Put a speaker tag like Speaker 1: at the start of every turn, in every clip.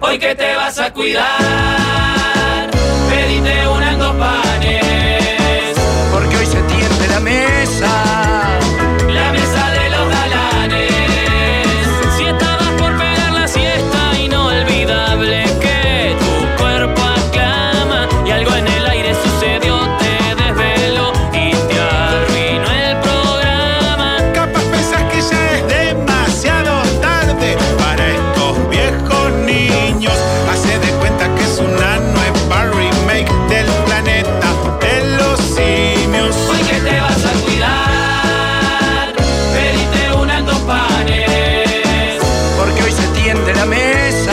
Speaker 1: hoy que te vas a cuidar, pedite una en dos panes,
Speaker 2: porque hoy se tiende la mesa.
Speaker 1: la mesa de los galanes. Si estabas por pegar la siesta, inolvidable que tu cuerpo aclama y algo en el aire sucedió, te desveló y te arruinó el programa.
Speaker 3: Capaz pensás que ya es demasiado tarde para estos viejos niños. Hace de cuenta que es una nueva remake del planeta de los simios.
Speaker 1: Hoy que te vas a cuidar, pedite una en dos panes,
Speaker 2: Porque hoy se tiende la mesa.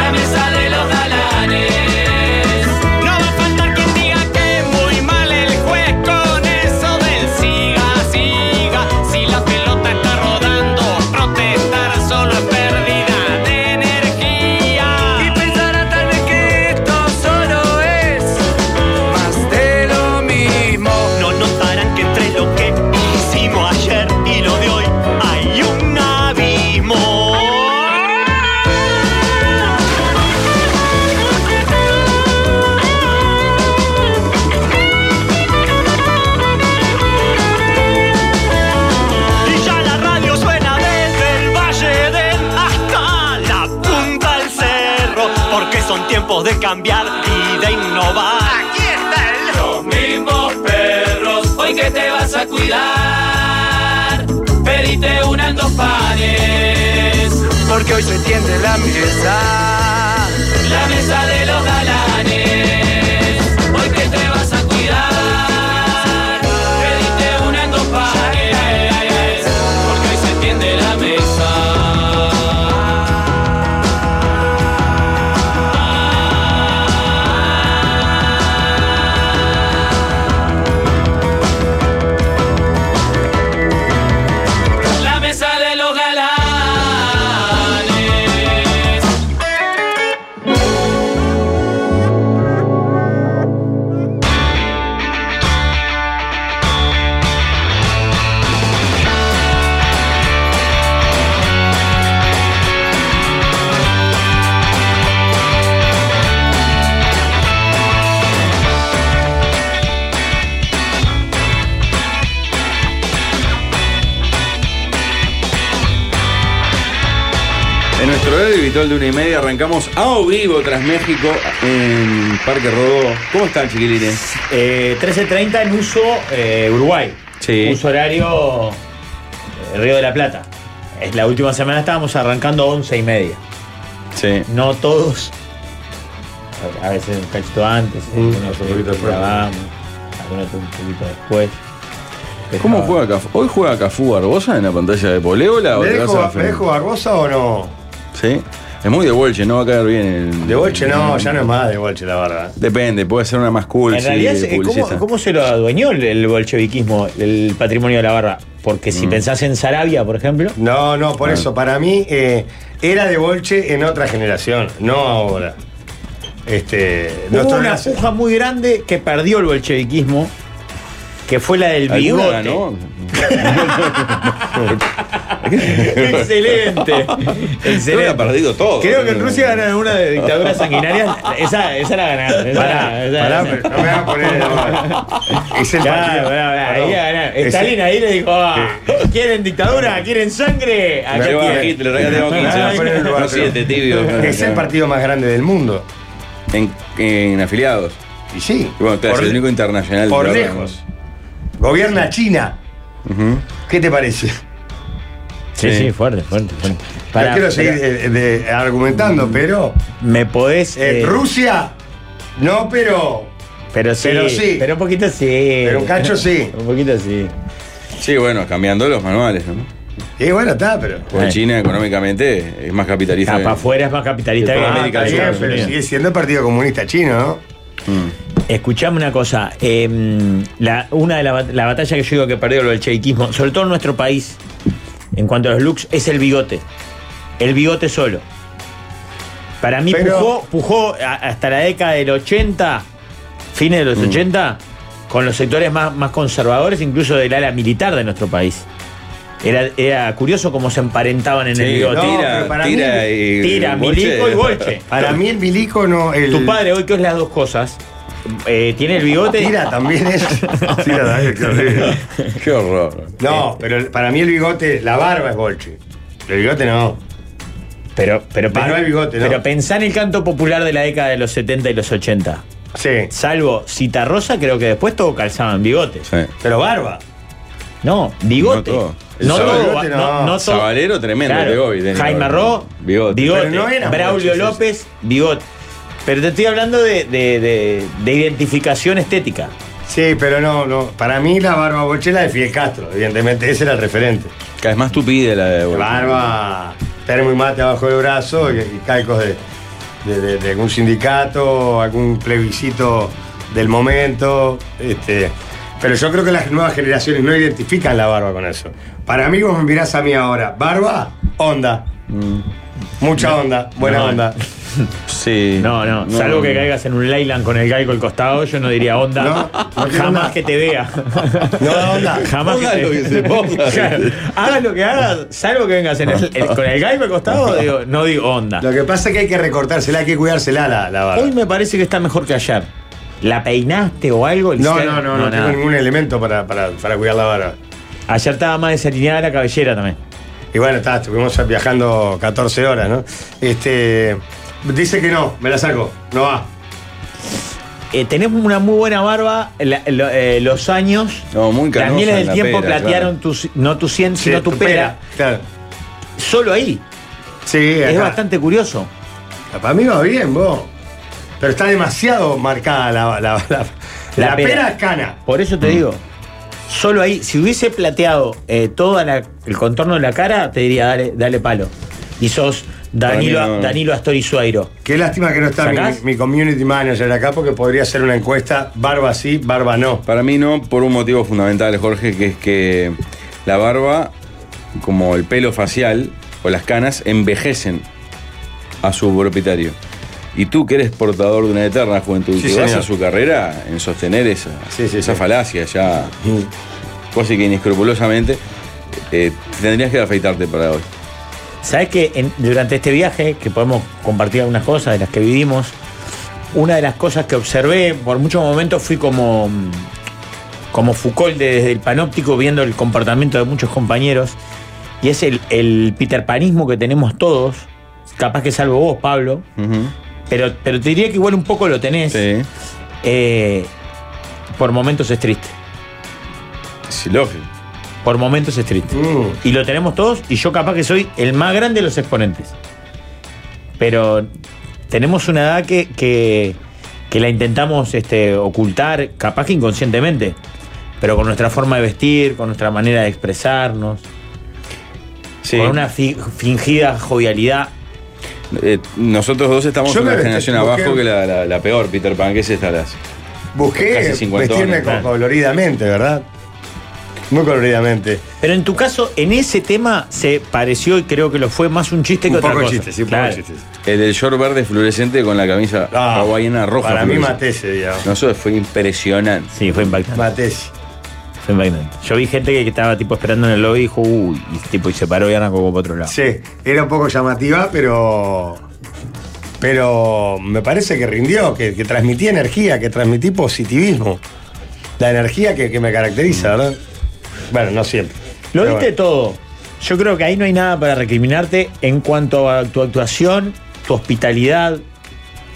Speaker 1: la mesa de los galanes. No va a faltar quien diga que muy mal el juez con eso del siga, siga. Si la pelota está rodando, protestar solo es pérdida de
Speaker 2: Y
Speaker 1: energía.
Speaker 2: pensará tal vez que esto solo es más de lo mismo.
Speaker 4: No notarán que entre lo que hicimos ayer y lo de hoy hay un abismo. Y ya la radio suena desde el Valle del hasta la punta del cerro, porque son tiempos de cambiar y de innovar.
Speaker 1: Los mismos perros, hoy que te vas a cuidar, pedite una en dos panes.
Speaker 2: Porque hoy se tiende la mesa.
Speaker 1: La mesa de los galanes, hoy que te vas a cuidar, pediste una en dos pares, porque hoy se tiende la mesa. La mesa de los galanes.
Speaker 5: En nuestro horario habitual de una y media arrancamos a o vivo tras México en Parque Rodó. ¿Cómo están, chiquilines?
Speaker 6: Eh, 13.30 en uso eh, Uruguay.
Speaker 5: Sí.
Speaker 6: Uso horario eh, Río de la Plata. Es la última semana estábamos arrancando a 11 y media.
Speaker 5: Sí.
Speaker 6: No todos. A a veces un cachito antes,
Speaker 7: Uh,
Speaker 6: algunos un poquito grabamos, algunos un poquito después. Pero
Speaker 5: ¿Cómo juega Cafú? ¿Hoy juega Cafú Barbosa en la pantalla de Polévola? o
Speaker 7: ¿Me
Speaker 5: te vas a
Speaker 7: dejo,
Speaker 5: la
Speaker 7: ¿Me dejo Barbosa o no?
Speaker 5: Sí. Es muy de Bolche, no va a caer bien. el-
Speaker 7: De Bolche no, ya no es más de Bolche, la ¿eh? verdad.
Speaker 5: Depende, puede ser una más cool.
Speaker 6: En
Speaker 5: sí,
Speaker 6: realidad,
Speaker 5: de
Speaker 6: eh, ¿cómo,
Speaker 5: publicista.
Speaker 6: cómo se lo adueñó el, el bolcheviquismo, el patrimonio de la barra? Porque
Speaker 7: Mm.
Speaker 6: si pensás en Sarabia, por ejemplo,
Speaker 7: No, no, por eso, para mí eh, era de Bolche en otra generación, no ahora. Este,
Speaker 6: hubo una
Speaker 7: nace-
Speaker 6: puja muy grande que perdió el bolcheviquismo, que fue la del
Speaker 5: ¿Alguna
Speaker 6: bigote.
Speaker 5: ganó?
Speaker 6: excelente.
Speaker 5: Yo había
Speaker 6: excelente.
Speaker 5: perdido todo.
Speaker 6: Creo que en Rusia ganaron una de dictaduras sanguinarias. Esa, esa la ganaron. Esa,
Speaker 7: Pará,
Speaker 6: esa- esa.
Speaker 7: pará, pero no me vas a poner el ahora. Es el
Speaker 6: Claro,
Speaker 7: partido.
Speaker 6: pará, pará, ahí
Speaker 7: Perdón.
Speaker 6: la ganaron.
Speaker 7: Es el-
Speaker 6: Stalin ahí le dijo, ah, ¿quieren dictadura? ¿Quieren sangre? Acá
Speaker 5: Lleva a
Speaker 6: tienen.
Speaker 5: Hitler, acá tengo
Speaker 7: Me vas a poner en
Speaker 5: 15.
Speaker 7: lugar,
Speaker 5: No, siete, tibio.
Speaker 7: pero- Es el partido más grande del mundo.
Speaker 5: En, en afiliados.
Speaker 7: Y sí.
Speaker 5: Y bueno, claro,
Speaker 7: por,
Speaker 5: es el único internacional.
Speaker 7: por
Speaker 5: de verdad,
Speaker 7: lejos. Gobierna China. ¿Qué te parece?
Speaker 6: Sí, sí, fuerte, fuerte, fuerte. Pará,
Speaker 7: Yo quiero
Speaker 6: pará.
Speaker 7: seguir eh, de- argumentando, pero
Speaker 6: Me podés.
Speaker 7: eh,
Speaker 6: eh,
Speaker 7: Rusia, no, pero
Speaker 6: Pero sí.
Speaker 7: pero sí.
Speaker 6: Pero un poquito sí.
Speaker 7: Pero un cacho sí.
Speaker 6: un poquito sí.
Speaker 5: ¿no? Sí, bueno, cambiando los manuales, ¿no?
Speaker 7: Y bueno, está, pero.
Speaker 5: Porque
Speaker 6: Sí.
Speaker 5: China económicamente es más capitalista.
Speaker 6: Capa
Speaker 5: que-
Speaker 6: afuera es más capitalista
Speaker 5: Sí,
Speaker 6: que
Speaker 5: pero
Speaker 6: Ah,
Speaker 5: América del
Speaker 7: Está bien,
Speaker 5: Sur.
Speaker 6: está
Speaker 7: pero
Speaker 6: bien.
Speaker 7: sigue siendo el Partido Comunista Chino, ¿no?
Speaker 6: Escuchame una cosa. eh, la, una de las la batallas que yo digo que perdió el bolcheviquismo, sobre todo en nuestro país, en cuanto a los looks, es el bigote. El bigote solo. Para mí,
Speaker 7: Pero-
Speaker 6: pujó, pujó a- hasta la década del 80, fines de
Speaker 7: Mm.
Speaker 6: los 80, con los sectores más, más conservadores, incluso del ala militar de nuestro país. Era, era curioso cómo se emparentaban en el
Speaker 5: Sí,
Speaker 6: bigote.
Speaker 7: no,
Speaker 5: tira,
Speaker 7: pero para mí-
Speaker 5: tira y.
Speaker 6: Tira,
Speaker 5: Bolche.
Speaker 6: Milico y Bolche.
Speaker 7: Para mí el bilico no. El,
Speaker 6: Tu padre hoy que es las dos cosas, eh, tiene el bigote.
Speaker 7: Tira también es. Tira también, qué horrible.
Speaker 5: Qué horror.
Speaker 7: No, pero el- para mí el bigote, la barba es bolche. El bigote no.
Speaker 6: Pero, pero,
Speaker 7: Pero no hay bigote, ¿no?
Speaker 6: pero pensá en el canto popular de la década de los 70 y los 80.
Speaker 7: Sí.
Speaker 6: Salvo Citarrosa, creo que después todo calzaban bigotes.
Speaker 5: Sí.
Speaker 7: Pero barba.
Speaker 6: No, bigote.
Speaker 5: No todo. El
Speaker 6: No todo,
Speaker 7: Sabalero,
Speaker 6: no, no todo.
Speaker 5: Sabalero tremendo,
Speaker 6: Claro.
Speaker 5: el de Gobi, tenía
Speaker 6: Jaime
Speaker 5: barba.
Speaker 6: Arro, bigote.
Speaker 5: Bigote.
Speaker 7: Pero no eran
Speaker 6: Braulio
Speaker 7: boches,
Speaker 6: López, bigote. Pero te estoy hablando de, de- de- de identificación estética.
Speaker 7: Sí, pero no, no. Para mí la barba bolche es la de Fidel Castro, evidentemente. Ese era el referente.
Speaker 5: Cada vez más tupide la de Bolche.
Speaker 7: Barba, termo y mate abajo del brazo y, y calcos de, de- de- de algún sindicato, algún plebiscito del momento. Este. Pero yo creo que las nuevas generaciones no identifican la barba con eso. Para mí, vos me mirás a mí ahora. Barba, onda. Mucha onda, buena
Speaker 6: No.
Speaker 7: onda.
Speaker 5: Sí.
Speaker 6: No, no. Salvo que caigas en un Leyland con el gaico al costado, yo no diría onda.
Speaker 7: No, no tiene
Speaker 6: Jamás
Speaker 7: onda.
Speaker 6: que te vea.
Speaker 7: No da onda.
Speaker 6: Jamás
Speaker 5: Ponga
Speaker 6: que,
Speaker 5: lo
Speaker 6: te-
Speaker 5: que se ponga.
Speaker 6: Claro. Hagas lo que hagas, salvo que vengas en el- el- con el gaico al costado, digo, no digo onda.
Speaker 7: Lo que pasa es que hay que recortársela, hay que cuidársela la, la barba.
Speaker 6: Hoy me parece que está mejor que ayer. ¿La peinaste o algo?
Speaker 7: No, no, no, no, tengo
Speaker 6: nada.
Speaker 7: ningún elemento para, para- para cuidar la barba.
Speaker 6: Ayer estaba más desalineada la cabellera también.
Speaker 7: Y bueno, está, estuvimos viajando 14 horas, ¿no? Este. Dice que no, me la saco, no va.
Speaker 6: Eh, tenés una muy buena barba, la- lo- eh, los años.
Speaker 5: No, muy
Speaker 6: Las
Speaker 5: canosa
Speaker 6: mieles
Speaker 5: en
Speaker 6: del
Speaker 5: la
Speaker 6: tiempo
Speaker 5: pera,
Speaker 6: platearon tu- no tu cien,
Speaker 7: Sí,
Speaker 6: sino tu pera.
Speaker 7: Claro.
Speaker 6: Solo ahí.
Speaker 7: Sí,
Speaker 6: Es
Speaker 7: acá.
Speaker 6: bastante curioso.
Speaker 7: Para mí va bien, vos. Pero está demasiado marcada la, la, la,
Speaker 6: La
Speaker 7: la
Speaker 6: pera.
Speaker 7: pera. es cana.
Speaker 6: Por eso te digo, solo ahí, si hubiese plateado eh, todo el contorno de la cara, te diría, dale, dale palo. Y sos Danilo,
Speaker 5: Para mí no.
Speaker 6: Danilo Astorizuairo.
Speaker 7: Qué lástima que no está mi,
Speaker 6: ¿Sacás?
Speaker 7: mi community manager acá porque podría hacer una encuesta barba sí, barba no.
Speaker 5: Para mí no, por un motivo fundamental, Jorge, que es que la barba, como el pelo facial o las canas, envejecen a su propietario. Y tú que eres portador de una eterna juventud,
Speaker 7: Sí,
Speaker 5: que vas
Speaker 7: señor.
Speaker 5: a su carrera en sostener esa,
Speaker 7: Sí, sí,
Speaker 5: esa
Speaker 7: sí.
Speaker 5: falacia ya, casi que inescrupulosamente, eh, tendrías que afeitarte para hoy.
Speaker 6: ¿Sabes que en- durante este viaje, que podemos compartir algunas cosas de las que vivimos, una de las cosas que observé, por muchos momentos fui como, mm, como Foucault de- desde el panóptico viendo el comportamiento de muchos compañeros, y es el, el Peter Panismo que tenemos todos, capaz que salvo vos, Pablo,
Speaker 5: Ujú.
Speaker 6: pero, pero te diría que igual un poco lo tenés,
Speaker 5: Sí,
Speaker 6: eh, por momentos es triste,
Speaker 5: es lógico.
Speaker 6: por momentos es triste.
Speaker 7: Mm.
Speaker 6: Y lo tenemos todos, y yo capaz que soy el más grande de los exponentes. Pero tenemos una edad que, que, que la intentamos este, ocultar, capaz que inconscientemente, pero con nuestra forma de vestir, con nuestra manera de expresarnos,
Speaker 5: Sí.
Speaker 6: con una fi- fingida jovialidad.
Speaker 5: Eh, nosotros dos estamos
Speaker 7: Yo
Speaker 5: en
Speaker 7: me
Speaker 5: una
Speaker 7: vestí-
Speaker 5: generación
Speaker 7: porque-
Speaker 5: abajo que la, la- la peor, Peter Pan, que es esta las.
Speaker 7: Busqué
Speaker 5: Casi cincuentón,
Speaker 7: vestirme co-
Speaker 6: claro.
Speaker 7: coloridamente, ¿verdad? Muy coloridamente.
Speaker 6: Pero en tu caso, en ese tema se pareció y creo que lo fue más un chiste que
Speaker 7: Un
Speaker 6: otra
Speaker 7: poco
Speaker 6: cosa.
Speaker 7: chiste, sí, un poco
Speaker 6: Claro.
Speaker 7: chiste.
Speaker 5: El del short verde fluorescente con la camisa
Speaker 7: Ah,
Speaker 5: hawaiana roja.
Speaker 7: Para mí
Speaker 5: fluorescente.
Speaker 7: maté ese día.
Speaker 5: No, eso fue impresionante.
Speaker 6: Sí, fue impactante.
Speaker 7: Maté ese.
Speaker 6: Fue impactante. Yo vi gente que estaba tipo esperando en el lobby y dijo, uy, y, tipo, y se paró y arrancó como para otro lado.
Speaker 7: Sí, era un poco llamativa, pero. Pero me parece que rindió, que, que transmití energía, que transmití positivismo. La energía que, que me caracteriza, ¿verdad? Bueno, no siempre.
Speaker 6: Lo
Speaker 7: Pero
Speaker 6: viste
Speaker 7: bueno.
Speaker 6: todo. Yo creo que ahí no hay nada para recriminarte en cuanto a tu actuación, tu hospitalidad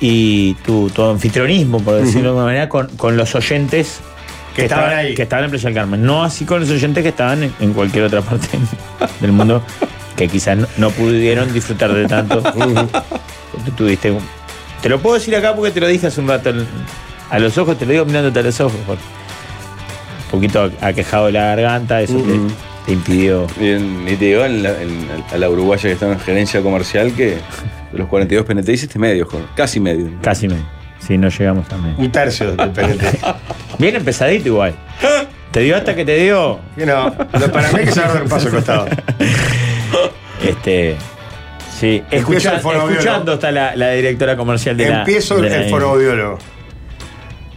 Speaker 6: y tu, tu anfitrionismo, por decirlo de alguna manera, con, con los oyentes
Speaker 7: Que estaban ahí.
Speaker 6: Que estaban en Playa del Carmen. No así con los oyentes que estaban en, en cualquier otra parte del mundo que quizás no, no pudieron disfrutar de tanto. Tú tuviste un- Te lo puedo decir acá porque te lo dije hace un rato. en- A los ojos, te lo digo mirándote a los ojos. Jorge. Un poquito aquejado de la garganta, eso te-
Speaker 5: Ujú.
Speaker 6: te impidió.
Speaker 5: Y, en- y te digo en la- en- a la uruguaya que está en gerencia comercial que de los 42 PNT hiciste este medio, Jorge. Casi medio.
Speaker 6: Casi medio. Sí, no llegamos a medio.
Speaker 7: Un tercio del PNT.
Speaker 6: Bien empezadito igual. Te dio hasta que te dio.
Speaker 7: Que no, no, para mí hay que saber dar un paso al costado.
Speaker 6: Este. Sí,
Speaker 7: Empieza
Speaker 6: escucha-
Speaker 7: el foro
Speaker 6: escuchando está la, la directora comercial de la-
Speaker 7: Empiezo
Speaker 6: de la.
Speaker 7: el fonoaudiólogo.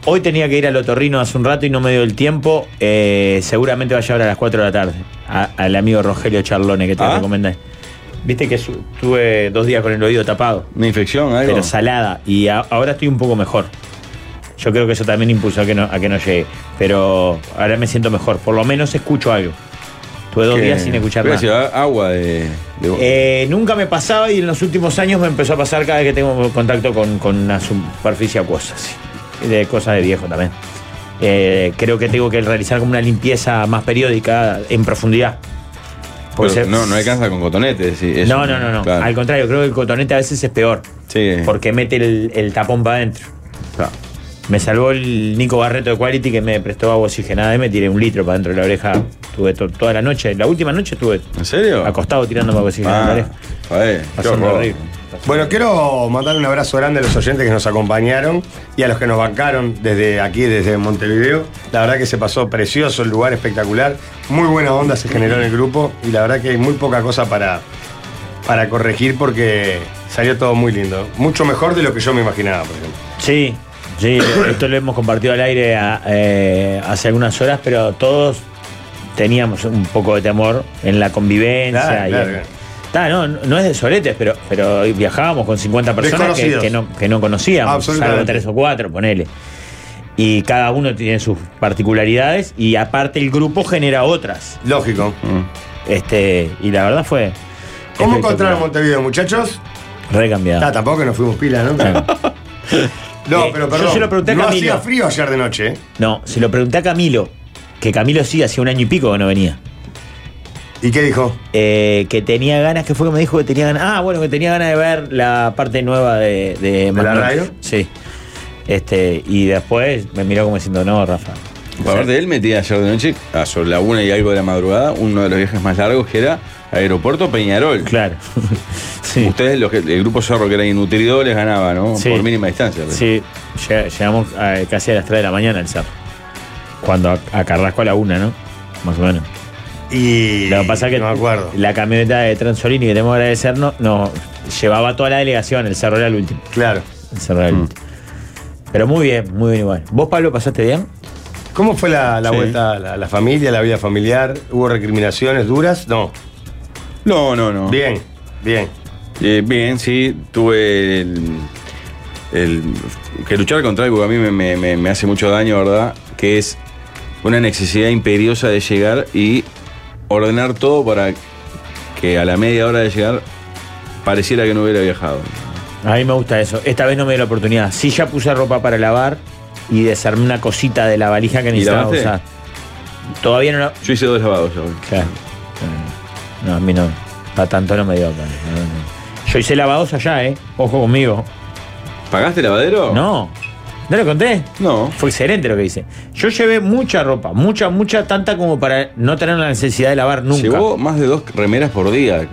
Speaker 6: Hoy tenía que ir al otorrino hace un rato y no me dio el tiempo. Eh, seguramente vaya ahora a las 4 de la tarde. a- al amigo Rogelio Charlone que te
Speaker 5: Ah.
Speaker 6: recomendé. Viste que su- tuve dos días con el oído tapado,
Speaker 5: ¿Una infección? ¿Algo?
Speaker 6: pero salada, y a- ahora estoy un poco mejor. Yo creo que eso también impulsó a que no, a que no llegue, pero ahora me siento mejor, por lo menos escucho algo. Tuve dos
Speaker 5: Que-
Speaker 6: días sin escuchar
Speaker 5: pero
Speaker 6: nada.
Speaker 5: si da agua de. de-
Speaker 6: Eh, nunca me pasaba y en los últimos años me empezó a pasar cada vez que tengo contacto con, con una superficie acuosa, sí. Y De cosas de viejo también. Eh, creo que tengo que realizar como una limpieza más periódica en profundidad.
Speaker 5: pero
Speaker 6: Porque se-
Speaker 5: no, no alcanza con cotonete. sí, eso,
Speaker 6: pues No, no, no, no.
Speaker 5: claro.
Speaker 6: Al contrario, creo que el cotonete a veces es peor.
Speaker 5: Sí.
Speaker 6: Porque mete el, el tapón para adentro.
Speaker 5: Claro.
Speaker 6: Me salvó el Nico Barreto de Quality que me prestó agua oxigenada y me tiré un litro para dentro de la oreja. Tuve to- toda la noche. La última noche estuve
Speaker 5: ¿En serio?
Speaker 6: acostado tirándome agua oxigenada en la
Speaker 5: Ah,
Speaker 6: oreja.
Speaker 5: joder, qué
Speaker 6: Pasando
Speaker 5: horror.
Speaker 6: horrible.
Speaker 7: Bueno, quiero mandar un abrazo grande a los oyentes que nos acompañaron y a los que nos bancaron desde aquí, desde Montevideo. La verdad que se pasó precioso el lugar, espectacular. Muy buena onda se generó en el grupo y la verdad que hay muy poca cosa para, para corregir porque salió todo muy lindo. Mucho mejor de lo que yo me imaginaba, por ejemplo.
Speaker 6: Sí, sí, esto lo hemos compartido al aire a- eh, hace algunas horas, pero todos teníamos un poco de temor en la convivencia.
Speaker 7: Claro,
Speaker 6: y
Speaker 7: claro,
Speaker 6: en-
Speaker 7: claro.
Speaker 6: Está, no, no es de soletes, pero, pero viajábamos con 50 personas que,
Speaker 7: Desconocidos.
Speaker 6: que no, que no conocíamos, salvo
Speaker 7: Absolutamente.
Speaker 6: tres o cuatro, ponele. Y cada uno tiene sus particularidades y aparte el grupo genera otras.
Speaker 7: Lógico.
Speaker 6: Este, y la verdad fue.
Speaker 7: ¿Cómo encontraron
Speaker 6: Mm, espectacular.
Speaker 7: Montevideo, muchachos?
Speaker 6: Recambiado.
Speaker 7: Ah, tampoco que nos fuimos pila, ¿no? No,
Speaker 6: Eh,
Speaker 7: pero
Speaker 6: yo
Speaker 7: perdón.
Speaker 6: se lo pregunté a
Speaker 7: no
Speaker 6: Camilo.
Speaker 7: hacía frío ayer de noche. ¿eh?
Speaker 6: No, se lo pregunté a Camilo, que Camilo sí, hacía un año y pico que no venía.
Speaker 7: ¿Y qué dijo?
Speaker 6: Eh, que tenía ganas, que fue que me dijo que tenía ganas. Ah, bueno, que tenía ganas de ver la parte nueva de. ¿De,
Speaker 7: la
Speaker 6: Magnum.
Speaker 7: radio?
Speaker 6: Sí. Este, y después me miró como diciendo, no, Rafa.
Speaker 5: Bueno, Aparte, él metía ayer de noche, a sobre la una y algo de la madrugada, uno de los viajes más largos que era Aeropuerto Peñarol.
Speaker 6: Claro. sí.
Speaker 5: Ustedes, los que- el grupo Cerro, que era inutrido, les ganaba, ¿no?
Speaker 6: Sí.
Speaker 5: Por mínima distancia. pero-
Speaker 6: Sí, llega- llegamos a- casi a las 3 de la mañana al sábado. Cuando a, a Carrasco a la 1, ¿no? Más o menos.
Speaker 7: Y.
Speaker 6: Lo que pasa es que
Speaker 7: No me acuerdo.
Speaker 6: la camioneta de Transolini, que tenemos que agradecernos, nos llevaba toda la delegación, el cerro era el último.
Speaker 7: Claro.
Speaker 6: El cerro
Speaker 7: Mm.
Speaker 5: Mm.
Speaker 6: era el último. Pero muy bien, muy bien igual. ¿Vos, Pablo, pasaste bien?
Speaker 7: ¿Cómo fue la, la
Speaker 5: Sí.
Speaker 7: vuelta a la, la familia, la vida familiar? ¿Hubo recriminaciones duras? No.
Speaker 5: No, no, no.
Speaker 7: Bien, bien.
Speaker 5: Eh, bien, sí, tuve el, el- que luchar contra algo que a mí me, me- me- me hace mucho daño, ¿verdad? Que es una necesidad imperiosa de llegar y ordenar todo para que a la media hora de llegar pareciera que no hubiera viajado.
Speaker 6: A mí me gusta eso. Esta vez no me dio la oportunidad. Sí, ya puse ropa para lavar y desarmé una cosita de la valija que necesitaba
Speaker 5: lavaste?
Speaker 6: usar. Todavía no la.
Speaker 5: Yo hice dos lavados hoy.
Speaker 6: Claro. No, a mí no. Para tanto no me dio. claro. No, no. Yo hice lavados allá, ¿eh? Ojo conmigo.
Speaker 5: ¿Pagaste lavadero?
Speaker 6: No. ¿No le conté?
Speaker 5: No.
Speaker 6: Fue excelente lo que hice. Yo llevé mucha ropa, mucha, mucha, tanta como para no tener la necesidad de lavar nunca.
Speaker 5: Llevó más de dos remeras por día.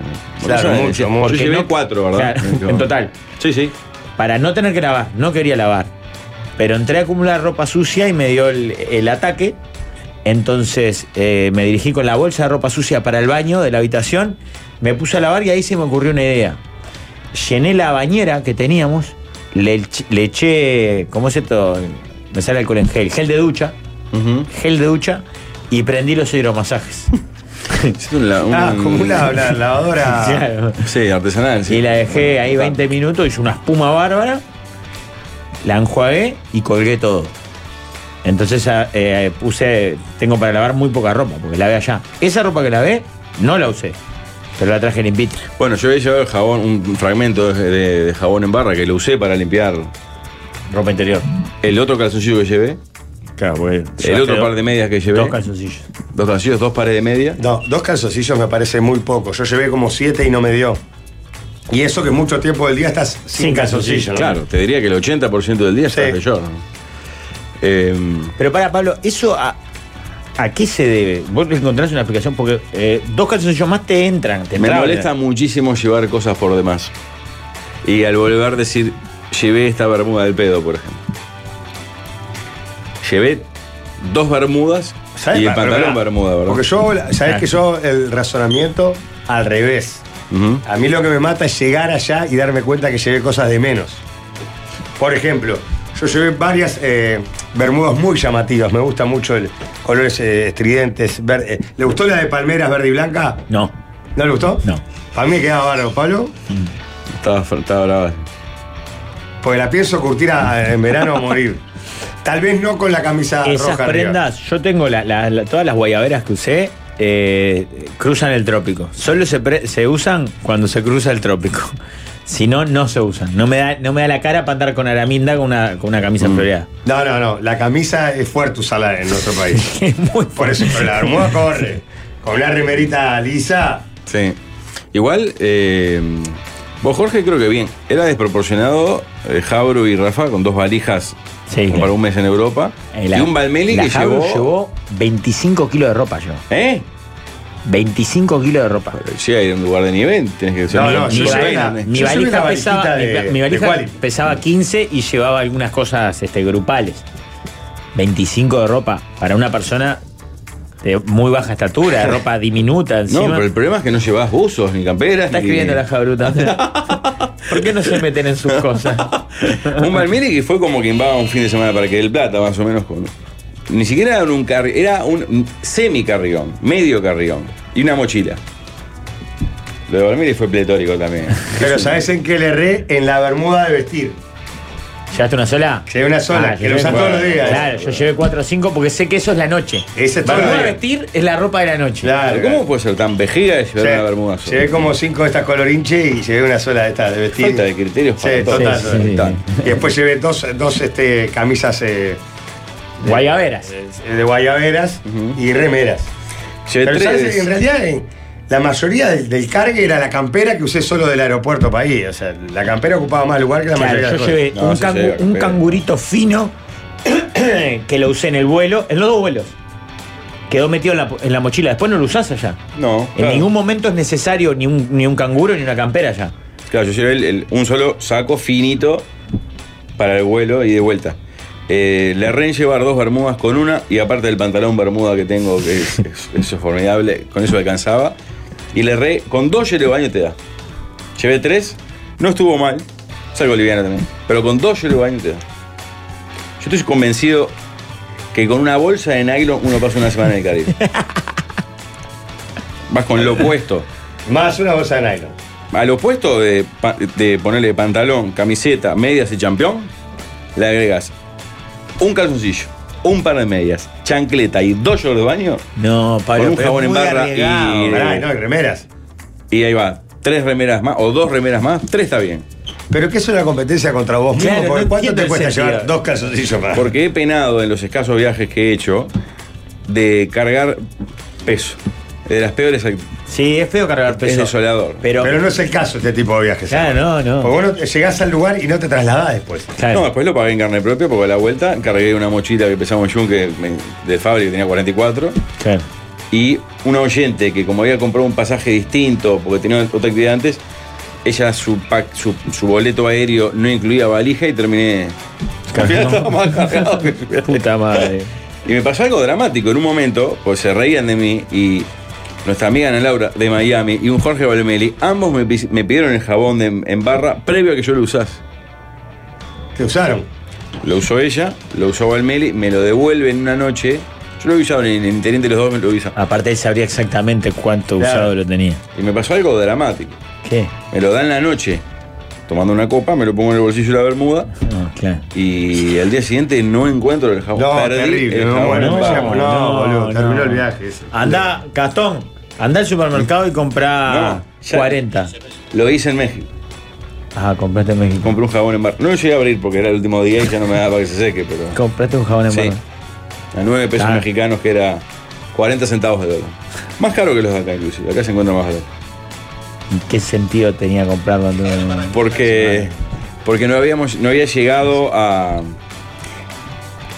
Speaker 7: Claro,
Speaker 5: Yo
Speaker 7: mucho,
Speaker 5: decía,
Speaker 7: mucho.
Speaker 5: Yo llevé
Speaker 6: no-
Speaker 5: cuatro, ¿verdad?
Speaker 6: Claro, en total.
Speaker 5: Sí, sí.
Speaker 6: para no tener que lavar, no quería lavar. Pero entré a acumular ropa sucia y me dio el, el ataque. Entonces eh, me dirigí con la bolsa de ropa sucia para el baño de la habitación, me puse a lavar y ahí se me ocurrió una idea. Llené la bañera que teníamos, le, ech- le eché, ¿cómo es esto? Me sale alcohol en gel, gel de ducha,
Speaker 5: Ujú.
Speaker 6: gel de ducha y prendí los hidromasajes.
Speaker 5: Hiciste un la- un-
Speaker 7: Ah, como una la lavadora.
Speaker 6: Claro.
Speaker 5: Sí, artesanal. Sí.
Speaker 6: Y la dejé ahí 20 minutos, hice una espuma bárbara, la enjuagué y colgué todo. Entonces ah, eh, puse, tengo para lavar muy poca ropa, porque lavé allá. Esa ropa que lavé, no la usé, pero la traje limpita.
Speaker 5: Bueno, yo había llevado el jabón, un fragmento de, de- de jabón en barra que lo usé para limpiar
Speaker 6: Ropa interior.
Speaker 5: el otro calzoncillo que llevé,
Speaker 6: Claro, porque
Speaker 5: el otro par de medias que llevé,
Speaker 6: Dos
Speaker 5: dos,
Speaker 6: calzoncillos.
Speaker 5: calzoncillos, dos pares de media.
Speaker 7: No, dos calzoncillos me parece muy poco. Yo llevé como siete y no me dio. Y eso que mucho tiempo del día estás sin,
Speaker 6: Sin
Speaker 7: calzoncillo. ¿no?
Speaker 5: Claro, te diría que el 80% del día estás
Speaker 7: Sí.
Speaker 5: peor. Eh,
Speaker 6: Pero para, Pablo, ¿eso a, a qué se debe? Vos le encontrás una explicación, porque eh, dos calzoncillos más te entran, te
Speaker 5: me
Speaker 6: entraban.
Speaker 5: molesta muchísimo llevar cosas por demás. Y al volver decir, llevé esta bermuda del pedo, por ejemplo. Llevé dos bermudas
Speaker 7: ¿Sabes?
Speaker 5: y el
Speaker 7: Pa- pero
Speaker 5: pantalón
Speaker 7: pará.
Speaker 5: bermuda, ¿verdad?
Speaker 7: Porque yo, sabes que yo el razonamiento al revés.
Speaker 5: Ujú.
Speaker 7: A mí lo que me mata es llegar allá y darme cuenta que llevé cosas de menos. Por ejemplo, yo llevé varias eh, bermudas muy llamativas. Me gusta mucho el, colores eh, estridentes. ver- eh, ¿Le gustó la de palmeras verde y blanca?
Speaker 6: No,
Speaker 7: ¿No le gustó?
Speaker 6: no.
Speaker 7: Para mí me quedaba bárbaro, Pablo.
Speaker 5: Estaba, estaba brava.
Speaker 7: Porque la pienso curtir a- en verano a morir. Tal vez no con la camisa
Speaker 6: Esas
Speaker 7: roja. arriba.
Speaker 6: prendas, yo tengo la- la- la- todas las guayaberas que usé, eh, cruzan el trópico. Solo se, pre- se usan cuando se cruza el trópico. Si no, no se usan. No me da, no me da la cara para andar con araminda con una, con una camisa
Speaker 5: Mm.
Speaker 6: floreada.
Speaker 7: No, no, no. La camisa es fuerte usarla en nuestro país.
Speaker 6: Es muy
Speaker 7: Por eso, pero la bermuda corre. Con una remerita lisa.
Speaker 5: Sí. Igual, eh, vos, Jorge, creo que bien. Era desproporcionado eh, Jabro y Rafa con dos valijas
Speaker 6: Sí.
Speaker 5: como para un mes en Europa.
Speaker 6: Eh, la-
Speaker 5: y un Balmeli
Speaker 6: la
Speaker 5: que
Speaker 6: Jabro
Speaker 5: llevó.
Speaker 6: llevó 25 kilos de ropa yo.
Speaker 5: ¿Eh?
Speaker 6: 25 kilos de ropa.
Speaker 5: Llega a ir a un lugar de nivel, tenés que ser
Speaker 7: No,
Speaker 5: muy-
Speaker 7: no,
Speaker 5: muy
Speaker 7: yo
Speaker 6: mi,
Speaker 7: soy
Speaker 5: grande.
Speaker 7: una-
Speaker 6: valija, mi
Speaker 7: yo soy
Speaker 6: valija
Speaker 7: una
Speaker 6: pesaba,
Speaker 7: valijita de-
Speaker 6: mi valija
Speaker 7: de Quali.
Speaker 6: pesaba 15 y llevaba algunas cosas este, grupales. 25 de ropa para una persona de muy baja estatura, de ropa diminuta
Speaker 5: No,
Speaker 6: encima.
Speaker 5: pero el problema es que no llevas buzos ni camperas.
Speaker 6: Está
Speaker 5: ni-
Speaker 6: escribiendo la jabruta. ¿Por qué no se meten en sus cosas?
Speaker 5: Un Balmeli que fue como quien va un fin de semana para que del plata, más o menos. Con, ni siquiera era un carri, era un semi carrión, medio carrión y una mochila. Lo de Balmeli fue pletórico también.
Speaker 7: Pero ¿sabes en qué le erré? En la bermuda de vestir.
Speaker 6: ¿Llevaste una sola? Ah,
Speaker 7: Llevé una sola,
Speaker 5: Ah,
Speaker 7: que
Speaker 6: llevé
Speaker 7: lo usan
Speaker 6: cuatro.
Speaker 7: todos los días.
Speaker 6: Claro, yo llevé 4 o 5 porque sé que eso es la noche.
Speaker 7: Ese es todo
Speaker 6: Para
Speaker 7: el día.
Speaker 6: vestir es la ropa de la noche.
Speaker 7: Claro.
Speaker 5: ¿Cómo puede ser tan vejiga de llevar
Speaker 7: Lle-
Speaker 5: una bermuda sola?
Speaker 7: Llevé como cinco de estas colorinche y llevé una sola de estas de vestir.
Speaker 5: Falta de criterios para
Speaker 7: Sí,
Speaker 5: todo.
Speaker 7: total.
Speaker 6: Sí, sí, sí.
Speaker 5: Total.
Speaker 7: Y después llevé dos, dos este, camisas eh,
Speaker 6: Guayaberas.
Speaker 7: de guayaberas y remeras.
Speaker 5: Llevé
Speaker 7: Pero
Speaker 5: tres-
Speaker 7: ¿sabes? en realidad en- la mayoría del, del cargue era la campera que usé solo del aeropuerto para ir. O sea, la campera ocupaba más lugar que la
Speaker 6: Claro,
Speaker 7: mayoría
Speaker 6: yo
Speaker 7: de las
Speaker 6: llevé
Speaker 5: No,
Speaker 6: un,
Speaker 5: sí,
Speaker 6: cangu-
Speaker 5: sí,
Speaker 6: un
Speaker 5: pero-
Speaker 6: cangurito fino que lo usé en el vuelo, en los dos vuelos. Quedó metido en la, en la mochila. Después no lo usás allá.
Speaker 5: No,
Speaker 6: En
Speaker 5: claro.
Speaker 6: ningún momento es necesario ni un, ni un canguro ni una campera allá.
Speaker 5: Claro, yo llevé el- el- un solo saco finito para el vuelo y de vuelta. Eh, le arré en llevar dos bermudas con una y aparte del pantalón bermuda que tengo, que es, es- eso es formidable, con eso alcanzaba. Y le erré con dos hielo de baño te da. Llevé tres, no estuvo mal, salgo liviano también, pero con dos hielo de baño te da. Yo estoy convencido que con una bolsa de nylon uno pasa una semana en el Caribe. Vas con lo opuesto.
Speaker 7: cosas. Más una bolsa de nylon.
Speaker 5: Al opuesto de, pa- de ponerle pantalón, camiseta, medias y champión, le agregas un calzoncillo, un par de medias, chancleta y dos shorts de baño,
Speaker 6: No, Pablo.
Speaker 5: Con un
Speaker 6: pero
Speaker 5: jabón
Speaker 6: es
Speaker 5: en
Speaker 6: muy
Speaker 5: barra y- eh,
Speaker 6: arriesgado.
Speaker 7: Pará, no, y remeras.
Speaker 5: y ahí va. Tres remeras más, o dos remeras más, tres está bien.
Speaker 7: Pero que es una competencia contra vos mismo,
Speaker 6: Claro,
Speaker 7: porque
Speaker 6: no
Speaker 7: ¿cuánto
Speaker 6: entiendo
Speaker 7: te
Speaker 6: el
Speaker 7: cuesta
Speaker 6: sentido.
Speaker 7: llevar dos calzoncillos para?
Speaker 5: Porque he penado en los escasos viajes que he hecho de cargar peso. De las peores act-
Speaker 6: Sí, es feo cargar peso.
Speaker 5: Es desolador.
Speaker 6: Pero,
Speaker 7: Pero no es el caso este tipo de viajes.
Speaker 6: Claro, no, no.
Speaker 7: Porque vos no te- llegás al lugar y no te trasladás después.
Speaker 6: Claro.
Speaker 5: No, después lo pagué en carne propia porque a la vuelta cargué una mochila que pesaba un yunque me- de Fabri que tenía 44.
Speaker 6: Claro.
Speaker 5: Y una oyente que como había comprado un pasaje distinto porque tenía otra actividad antes, ella su, pack- su, su boleto aéreo no incluía valija y terminé... Al final estaba más cargado que-
Speaker 6: Puta madre.
Speaker 5: Y me pasó algo dramático en un momento, pues se reían de mí y nuestra amiga Ana Laura de Miami y un Jorge Valmeli, ambos me, pis- me pidieron el jabón de- en barra previo a que yo lo usase.
Speaker 7: Te usaron.
Speaker 5: Lo usó ella, lo usó Valmeli, me lo devuelve en una noche. Yo lo he usado en el interior de los dos, me lo he usado.
Speaker 6: Aparte él sabría exactamente cuánto
Speaker 7: Claro.
Speaker 6: usado lo tenía.
Speaker 5: Y me pasó algo dramático.
Speaker 6: ¿Qué?
Speaker 5: Me lo dan en la noche, tomando una copa, me lo pongo en el bolsillo de la bermuda
Speaker 6: No, claro.
Speaker 5: y al día siguiente no encuentro el jabón.
Speaker 7: No,
Speaker 5: Perdí
Speaker 7: terrible,
Speaker 5: el
Speaker 7: no,
Speaker 5: jabón
Speaker 7: bueno,
Speaker 5: en barra.
Speaker 7: no, boludo, terminó el viaje ese.
Speaker 6: Andá, Gastón, andá al supermercado y comprá
Speaker 5: No, ya-
Speaker 6: 40.
Speaker 5: Lo hice en México.
Speaker 6: Ah, compraste en México.
Speaker 5: Compré un jabón en barra. No lo llegué a abrir porque era el último día y ya no me daba para que se seque, pero.
Speaker 6: Compraste un jabón en
Speaker 5: Sí.
Speaker 6: barra.
Speaker 5: A 9 pesos
Speaker 6: Claro.
Speaker 5: mexicanos que era 40 centavos de dólar. Más caro que los de acá, inclusive. Acá se encuentra más barato.
Speaker 6: ¿Y ¿Qué sentido tenía comprarlo? en un-
Speaker 5: Porque. Porque no habíamos. No había llegado a.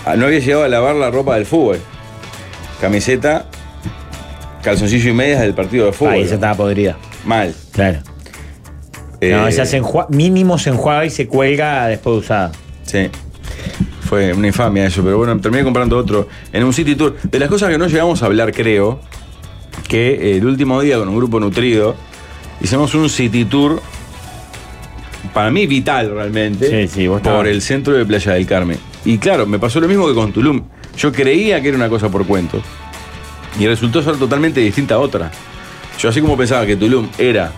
Speaker 5: a- no había llegado a lavar la ropa del fútbol. Camiseta, calzoncillo y medias del partido de fútbol.
Speaker 6: Ah, esa estaba podrida.
Speaker 5: Mal.
Speaker 6: Claro. No,
Speaker 5: Eh,
Speaker 6: esa se enjuaga, mínimo se enjuaga y se cuelga después de usada.
Speaker 5: Sí. Fue una infamia eso, pero bueno, terminé comprando otro en un City Tour. De las cosas que no llegamos a hablar, creo, que eh, el último día con un grupo nutrido hicimos un City Tour, para mí vital realmente,
Speaker 6: Sí, sí, vos
Speaker 5: por
Speaker 6: estabas.
Speaker 5: el centro de Playa del Carmen. Y claro, me pasó lo mismo que con Tulum. Yo creía que era una cosa por cuentos y resultó ser totalmente distinta a otra. Yo así como pensaba que Tulum era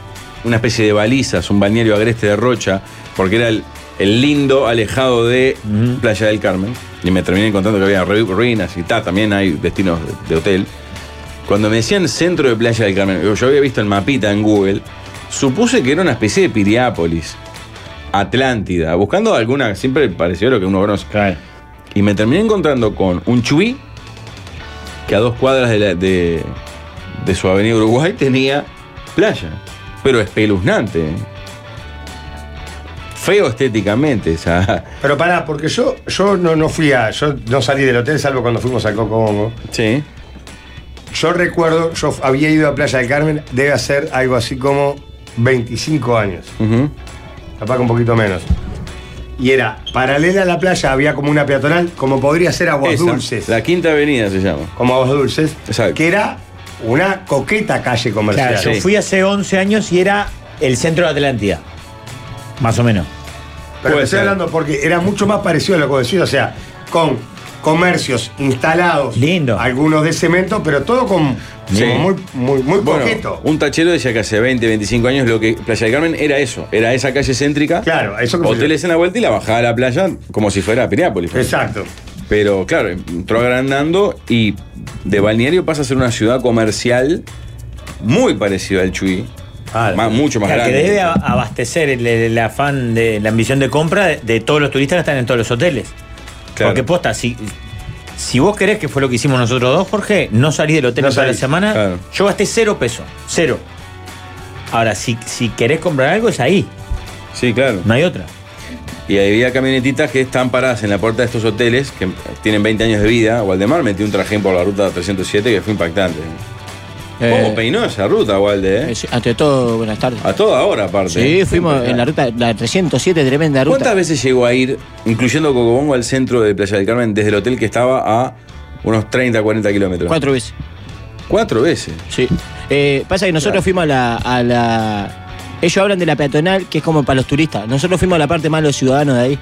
Speaker 5: una especie de balizas, un balneario agreste de Rocha, porque era el, el lindo alejado de Playa del Carmen, y me terminé encontrando que había ru- ruinas y tal, también hay destinos de, de hotel. Cuando me decían centro de Playa del Carmen, yo- yo había visto el mapita en Google, supuse que era una especie de Piriápolis, Atlántida, buscando alguna, siempre pareció lo que uno conoce. Y me terminé encontrando con un chuí que a dos cuadras de, la- de- de su avenida Uruguay tenía playa. Pero espeluznante. ¿eh? Feo estéticamente. O sea,
Speaker 7: Pero pará, porque yo, yo no, no fui a. Yo no salí del hotel salvo cuando fuimos al Coco Bongo.
Speaker 5: sí.
Speaker 7: Yo recuerdo, yo había ido a Playa del Carmen, debe hacer algo así como 25 años.
Speaker 5: Ujú.
Speaker 7: capaz que un poquito menos. Y era paralela a la playa, había como una peatonal, como podría ser Aguas
Speaker 5: Esa,
Speaker 7: Dulces.
Speaker 5: La quinta avenida se llama.
Speaker 7: Como Aguas Dulces.
Speaker 5: Exacto.
Speaker 7: Que era una coqueta calle comercial.
Speaker 6: Claro, yo
Speaker 5: sí.
Speaker 6: fui hace 11 años y era el centro de Atlántida. Más o menos.
Speaker 7: Pero
Speaker 5: Puede
Speaker 7: te estoy
Speaker 5: ser.
Speaker 7: hablando porque era mucho más parecido a lo que decía, o sea, con comercios instalados.
Speaker 6: Lindo.
Speaker 7: Algunos de cemento, pero todo con,
Speaker 5: Sí.
Speaker 7: como muy, muy, muy
Speaker 5: Bueno,
Speaker 7: coqueto.
Speaker 5: un tachero decía que hace 20, 25 años lo que Playa del Carmen era eso. Era esa calle céntrica.
Speaker 7: Claro, eso que
Speaker 5: Hoteles en la vuelta y la bajada a la playa como si fuera Piriápolis.
Speaker 7: Exacto.
Speaker 5: Pero claro, entró agrandando y de balneario pasa a ser una ciudad comercial muy parecida al Chuy.
Speaker 7: Ah,
Speaker 5: Más- mucho más
Speaker 6: La que
Speaker 5: grande.
Speaker 6: debe a- abastecer el, el afán de la ambición de compra de, de todos los turistas que están en todos los hoteles.
Speaker 5: Claro.
Speaker 6: Porque posta, si, si vos querés, que fue lo que hicimos nosotros dos, Jorge, no salí del hotel
Speaker 7: No
Speaker 6: en toda la
Speaker 7: salí,
Speaker 6: semana,
Speaker 5: claro.
Speaker 6: yo gasté cero pesos. Cero. Ahora, si, si querés comprar algo, es ahí.
Speaker 5: Sí, claro.
Speaker 6: No hay otra.
Speaker 5: Y ahí había camionetitas que están paradas en la puerta de estos hoteles que tienen 20 años de vida. Waldemar metió un trajín por la ruta 307 que fue impactante. ¿Cómo
Speaker 8: Eh,
Speaker 5: peinó esa ruta, Walde? eh?
Speaker 8: eh, sí, ante todo, buenas tardes.
Speaker 5: A toda hora, aparte.
Speaker 8: Sí, fuimos en la
Speaker 5: ruta.
Speaker 8: ruta, la 307, tremenda ruta.
Speaker 5: ¿Cuántas veces llegó a ir, incluyendo Cocobongo, al centro de Playa del Carmen desde el hotel que estaba a unos 30, 40 kilómetros?
Speaker 8: Cuatro veces.
Speaker 5: Cuatro veces.
Speaker 8: Sí. Eh, pasa que
Speaker 5: Claro.
Speaker 8: nosotros fuimos a la, a la- Ellos hablan de la peatonal, que es como para los turistas. Nosotros fuimos a la parte más los ciudadanos de ahí.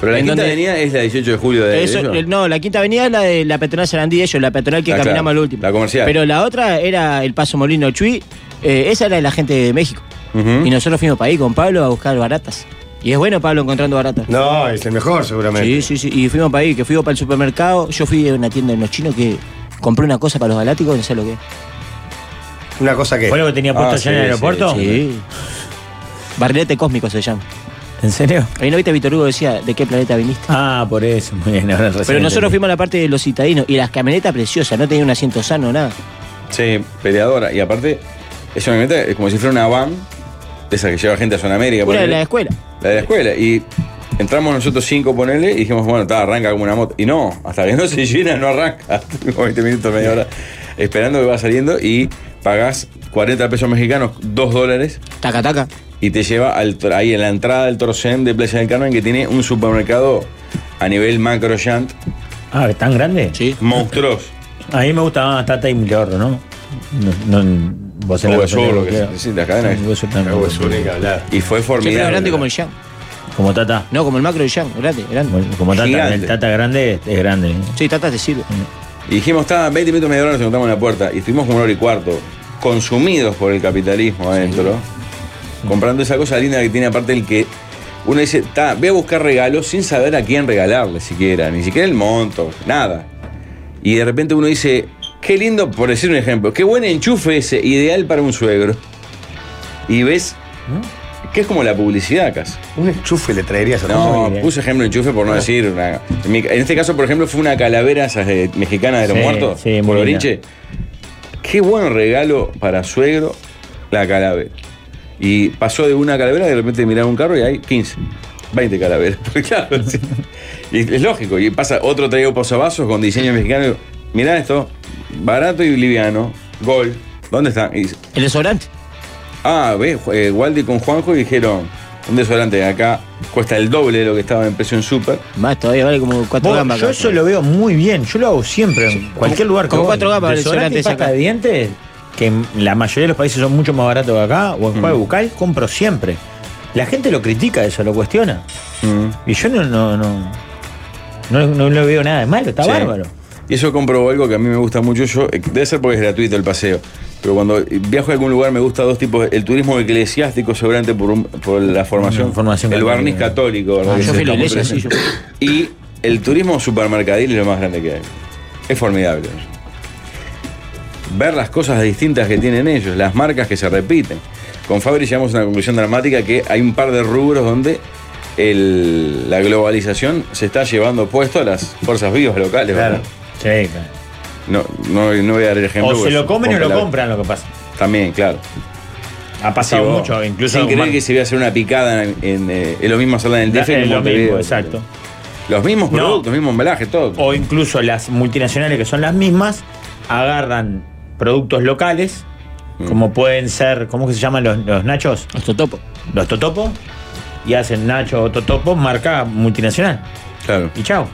Speaker 5: Pero la
Speaker 8: ¿En
Speaker 5: quinta
Speaker 8: dónde?
Speaker 5: avenida es la 18 de julio de
Speaker 8: Eso-
Speaker 5: de ellos.
Speaker 8: el- no, la quinta avenida es la de la peatonal Sarandí de ellos, la peatonal que
Speaker 5: Ah,
Speaker 8: caminamos
Speaker 5: claro,
Speaker 8: al último.
Speaker 5: la comercial.
Speaker 8: Pero la otra era el Paso Molino Chuy. eh, esa era de la gente de México.
Speaker 5: Ujú.
Speaker 8: Y nosotros fuimos para ahí con Pablo a buscar baratas. Y es bueno Pablo encontrando baratas.
Speaker 7: No, es el mejor seguramente.
Speaker 8: Sí, sí, sí. Y fuimos para ahí, que fuimos para el supermercado. Yo fui a una tienda en los chinos que compré una cosa para los galácticos, no sé lo que. es.
Speaker 7: Una cosa que.
Speaker 6: ¿Fue lo que tenía puesto
Speaker 5: Ah,
Speaker 6: allá
Speaker 5: sí,
Speaker 6: en el
Speaker 5: sí,
Speaker 6: aeropuerto?
Speaker 8: Sí. Barrilete cósmico se llama.
Speaker 6: ¿En serio?
Speaker 8: Ahí no viste Víctor Hugo decía de qué planeta viniste.
Speaker 6: Ah, por eso. Muy bien, ahora recién
Speaker 8: Pero nosotros
Speaker 6: entendí.
Speaker 8: fuimos a la parte de los citadinos y las camionetas preciosas, no tenía un asiento sano, nada.
Speaker 5: Sí, peleadora. Y aparte, es una camioneta es como si fuera una van, de esa que lleva gente a Zona América.
Speaker 8: Una de
Speaker 5: ponele.
Speaker 8: la escuela.
Speaker 5: La de la escuela. Y entramos nosotros cinco, ponele, y dijimos, bueno, está, arranca como una moto. Y no, hasta que no se llena, no arranca. Como 20 minutos, media hora, esperando que va saliendo y pagás 40 pesos mexicanos, 2 dólares,
Speaker 8: Taca, taca.
Speaker 5: y te lleva al, tro- ahí en la entrada del Trocén de Playa del Carmen, que tiene un supermercado a nivel macro Shant,
Speaker 6: Ah, ¿tan grande?
Speaker 8: Sí.
Speaker 5: monstruoso.
Speaker 6: A mí me gusta más Tata y Milorro, ¿no? No, no vos en
Speaker 5: O
Speaker 6: la
Speaker 5: Hueso,
Speaker 6: Católica,
Speaker 5: lo que
Speaker 6: creo.
Speaker 5: se- sí, la cadena.
Speaker 6: Sí, Hueso también.
Speaker 7: Algo que tiene que hablar.
Speaker 5: Y fue
Speaker 8: Siempre
Speaker 5: formidable.
Speaker 8: era grande como el Yang.
Speaker 6: Como Tata.
Speaker 8: No, como el macro del Yang, grande, grande.
Speaker 6: Como- Como Tata.
Speaker 5: Gigante.
Speaker 6: El Tata grande es- es grande. ¿eh?
Speaker 8: Sí, Tata te sirve.
Speaker 5: Y dijimos, está, 20 minutos, media hora, nos encontramos en la puerta. Y estuvimos como una hora y cuarto, consumidos por el capitalismo adentro, comprando esa cosa linda que tiene aparte el que uno dice, está, voy a buscar regalos sin saber a quién regalarle siquiera, ni siquiera el monto, nada. Y de repente uno dice, qué lindo, por decir un ejemplo, qué buen enchufe ese, ideal para un suegro. Y ves que es como la publicidad casi.
Speaker 7: Un enchufe le traerías a
Speaker 5: No,
Speaker 6: bien.
Speaker 5: puse ejemplo de enchufe
Speaker 6: Ah.
Speaker 5: por no decir una. En mi- en este caso, por ejemplo, fue una calavera esas de- mexicana de los
Speaker 6: Sí,
Speaker 5: muertos.
Speaker 6: sí, muy
Speaker 5: por
Speaker 6: linda.
Speaker 5: Borinche. Qué buen regalo para suegro la calavera. Y pasó de una calavera, de repente mirar un carro y hay 15, 20 calaveras. Porque claro, sí. y es lógico. Y pasa otro traigo posavasos con diseño mexicano. y digo, Mirá esto, barato y liviano, gol. ¿Dónde están? Y dice,
Speaker 8: El desodorante.
Speaker 5: Ah, ve, Ju- eh, Waldi con Juanjo y dijeron, un desodorante acá cuesta el doble de lo que estaba en precio en Super.
Speaker 8: Más todavía vale como cuatro
Speaker 6: Vos,
Speaker 8: gambas.
Speaker 6: yo
Speaker 8: acá.
Speaker 6: eso lo veo muy bien. Yo lo hago siempre en cualquier lugar. que
Speaker 8: como
Speaker 6: voy.
Speaker 8: cuatro gambas, el
Speaker 6: Desodorante y
Speaker 8: desodorante
Speaker 6: pasta
Speaker 8: saca.
Speaker 6: de dientes, que en la mayoría de los países son mucho más baratos que acá, o en
Speaker 5: Mm.
Speaker 6: Juega Bucal, compro siempre.
Speaker 5: Mm.
Speaker 6: La gente lo critica eso, lo cuestiona. Y yo no, no, no. No, no le veo nada de malo, está
Speaker 5: Sí.
Speaker 6: bárbaro.
Speaker 5: Y eso comprobó algo que a mí me gusta mucho. Yo, eh, debe ser porque es gratuito el paseo. Pero cuando viajo a algún lugar me gusta dos tipos. El turismo eclesiástico, seguramente por, un- por la formación.
Speaker 6: Una formación
Speaker 5: el
Speaker 6: católica.
Speaker 5: barniz católico. ¿verdad?
Speaker 8: Ah,
Speaker 5: Que
Speaker 8: yo
Speaker 5: se
Speaker 8: fui a la
Speaker 5: está muy
Speaker 8: iglesia, sí,
Speaker 5: presente. Y el turismo supermercadil es lo más grande que hay. Es formidable. Ver las cosas distintas que tienen ellos, las marcas que se repiten. Con Fabri llegamos a una conclusión dramática que hay un par de rubros donde el- la globalización se está llevando puesto a las fuerzas vivas locales.
Speaker 7: Claro.
Speaker 5: ¿verdad?
Speaker 6: Sí, claro.
Speaker 5: No, no, no voy a dar el ejemplo.
Speaker 6: O se
Speaker 5: porque
Speaker 6: lo comen o lo
Speaker 5: la-
Speaker 6: compran, lo que pasa.
Speaker 5: También, claro.
Speaker 6: Ha pasado
Speaker 5: Sí, vos,
Speaker 6: mucho, incluso.
Speaker 5: Sin
Speaker 6: con
Speaker 5: creer
Speaker 6: Mar-
Speaker 5: que se iba a hacer una picada en, en, eh, es lo mismo hacerla en el DF que
Speaker 6: es
Speaker 5: en
Speaker 6: lo
Speaker 5: Montevideo.
Speaker 6: mismo, exacto.
Speaker 5: Los mismos
Speaker 6: No. Oh.
Speaker 5: productos, los mismos embalajes, todo.
Speaker 6: O incluso las multinacionales que son las mismas agarran productos locales,
Speaker 7: Mm.
Speaker 6: como pueden ser, ¿cómo que se llaman los, los nachos?
Speaker 8: Los totopos.
Speaker 6: Los totopos, y hacen nacho o totopo, marca multinacional.
Speaker 5: Claro.
Speaker 6: Y chao.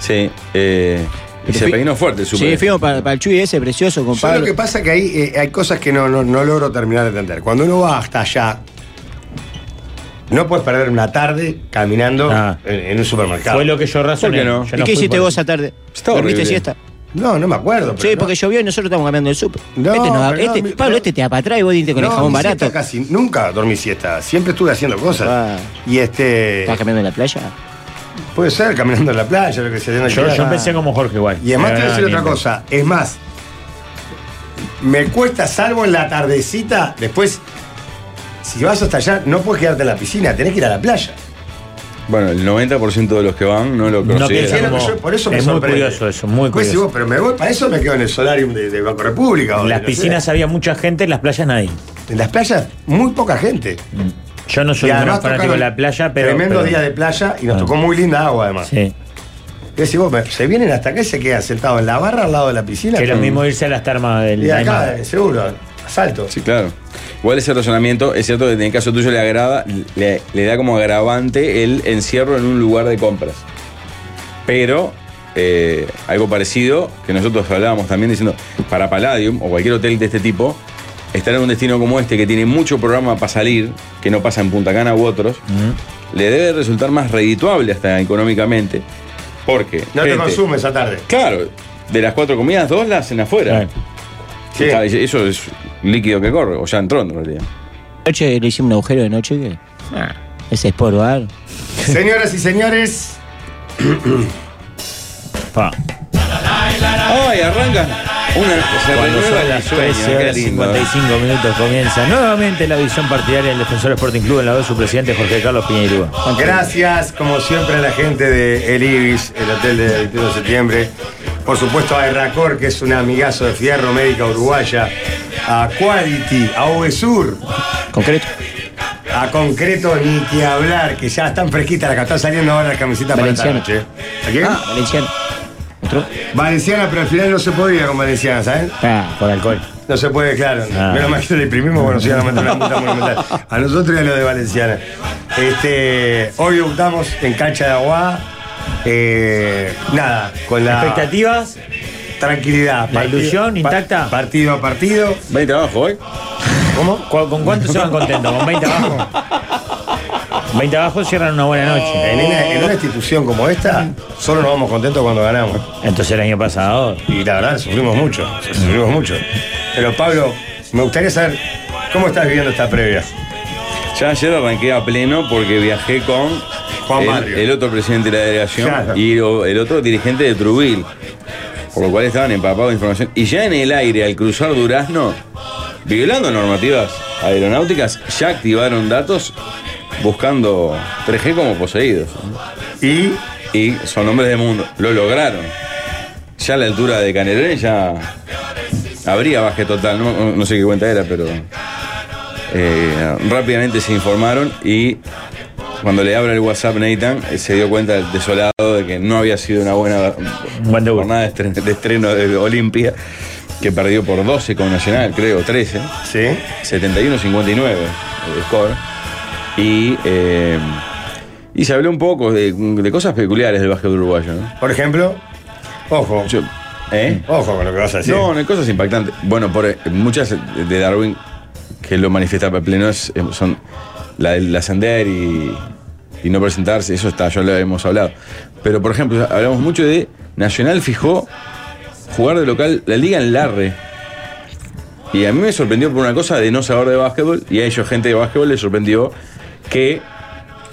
Speaker 5: Sí. eh, y
Speaker 8: Pero
Speaker 5: se
Speaker 8: fui-
Speaker 5: peinó fuerte el super.
Speaker 8: Sí, fuimos para, para el Chuy ese precioso, con
Speaker 7: Yo
Speaker 8: Pablo.
Speaker 7: lo que pasa que ahí eh, hay cosas que no, no- no logro terminar de entender. Cuando uno va hasta allá, no puedes perder una tarde caminando
Speaker 6: Ah.
Speaker 7: en, en un supermercado.
Speaker 6: Fue lo que yo
Speaker 5: ¿Por
Speaker 6: razoné.
Speaker 5: qué no?
Speaker 6: Yo
Speaker 8: ¿Y
Speaker 6: no fui
Speaker 8: qué hiciste
Speaker 6: por-
Speaker 8: vos esa tarde?
Speaker 5: Está
Speaker 8: ¿Dormiste
Speaker 5: horrible.
Speaker 8: siesta?
Speaker 7: No, no me acuerdo.
Speaker 8: Sí, porque llovió y nosotros estamos cambiando el súper.
Speaker 7: No,
Speaker 8: este nos-
Speaker 7: pero no,
Speaker 8: este-
Speaker 7: mi-
Speaker 8: Pablo,
Speaker 7: no.
Speaker 8: este te da para atrás y vos diste con el jabón barato. ¿Estás
Speaker 7: casi nunca dormí siesta. Siempre estuve haciendo cosas.
Speaker 8: Ah.
Speaker 7: Y este.
Speaker 8: caminando en la playa?
Speaker 7: Puede ser caminando en la playa, lo que sea. haciendo
Speaker 6: Yo, yo
Speaker 7: actividad.
Speaker 6: pensé como Jorge igual.
Speaker 7: Y además te voy a
Speaker 6: No,
Speaker 7: decir
Speaker 6: ni
Speaker 7: otra
Speaker 6: en-
Speaker 7: cosa. Es más, me cuesta, salvo en la tardecita, después, si vas hasta allá, no puedes quedarte en la piscina, tenés que ir a la playa.
Speaker 5: Bueno, el 90% de los que van no lo
Speaker 6: No, que
Speaker 5: consiguen.
Speaker 6: es
Speaker 7: Era lo
Speaker 6: como-
Speaker 7: que yo- por eso me
Speaker 6: es muy
Speaker 7: sorprende.
Speaker 6: curioso eso, muy
Speaker 7: Pues si
Speaker 6: curioso.
Speaker 7: vos, pero me voy, para eso me quedo en el solarium de, de Banco República. o
Speaker 6: En
Speaker 7: de
Speaker 6: las
Speaker 7: no sé.
Speaker 6: piscinas había mucha gente, en las playas nadie.
Speaker 7: En las playas, muy poca gente.
Speaker 6: Yo no soy un gran fanático de
Speaker 7: tocaron
Speaker 6: la playa, pero.
Speaker 7: Tremendo
Speaker 6: pero-
Speaker 7: día de playa y nos
Speaker 6: Ah.
Speaker 7: tocó muy linda agua, además.
Speaker 6: Sí.
Speaker 7: Que si vos, me- se vienen hasta acá y se quedan sentados en la barra al lado de la piscina.
Speaker 6: Que es lo
Speaker 7: Mm.
Speaker 6: mismo irse a las termas del
Speaker 7: Y acá,
Speaker 6: Aymara.
Speaker 7: eh, seguro, asalto.
Speaker 5: Sí, claro. Igual ese razonamiento, es cierto que en el caso tuyo le agrada, le, le da como agravante el encierro en un lugar de compras. Pero eh, algo parecido que nosotros hablábamos también diciendo, para Palladium o cualquier hotel de este tipo, estar en un destino como este que tiene mucho programa para salir, que no pasa en Punta Cana u otros, le debe resultar más redituable hasta económicamente. Porque.
Speaker 7: No te
Speaker 5: gente-
Speaker 7: consumes esa tarde.
Speaker 5: Claro, de las cuatro comidas, dos las hacen afuera.
Speaker 6: Claro.
Speaker 7: Sí.
Speaker 5: Está- Eso es líquido que corre, o ya entró en realidad.
Speaker 8: Noche le hicimos un agujero de noche que.
Speaker 7: Ah.
Speaker 8: Ese Sport Bar.
Speaker 7: Señoras y señores,
Speaker 6: Pa.
Speaker 5: ¡Ay, arranca! Una, se
Speaker 6: Cuando
Speaker 5: renueva
Speaker 6: son
Speaker 5: el
Speaker 6: las
Speaker 5: sueño,
Speaker 6: 13
Speaker 5: qué
Speaker 6: horas
Speaker 5: lindo.
Speaker 6: 55 minutos comienza nuevamente la visión partidaria del Defensor Sporting Club en la voz de su presidente Jorge Carlos Piñeirúa.
Speaker 7: gracias como siempre a la gente de El Ibis, el hotel del 21 de septiembre. Por supuesto a Erracor, que es un amigazo de Fierro Médica Uruguaya. A Quality, a Ovesur,
Speaker 8: Concreto.
Speaker 7: a Concreto Ni Que Hablar, que ya están fresquitas las que están saliendo ahora las camisetas para esta
Speaker 8: Valenciana.
Speaker 7: noche. ¿A quién?
Speaker 8: Ah, Valenciano. ¿Otro?
Speaker 7: Valenciana, pero al final no se podía con ¿eh? Valenciana, ¿saben?
Speaker 8: Ah,
Speaker 6: Por alcohol.
Speaker 7: No se puede, claro.
Speaker 6: Ah.
Speaker 7: Menos mal que le imprimimos, bueno, si van a meter una multa monumental. A nosotros y a los de Valenciana. Este, hoy optamos en cancha de agua. nada, con la
Speaker 6: Expectativas,
Speaker 7: tranquilidad.
Speaker 6: la ilusión intacta.
Speaker 7: partido a partido.
Speaker 5: 20 abajo hoy.
Speaker 6: ¿Cu- ¿Con cuánto se van contentos? ¿Con 20 abajo? 20 abajo cierran una buena
Speaker 7: En
Speaker 6: noche.
Speaker 7: una, en una institución como esta, solo nos vamos contentos cuando ganamos.
Speaker 6: Entonces el año pasado.
Speaker 7: Y la verdad, sufrimos mucho. Sufrimos mucho. Pero Pablo, me gustaría saber cómo estás viviendo esta previa.
Speaker 5: Ya ayer arranqué a pleno porque viajé con
Speaker 7: Juan
Speaker 5: el,
Speaker 7: Barrio.
Speaker 5: el otro presidente de la delegación
Speaker 7: Claro.
Speaker 5: y lo- el otro dirigente de Trubil. Por lo cual estaban empapados de información. Y ya en el aire, al cruzar Durazno, violando normativas aeronáuticas, ya activaron datos buscando 3G como poseídos.
Speaker 7: Y
Speaker 5: y son hombres del mundo. Lo lograron. Ya a la altura de Caneré ya habría baje total. No, no sé qué cuenta era, pero eh, rápidamente se informaron y cuando le abre el WhatsApp Nathan eh, se dio cuenta del desolado de que no había sido una buena
Speaker 6: Un buen debut.
Speaker 5: jornada de estreno de, estreno de Olimpia, que perdió por 12 con Nacional, creo, 13.
Speaker 7: sí.
Speaker 5: 71-59 el score. Y, eh, y se habló un poco de, de cosas peculiares del básquet uruguayo, ¿no?
Speaker 7: Por ejemplo, ojo.
Speaker 5: Yo- ¿Eh?
Speaker 7: Ojo con lo que vas a decir.
Speaker 5: No, no hay cosas impactantes. Bueno, por, eh, muchas de Darwin que lo manifiesta para pleno es- eh, son la del ascender y, y no presentarse, eso está, ya lo hemos hablado. Pero, por ejemplo, hablamos mucho de Nacional fijó jugar de local la liga en Larre. Y a mí me sorprendió por una cosa de no saber de básquetbol, y a ellos, gente de básquetbol, les sorprendió que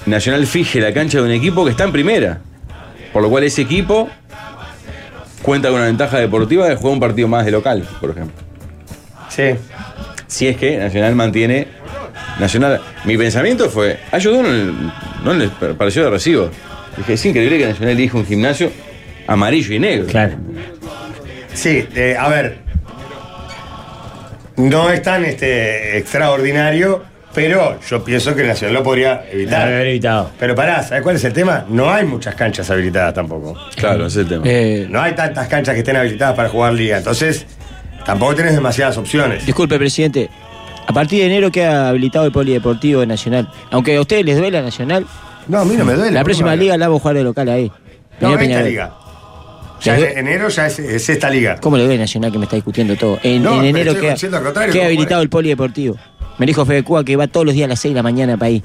Speaker 5: Nacional fije la cancha de un equipo que está en primera. Por lo cual ese equipo cuenta con una ventaja deportiva de jugar un partido más de local, por ejemplo.
Speaker 7: Sí.
Speaker 5: Si es que Nacional mantiene. Nacional. Mi pensamiento fue. A ellos dos no, le- no les pareció de recibo. Dije, es increíble que Nacional elija un gimnasio amarillo y negro.
Speaker 6: Claro.
Speaker 7: Sí, eh, a ver. No es tan este, extraordinario, pero yo pienso que el Nacional lo podría
Speaker 6: Debe haber
Speaker 7: evitar.
Speaker 6: evitado.
Speaker 7: Pero pará, ¿sabes cuál es el tema? No hay muchas canchas habilitadas tampoco.
Speaker 5: Claro, ese es el tema.
Speaker 8: Eh,
Speaker 7: No hay tantas canchas que estén habilitadas para jugar liga. Entonces, tampoco tenés demasiadas opciones.
Speaker 8: disculpe, presidente. A partir de enero queda habilitado el Polideportivo de Nacional. Aunque a ustedes les duela Nacional,
Speaker 7: No, a mí no me duele. ¿por qué
Speaker 8: la
Speaker 7: me
Speaker 8: próxima
Speaker 7: duele?
Speaker 8: liga la vamos a jugar de local ahí.
Speaker 7: No,
Speaker 8: Mirá
Speaker 7: esta
Speaker 8: Peñarol.
Speaker 7: liga. Ya
Speaker 8: ¿Les
Speaker 7: es- enero ya es, es esta liga.
Speaker 8: ¿Cómo le duele Nacional que me está discutiendo todo? En,
Speaker 7: No,
Speaker 8: en
Speaker 7: pero
Speaker 8: enero
Speaker 7: estoy
Speaker 8: queda,
Speaker 7: diciendo al contrario,
Speaker 8: queda
Speaker 7: ¿cómo
Speaker 8: habilitado
Speaker 7: es?
Speaker 8: el Polideportivo. Me dijo Fede Cuba que va todos los días a las 6 de la mañana para ahí.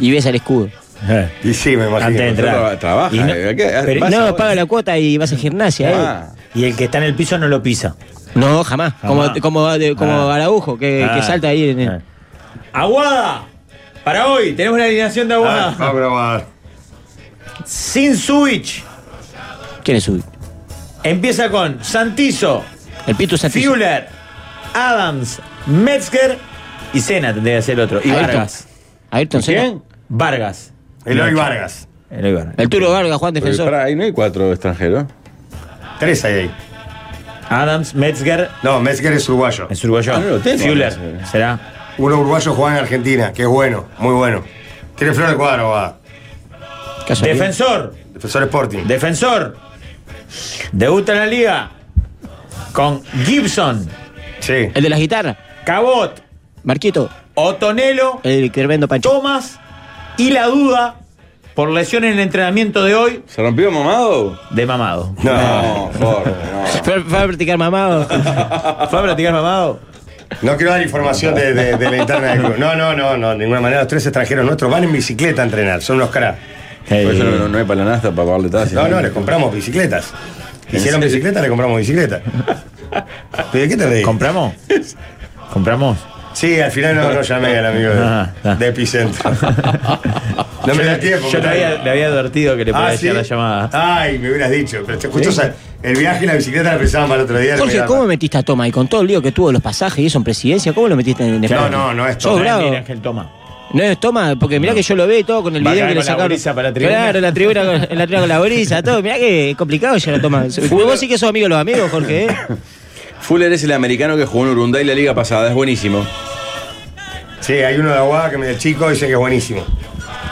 Speaker 8: y ves al escudo.
Speaker 6: Eh.
Speaker 7: Y sí, me imagino.
Speaker 6: Antes de
Speaker 5: Traba-
Speaker 6: entrar.
Speaker 5: trabaja,
Speaker 6: Y no-
Speaker 5: eh, ¿qué?
Speaker 6: pero-
Speaker 5: Vas
Speaker 8: no,
Speaker 5: ahora.
Speaker 8: paga la cuota y vas a gimnasia, ¿eh?
Speaker 5: Ah,
Speaker 6: y el que está en el piso no lo pisa.
Speaker 8: No, jamás. Como,
Speaker 6: Jamás.
Speaker 8: como, de- como
Speaker 6: Ah.
Speaker 8: Araujo, que, que
Speaker 6: Ah.
Speaker 8: salta ahí. En el-
Speaker 6: Ah. Aguada. Para hoy tenemos la alineación de
Speaker 7: Ah,
Speaker 6: Aguada.
Speaker 7: vamos a grabar.
Speaker 6: Sin switch.
Speaker 8: ¿Quién es su-
Speaker 6: Empieza con Santizo,
Speaker 8: El Pitu Santizo.
Speaker 6: Fuller, Adams, Metzger y Sena tendría que ser el otro. Y
Speaker 8: Ayrton.
Speaker 6: Vargas.
Speaker 8: Ayrton Senna.
Speaker 5: ¿Quién?
Speaker 6: Vargas.
Speaker 7: Eloy Vargas.
Speaker 6: Eloy Vargas.
Speaker 8: El Turo Vargas, Juan
Speaker 5: Porque
Speaker 8: Defensor.
Speaker 5: pará, ahí no hay cuatro extranjeros.
Speaker 7: Tres hay ahí.
Speaker 6: Adams, Metzger,
Speaker 7: No, Metzger es uruguayo.
Speaker 6: es uruguayo.
Speaker 5: Ah, no lo tengo.
Speaker 6: Fuller, será.
Speaker 7: Uno uruguayo juega en Argentina, que es bueno, muy bueno. Tiene flor al cuadro, va.
Speaker 8: Casualidad.
Speaker 6: Defensor,
Speaker 7: Defensor Sporting.
Speaker 6: defensor. Debuta en la liga con Gibson,
Speaker 7: sí.
Speaker 8: El de las guitarras.
Speaker 6: Cabot,
Speaker 8: Marquito.
Speaker 6: Otonelo,
Speaker 8: El tremendo Pancho.
Speaker 6: Thomas y la duda por lesión en el entrenamiento de hoy
Speaker 5: ¿Se rompió mamado?
Speaker 6: de Mamado.
Speaker 5: No, Jorge, no.
Speaker 8: Fue, fue a practicar mamado.
Speaker 6: ¿Fue a practicar Mamado?
Speaker 7: No quiero dar información de, de- de la interna del club. No, no, no, no, de ninguna manera. Los tres extranjeros nuestros van en bicicleta a entrenar, son unos caras.
Speaker 6: Pues
Speaker 5: Por eso no, no hay palanasta para pagarle taxi.
Speaker 7: No, no, les compramos bicicletas. Hicieron bicicleta, le compramos bicicleta. ¿Pero de qué te reís?
Speaker 6: ¿Compramos? ¿Compramos?
Speaker 7: Sí, al final no, no llamé al amigo de,
Speaker 6: Ah, ah.
Speaker 7: de Epicentro. No me da tiempo.
Speaker 6: Yo le había, le había advertido que le podía
Speaker 7: Ah, ¿sí?
Speaker 6: hacer la llamada.
Speaker 7: Ay, me hubieras dicho. Pero te- justo sa- el viaje y la bicicleta la pensaban para el otro día.
Speaker 8: Jorge,
Speaker 7: me
Speaker 8: ¿cómo metiste a Toma? Y con todo el lío que tuvo los pasajes y eso en presidencia, ¿cómo lo metiste en
Speaker 7: No,
Speaker 8: defensa?
Speaker 7: no, no es
Speaker 8: Sos
Speaker 7: Toma,
Speaker 8: bravo.
Speaker 6: Mira, Ángel, toma.
Speaker 8: No es Toma, porque mirá que yo lo veo y todo con el
Speaker 6: Va a
Speaker 8: video que
Speaker 6: caer
Speaker 8: le
Speaker 6: con la
Speaker 8: sacaron.
Speaker 6: brisa para la tribuna.
Speaker 8: Claro, la tribuna con, en la tribuna con la brisa, todo. Mirá que complicado ya la Toma. Vos sí que sos amigo de los amigos, Jorge, ¿eh?
Speaker 5: Fuller es el americano que jugó en Urunday la liga pasada, es buenísimo.
Speaker 7: Sí, hay uno de Aguada que me el chico dice que es buenísimo.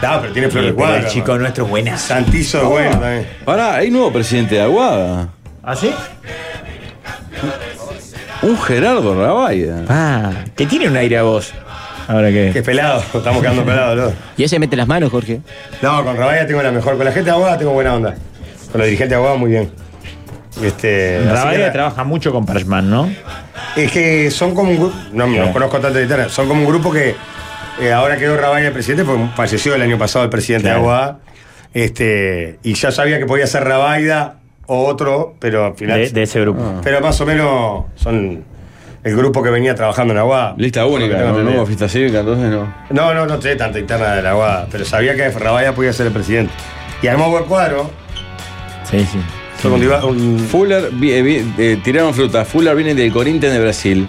Speaker 7: No, pero tiene flor de
Speaker 6: Pero
Speaker 7: cuadro.
Speaker 6: Eh, el chico Oh. nuestro es buenazo.
Speaker 7: Santizo es bueno también.
Speaker 5: Pará, hay nuevo presidente de Aguada.
Speaker 6: ¿Ah, sí?
Speaker 5: Un Gerardo Rabaya.
Speaker 6: Ah, que tiene un aire a vos. Ahora
Speaker 7: Que
Speaker 6: que.
Speaker 7: es pelado, estamos quedando pelados, los dos.
Speaker 8: Y ese mete las manos, Jorge.
Speaker 7: No, con Rabaya tengo la mejor. Con la gente de Aguada tengo buena onda. Con los dirigentes de Aguada, muy bien. Este, así que
Speaker 6: Rabaya
Speaker 7: la-
Speaker 6: trabaja mucho con Parchman, ¿no?
Speaker 7: Es que son como un grupo. No, no conozco tanto de Itana. Son como un grupo que eh, ahora quedó Rabaya el presidente, porque falleció el año pasado el presidente
Speaker 6: Claro.
Speaker 7: de Aguada. Este, y ya sabía que podía ser Rabaida o otro, pero al final.
Speaker 6: De, de ese grupo.
Speaker 7: Pero más o menos son el grupo que venía trabajando en Aguada.
Speaker 5: Lista
Speaker 7: Por lo que
Speaker 5: única,
Speaker 7: tengo
Speaker 5: no, no
Speaker 7: entendido.
Speaker 5: hubo fiesta cívica, entonces no.
Speaker 7: No, no, no sé tanta interna de la Aguada, pero sabía que Rabaya podía ser el presidente. Y armó buen cuadro.
Speaker 6: Sí, sí.
Speaker 7: Fue cuando iba un-
Speaker 5: Fuller, vi- eh, vi- eh, tiraron fruta. Fuller viene del Corinthians de Brasil.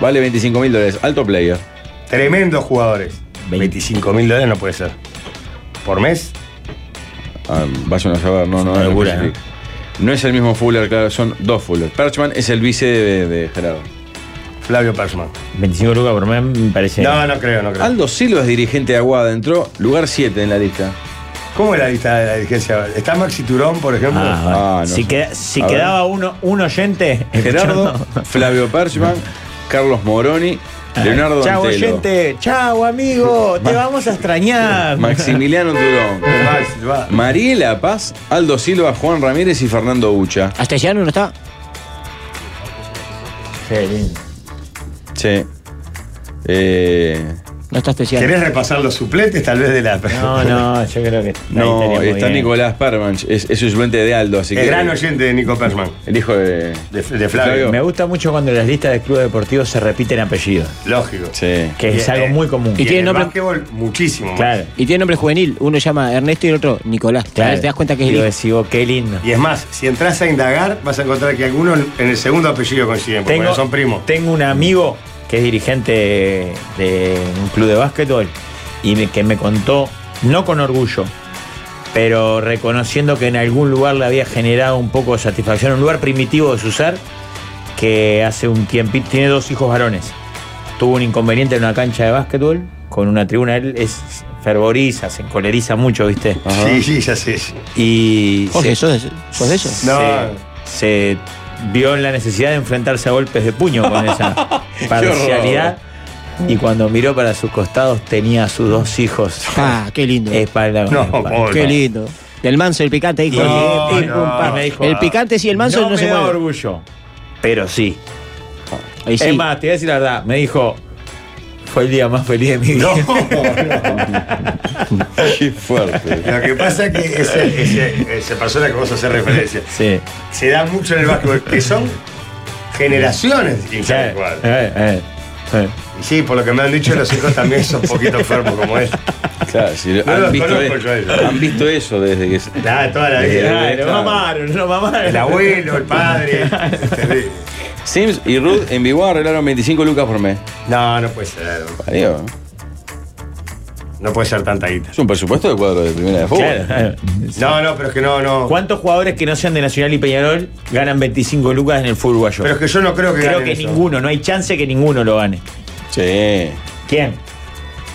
Speaker 5: Vale 25 mil dólares. Alto player.
Speaker 7: tremendos jugadores.
Speaker 6: 25
Speaker 7: 25 mil dólares no puede ser. ¿Por mes?
Speaker 5: Ah, vayan a saber, no, no.
Speaker 6: una
Speaker 5: no
Speaker 6: locura,
Speaker 5: especifica. No es el mismo Fuller, claro, son dos Fuller. Perchman es el vice de, de Gerardo.
Speaker 7: Flavio Persman.
Speaker 6: 25 lucas por mes me parece.
Speaker 7: No, no creo, no creo.
Speaker 5: Aldo Silva es dirigente de Aguada, entró lugar 7 en la lista.
Speaker 7: ¿Cómo es la lista de la dirigencia? ¿Está Maxi Turón, por ejemplo?
Speaker 6: Ah, bueno.
Speaker 5: Ah, no
Speaker 6: si
Speaker 5: sé.
Speaker 6: queda- si
Speaker 5: A ver.
Speaker 6: quedaba uno, un oyente.
Speaker 5: Gerardo,
Speaker 6: escuchando-
Speaker 5: Flavio Perchman, Carlos Moroni, Leonardo
Speaker 6: Chau,
Speaker 5: Antelo,
Speaker 6: oyente. Chau, amigo. Te vamos a extrañar.
Speaker 5: Maximiliano Durón,
Speaker 7: Maxi, Ah, va.
Speaker 5: Mariela Paz, Aldo Silva, Juan Ramírez y Fernando Ucha.
Speaker 8: Hasta ya no está.
Speaker 6: Qué lindo.
Speaker 5: Sí. Eh,
Speaker 8: No está especial.
Speaker 7: ¿Querés repasar los suplentes tal vez de la...
Speaker 6: No, no, yo creo que. ahí
Speaker 5: No,
Speaker 6: estaría muy
Speaker 5: está
Speaker 6: bien.
Speaker 5: Nicolás Perman, es, es suplente de Aldo, así
Speaker 7: El
Speaker 5: que.
Speaker 7: gran oyente de Nico Persman,
Speaker 5: El hijo de.
Speaker 7: de, de Flavio.
Speaker 6: Me gusta mucho cuando en las listas de clubes deportivos se repiten apellidos,
Speaker 7: Lógico.
Speaker 5: Sí.
Speaker 6: que es
Speaker 7: Y,
Speaker 6: algo
Speaker 7: eh,
Speaker 6: muy común.
Speaker 7: Y,
Speaker 8: Y tiene
Speaker 7: tiene
Speaker 8: nombre-
Speaker 7: muchísimo más.
Speaker 6: Claro,
Speaker 8: Y tiene nombre juvenil. Uno llama Ernesto y el otro Nicolás.
Speaker 6: claro.
Speaker 8: Te das cuenta que
Speaker 6: Y
Speaker 8: es el
Speaker 6: lo
Speaker 8: hijo.
Speaker 6: decís vos, qué lindo.
Speaker 7: Y es más, si entras a indagar, vas a encontrar que algunos en el segundo apellido coinciden, porque bueno, son primos.
Speaker 6: Tengo un amigo que es dirigente de un club de básquetbol y me- que me contó, no con orgullo, pero reconociendo que en algún lugar le había generado un poco de satisfacción, un lugar primitivo de su ser, que hace un tiempito tiene dos hijos varones. Tuvo un inconveniente en una cancha de básquetbol con una tribuna. Él es fervoriza, se encoleriza mucho, ¿viste?
Speaker 7: Sí, sí, ya sé.
Speaker 6: Y
Speaker 8: Ah. Jorge,
Speaker 6: se-
Speaker 8: ¿sos de, sos de esos?
Speaker 7: No.
Speaker 6: se, se vio en la necesidad de enfrentarse a golpes de puño con esa parcialidad. Y cuando miró para sus costados tenía a sus dos hijos
Speaker 8: Ah, qué lindo.
Speaker 6: espalda con
Speaker 7: No,
Speaker 6: espalda.
Speaker 7: pobre.
Speaker 8: qué lindo. Del manso, el picante ahí,
Speaker 6: Y-
Speaker 8: Jorge.
Speaker 7: No,
Speaker 6: y- y-
Speaker 7: no.
Speaker 6: y me dijo,
Speaker 8: el picante sí, el manso no,
Speaker 6: me
Speaker 8: se
Speaker 6: da
Speaker 8: mueve.
Speaker 6: orgullo. Pero sí.
Speaker 8: Ahí sí.
Speaker 6: Es más, te voy a decir la verdad. Me dijo, fue el día más feliz de mi vida.
Speaker 5: Qué fuerte.
Speaker 7: Lo que pasa es que ese, ese- ese persona que vos haces referencia
Speaker 6: Sí.
Speaker 7: se da mucho en el básquetbol, que son generaciones de hinchas de
Speaker 6: Eh,
Speaker 7: cuadro.
Speaker 6: eh, eh.
Speaker 7: Y sí, por lo que me han dicho, los hijos también son un poquito enfermos como él.
Speaker 5: Claro, si lo-
Speaker 7: No
Speaker 5: han,
Speaker 7: los
Speaker 5: visto
Speaker 7: conozco yo a ellos.
Speaker 5: eso, han visto eso desde que. se-
Speaker 7: Nada, toda la vida.
Speaker 6: Claro,
Speaker 5: claro.
Speaker 6: mamaron, no mamaron.
Speaker 7: El abuelo, el padre. terrible.
Speaker 5: Sims y Ruth en Vivo arreglaron 25 lucas por mes.
Speaker 7: No, no puede ser.
Speaker 5: Parió.
Speaker 7: No puede ser tanta guita.
Speaker 5: Es un presupuesto de cuadro de primera
Speaker 7: Uh.
Speaker 5: de fútbol.
Speaker 6: Claro. eh.
Speaker 7: No, no, pero es que no, no.
Speaker 6: ¿Cuántos jugadores que no sean de Nacional y Peñarol ganan 25 lucas en el fútbol uruguayo?
Speaker 7: Pero es que yo no creo que
Speaker 6: Creo
Speaker 7: ganen
Speaker 6: que
Speaker 7: eso.
Speaker 6: ninguno, no hay chance que ninguno lo gane.
Speaker 5: Sí.
Speaker 6: ¿Quién?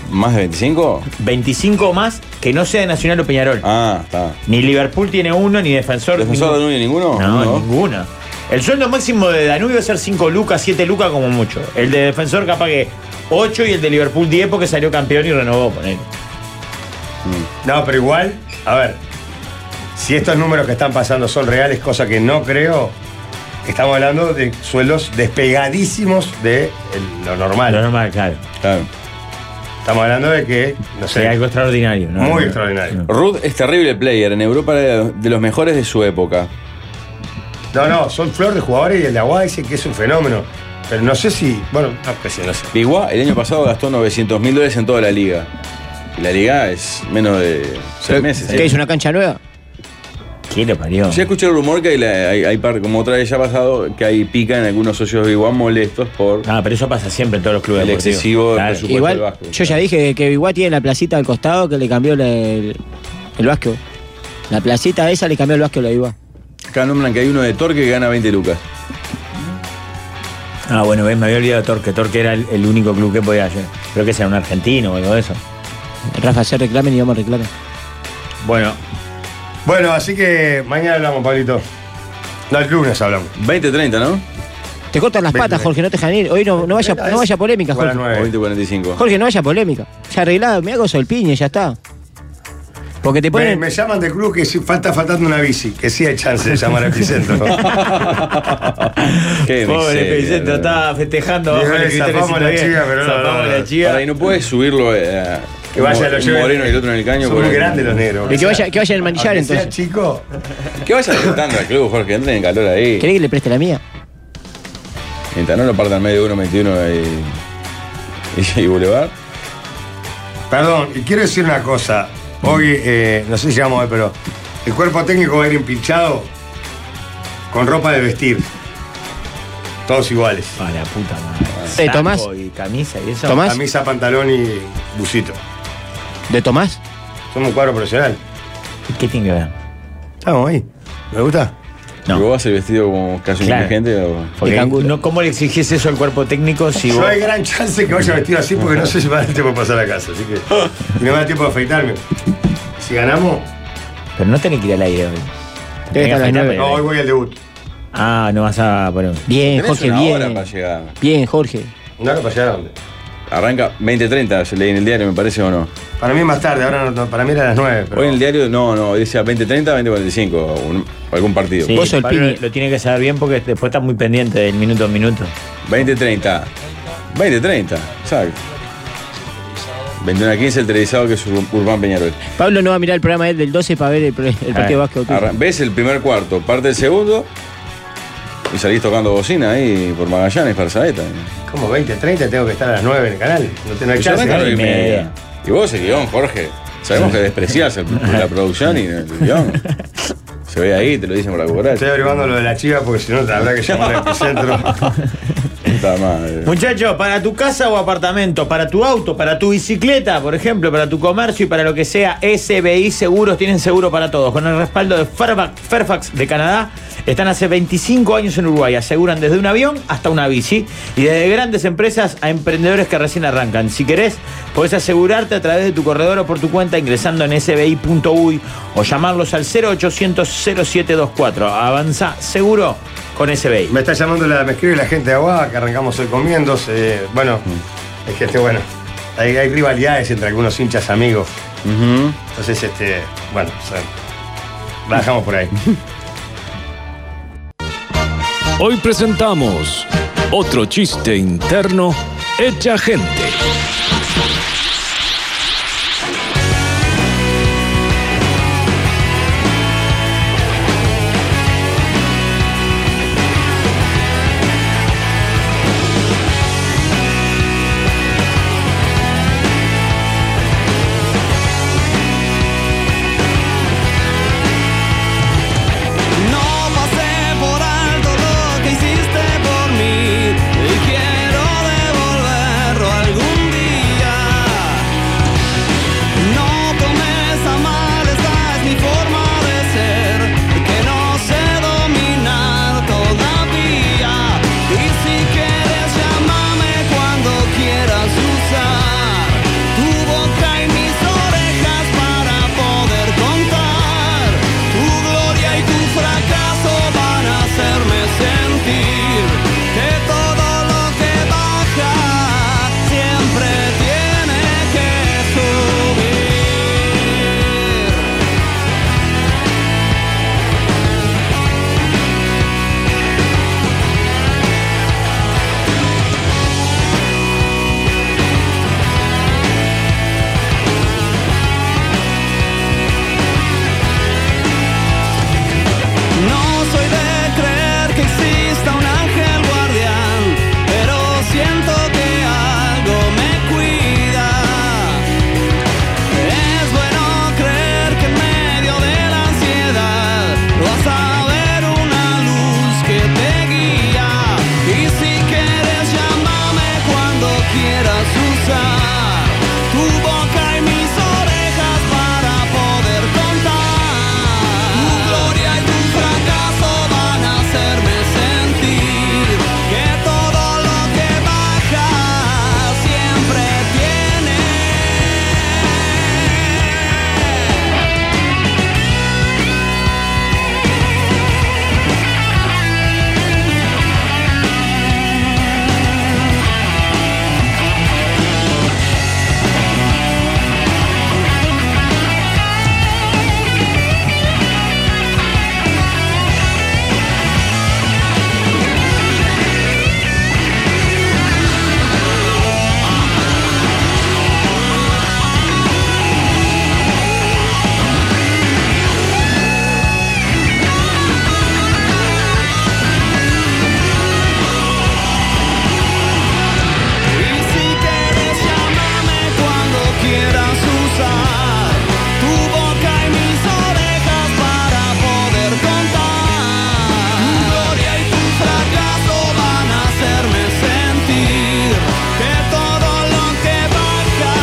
Speaker 5: ¿Más de 25?
Speaker 6: 25 o más que no sea de Nacional o Peñarol.
Speaker 5: Ah, está.
Speaker 6: Ni Liverpool tiene uno, ni Defensor.
Speaker 5: ¿Defensor de
Speaker 6: ninguno.
Speaker 5: Danubio ninguno?
Speaker 6: No,
Speaker 5: Ninguno.
Speaker 6: ninguno. El sueldo máximo de Danubio es ser 5 lucas, 7 lucas como mucho. El de Defensor capaz que 8 y el de Liverpool 10 porque salió campeón y renovó con él.
Speaker 7: No, pero igual, a ver, si estos números que están pasando son reales, cosa que no creo, estamos hablando de sueldos despegadísimos de el- lo normal.
Speaker 6: Lo normal, claro.
Speaker 5: Claro.
Speaker 7: Estamos hablando de que, no
Speaker 6: Es algo
Speaker 7: sé,
Speaker 6: extraordinario. ¿no?
Speaker 7: muy extraordinario.
Speaker 5: Ruth es terrible player. En Europa era de los mejores de su época.
Speaker 7: No, no, son flor de jugadores y el de Aguada dice que es un fenómeno. Pero no sé si, bueno,
Speaker 6: Ah,
Speaker 7: no, que
Speaker 6: pues
Speaker 7: sí, no sé.
Speaker 5: Biguá el año pasado gastó 900 mil dólares en toda la liga. Y la liga es menos de seis meses.
Speaker 8: ¿Qué es
Speaker 5: ¿eh?
Speaker 8: una cancha nueva?
Speaker 6: ¿Qué le parió?
Speaker 5: Ya escuché el rumor que hay, la- hay- hay par- como otra vez ya ha pasado, que hay pica en algunos socios de Biguá molestos por
Speaker 6: Ah, pero eso pasa siempre en todos los clubes
Speaker 5: el
Speaker 6: deportivos.
Speaker 5: excesivo
Speaker 6: Claro.
Speaker 5: presupuesto
Speaker 8: Igual,
Speaker 5: del básquet.
Speaker 8: yo ya dije que Biguá tiene la placita al costado que le cambió la- el, el básquet. La placita esa le cambió el básquet a Biguá.
Speaker 5: Acá nombran que hay uno de Torque que gana 20 lucas.
Speaker 6: Ah, bueno, ves, me había olvidado de Torque. Torque era el, el único club que podía hacer. Creo que sea un argentino o algo de eso.
Speaker 8: Rafa, se reclamen y vamos a reclamar.
Speaker 6: Bueno,
Speaker 7: Bueno, así que mañana hablamos, Pablito. No, el lunes hablamos.
Speaker 5: 20-30, ¿no?
Speaker 8: Te cortan las
Speaker 7: Ven,
Speaker 8: patas,
Speaker 7: ven.
Speaker 8: Jorge, no te dejan ir. Hoy no, no vaya, no vaya polémica,
Speaker 7: Buenas
Speaker 8: Jorge.
Speaker 5: O
Speaker 7: nueve.
Speaker 5: 20-45.
Speaker 8: Jorge, no vaya polémica. Ya arreglado, me hago solpiñe, ya está. Porque te
Speaker 7: Me,
Speaker 8: ponen.
Speaker 7: me llaman de club que si falta faltando una bici, que sí hay chance de llamar al Picentro.
Speaker 5: Qué
Speaker 6: pobre
Speaker 5: miseria,
Speaker 6: Pedicentro
Speaker 5: ¿no?
Speaker 6: estaba festejando abajo
Speaker 7: Dijo,
Speaker 6: del escritorio
Speaker 7: zafamos la
Speaker 6: 110.
Speaker 7: chiva, pero no,
Speaker 6: Zafamos
Speaker 7: no, no.
Speaker 6: la chiva.
Speaker 5: Para, y no puedes subirlo eh,
Speaker 7: Que vaya, lo
Speaker 5: un
Speaker 7: lleve-
Speaker 5: moreno y el otro en el caño.
Speaker 7: Son
Speaker 5: porque-
Speaker 7: muy grandes los negros.
Speaker 8: Y que vaya, que vaya en el manillar
Speaker 7: Aunque sea
Speaker 8: entonces.
Speaker 7: chico,
Speaker 5: Que vaya sentando al club, Jorge. Entren en calor ahí.
Speaker 8: ¿Querés que le preste la mía?
Speaker 5: Mientras no lo partan medio 1.21 y, y, y Boulevard.
Speaker 7: Perdón, y quiero decir una cosa. Hoy, eh, no sé si llamamos hoy, pero el cuerpo técnico va a ir empinchado con ropa de vestir. Todos iguales.
Speaker 6: Ah, la puta madre.
Speaker 8: Eh,
Speaker 6: Saco
Speaker 8: Tomás.
Speaker 6: Y camisa y eso.
Speaker 8: Tomás.
Speaker 7: Camisa, pantalón y busito.
Speaker 8: ¿De Tomás?
Speaker 7: Somos un cuadro profesional.
Speaker 6: ¿Qué tiene que ver?
Speaker 7: Estamos ahí. ¿Me gusta?
Speaker 5: No.
Speaker 6: No.
Speaker 5: ¿Y vos vas a ir vestido como casi
Speaker 6: Claro.
Speaker 5: un gente? O...
Speaker 6: Porque
Speaker 8: El canguro.
Speaker 6: no, ¿Cómo le exigís eso al cuerpo técnico si
Speaker 7: No
Speaker 6: vos.
Speaker 7: hay gran chance que vaya vestido así porque no sé si me va a dar tiempo de pasar a casa. Así que y no me da tiempo de afeitarme. Si ganamos,
Speaker 6: Pero no tenés que ir al aire hoy.
Speaker 8: Debe estar a las nueve.
Speaker 7: no,
Speaker 6: Eh.
Speaker 7: hoy voy al debut.
Speaker 6: Ah, no vas a. Bueno.
Speaker 8: Bien,
Speaker 5: Tenés
Speaker 8: Jorge,
Speaker 5: una hora
Speaker 8: bien.
Speaker 5: para llegar.
Speaker 8: Bien, Jorge.
Speaker 7: ¿No para llegar a dónde?
Speaker 5: Arranca 20.30, yo leí en el diario, me parece o no.
Speaker 7: Para mí más tarde, ahora no, para mí era a las 9. Pero
Speaker 5: Hoy en el diario, no, no, decía 20.30, 20.45, un- algún partido.
Speaker 6: Sí,
Speaker 8: Vos sos el
Speaker 6: Pablo
Speaker 8: Pini.
Speaker 6: lo tiene que saber bien porque después estás muy pendiente del minuto a minuto.
Speaker 5: 20.30. 20.30, exacto. 21 a 15, el televisado que es Ur- Urbán Peñarol.
Speaker 8: Pablo no va a mirar el programa del 12 para ver el, pro-
Speaker 7: Ah,
Speaker 8: el partido de básquet.
Speaker 5: Arran- ¿Ves el primer cuarto? Parte el segundo y salís tocando bocina ahí por Magallanes, para Saeta.
Speaker 7: Como 20, 30, tengo que estar a las 9 en el canal. No tengo
Speaker 6: Pues
Speaker 5: Yo
Speaker 7: chance.
Speaker 5: arranco a las nueve
Speaker 7: ¿no?
Speaker 5: y media. Y vos el guión, Jorge. Sabemos que despreciás el- la producción y el guión. Se ve ahí, te lo dicen por la
Speaker 7: Estoy
Speaker 5: cucaracha.
Speaker 7: averiguando lo de la chiva porque si no habrá que llamar al epicentro.
Speaker 5: Puta madre.
Speaker 6: Muchachos, para tu casa o apartamento, para tu auto, para tu bicicleta, por ejemplo, para tu comercio y para lo que sea, SBI Seguros tienen seguro para todos. Con el respaldo de Fairba- Fairfax de Canadá, están hace 25 años en Uruguay. Aseguran desde un avión hasta una bici y desde grandes empresas a emprendedores que recién arrancan. Si querés, podés asegurarte a través de tu corredor o por tu cuenta ingresando en sbi.uy o llamarlos al 0800 0724. Avanza seguro con SBI.
Speaker 7: Me está llamando la, me escribe la gente de Aguada, que arrancamos hoy comiendo. eh, bueno,
Speaker 6: Mm.
Speaker 7: es que este, bueno, hay, hay rivalidades entre algunos hinchas amigos.
Speaker 5: Ujú.
Speaker 7: Entonces, este, bueno, o sea, la dejamos por ahí.
Speaker 9: Hoy presentamos otro chiste interno hecha gente.
Speaker 1: No pasé por alto lo que hiciste por mí y quiero devolverlo algún día. No tomes a mal, esta es mi forma de ser, que no sé dominar todavía. Y si quieres llámame cuando quieras usar tu boca y mis orejas para poder contar tu gloria y tu fracaso van a hacerme sentir que todo lo que baja siempre tiene que subir. No soy de creer que exista un ángel guardián, pero siento que algo me cuida. Es bueno creer que en medio de la ansiedad vas a ver una luz que te guía. Y si quieres llámame cuando quieras usar tu boca y mis orejas para poder contar. Tu gloria y tu fracaso van a hacerme sentir que todo lo que baja siempre tiene. Y si quieres llámame cuando quieras usar tu boca y mis orejas para poder contar. Tu gloria y tu fracaso van a hacerme sentir que todo lo que baja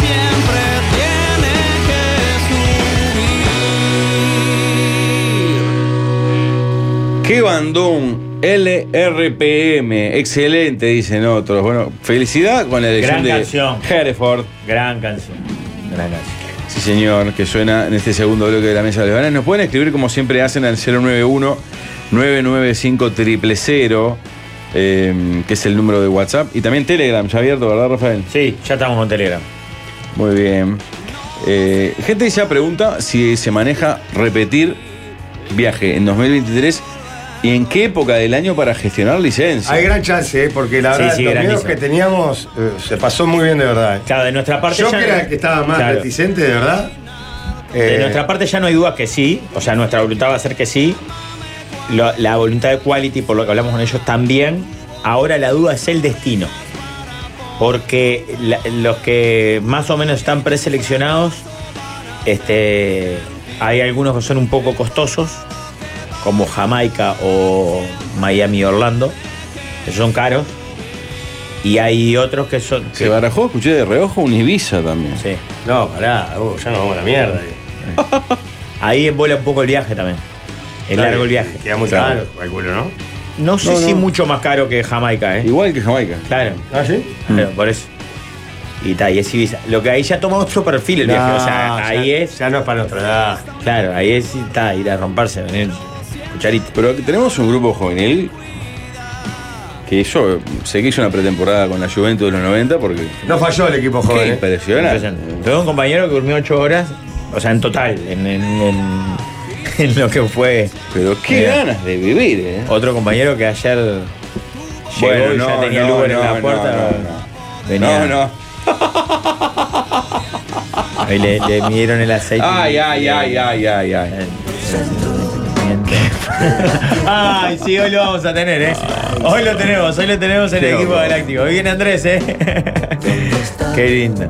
Speaker 1: siempre tiene que subir.
Speaker 5: ¡Qué bandón! LRPM, excelente, dicen otros. Bueno, felicidad con la elección
Speaker 6: Gran
Speaker 5: de
Speaker 6: canción.
Speaker 5: Hereford.
Speaker 6: Gran canción. Gran canción.
Speaker 5: Sí, señor, que suena en este segundo bloque de la Mesa de los Grandes. Nos pueden escribir como siempre hacen al 091-995-000, eh, que es el número de WhatsApp. Y también Telegram, ya abierto, ¿verdad, Rafael?
Speaker 6: Sí, ya estamos con Telegram.
Speaker 5: Muy bien. Eh, gente ya pregunta si se maneja repetir viaje en 2023 ¿Y en qué época del año para gestionar licencia?
Speaker 7: Hay gran chance, ¿eh? porque la
Speaker 6: Sí,
Speaker 7: verdad,
Speaker 6: sí,
Speaker 7: los
Speaker 6: gran
Speaker 7: miedos
Speaker 6: chance.
Speaker 7: que teníamos eh, se pasó muy bien de verdad. ¿eh?
Speaker 6: Claro, de nuestra parte
Speaker 7: Yo
Speaker 6: ya
Speaker 7: que
Speaker 6: no-
Speaker 7: era el que estaba más
Speaker 6: Claro.
Speaker 7: reticente, de verdad.
Speaker 6: De
Speaker 7: eh,
Speaker 6: nuestra parte ya no hay dudas que sí, o sea, nuestra voluntad va a ser que sí. Lo- la voluntad de Quality, por lo que hablamos con ellos, también. Ahora la duda es el destino. Porque la- los que más o menos están preseleccionados, este, hay algunos que son un poco costosos, como Jamaica o Miami Orlando, que son caros. Y hay otros que son...
Speaker 5: Se barajó, escuché de reojo, un Ibiza también.
Speaker 6: Sí.
Speaker 7: No, pará, uh, ya nos vamos a la mierda. eh.
Speaker 6: Ahí vuela un poco el viaje también. El
Speaker 7: Claro,
Speaker 6: largo el viaje.
Speaker 7: Queda muy
Speaker 5: Claro.
Speaker 7: caro, calculo, ¿no?
Speaker 6: No sé
Speaker 5: No,
Speaker 6: si
Speaker 5: no.
Speaker 6: mucho más caro que Jamaica, ¿eh?
Speaker 5: Igual que Jamaica.
Speaker 6: Claro,
Speaker 7: ¿Ah, sí?
Speaker 6: claro, por eso. Y tal, y es Ibiza. Lo que ahí ya toma otro perfil el viaje. O sea,
Speaker 7: No,
Speaker 6: ahí
Speaker 7: ya-
Speaker 6: es.
Speaker 7: Ya no es para nuestra edad.
Speaker 6: Claro, ahí es está, ir a romperse, venir. Cucharita.
Speaker 5: Pero tenemos un grupo juvenil que hizo, sé que hizo una pretemporada con la Juventus de los 90 porque...
Speaker 7: No falló el equipo
Speaker 5: Qué
Speaker 7: joven. ¿eh?
Speaker 5: impresionante.
Speaker 6: Tuve un compañero que durmió ocho horas, o sea, en total, en, en, en- en lo que fue.
Speaker 5: Pero qué
Speaker 6: Mira.
Speaker 5: ganas de vivir, ¿eh?
Speaker 6: Otro compañero que ayer llegó y ya tenía el Uber en la puerta.
Speaker 5: No, no,
Speaker 6: Venía,
Speaker 5: No, no.
Speaker 6: ahí le, le midieron el aceite.
Speaker 5: Ay, ay, ay, ay, ay, ay.
Speaker 6: Ay, sí, hoy lo vamos a tener, ¿eh? Hoy lo tenemos, hoy lo tenemos en el equipo galáctico. Hoy viene Andrés, ¿eh? Qué lindo.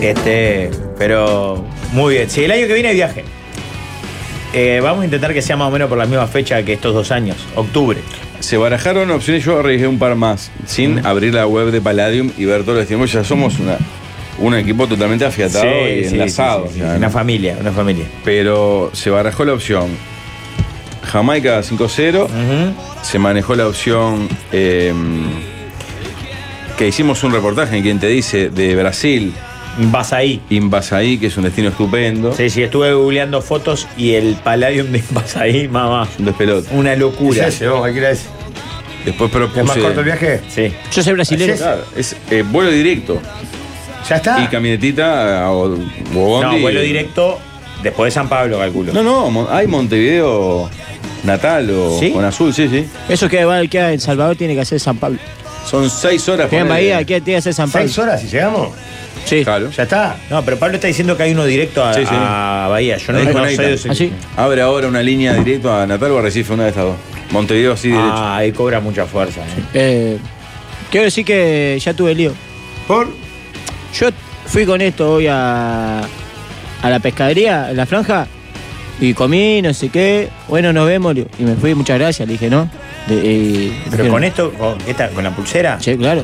Speaker 6: Este, pero muy bien. Sí, el año que viene hay viaje. Eh, vamos a intentar que sea más o menos por la misma fecha que estos dos años, octubre.
Speaker 5: Se barajaron opciones, yo arriesgué un par más, sin abrir la web de Palladium y ver todos los tiempos. Ya somos una, un equipo totalmente afiatado y
Speaker 6: sí,
Speaker 5: enlazado.
Speaker 6: sí, sí, sí.
Speaker 5: ya, ¿no?
Speaker 6: Una familia, una familia.
Speaker 5: Pero se barajó la opción Jamaica 5-0,
Speaker 6: Ujú.
Speaker 5: se manejó la opción eh, que hicimos un reportaje en quien te dice de Brasil,
Speaker 6: Vas ahí.
Speaker 5: Invasaí, que es un destino estupendo.
Speaker 6: Sí, sí, estuve googleando fotos y el Palladium de vas ahí, mamá.
Speaker 5: Un despelote.
Speaker 6: Una locura.
Speaker 7: Es ese, vamos, hay que ir a ese.
Speaker 5: Después
Speaker 7: ¿Es más corto
Speaker 5: propuse.
Speaker 7: el viaje?
Speaker 6: Sí.
Speaker 8: Yo soy brasilero.
Speaker 7: Así
Speaker 5: Claro, es eh, vuelo directo.
Speaker 7: ¿Ya está?
Speaker 5: Y camionetita eh, o, o
Speaker 6: No,
Speaker 5: bondi.
Speaker 6: vuelo directo después de San Pablo, calculo.
Speaker 5: No, no, Mon- hay Montevideo natal o
Speaker 6: ¿Sí?
Speaker 5: con azul, sí, sí.
Speaker 8: Eso que va que en Salvador tiene que hacer San Pablo.
Speaker 5: Son seis horas.
Speaker 8: Que en
Speaker 5: ponele.
Speaker 8: Bahía que tiene que hacer San Pablo.
Speaker 7: ¿Seis horas y llegamos?
Speaker 8: Sí.
Speaker 5: Claro.
Speaker 7: ¿Ya está?
Speaker 6: No, pero Pablo está diciendo que hay uno directo a,
Speaker 5: Sí, sí.
Speaker 6: a Bahía. Yo no,
Speaker 5: Ahí
Speaker 6: no
Speaker 5: conecta.
Speaker 6: sé de ese-
Speaker 8: ¿Ah, sí?
Speaker 5: Abre ahora una línea directo a Natal o a Recife, una de estas dos. Montevideo así derecho.
Speaker 6: Ah, ahí cobra mucha fuerza. ¿eh?
Speaker 8: Eh, quiero decir que ya tuve lío.
Speaker 7: ¿Por?
Speaker 8: Yo fui con esto hoy a, a la pescadería, en la franja, y comí, no sé qué. Bueno, nos vemos. le digo. Y me fui, muchas gracias, le dije, ¿no? De- y-
Speaker 6: Pero
Speaker 8: dijeron,
Speaker 6: con esto, con, esta- con la pulsera,
Speaker 8: Sí, claro.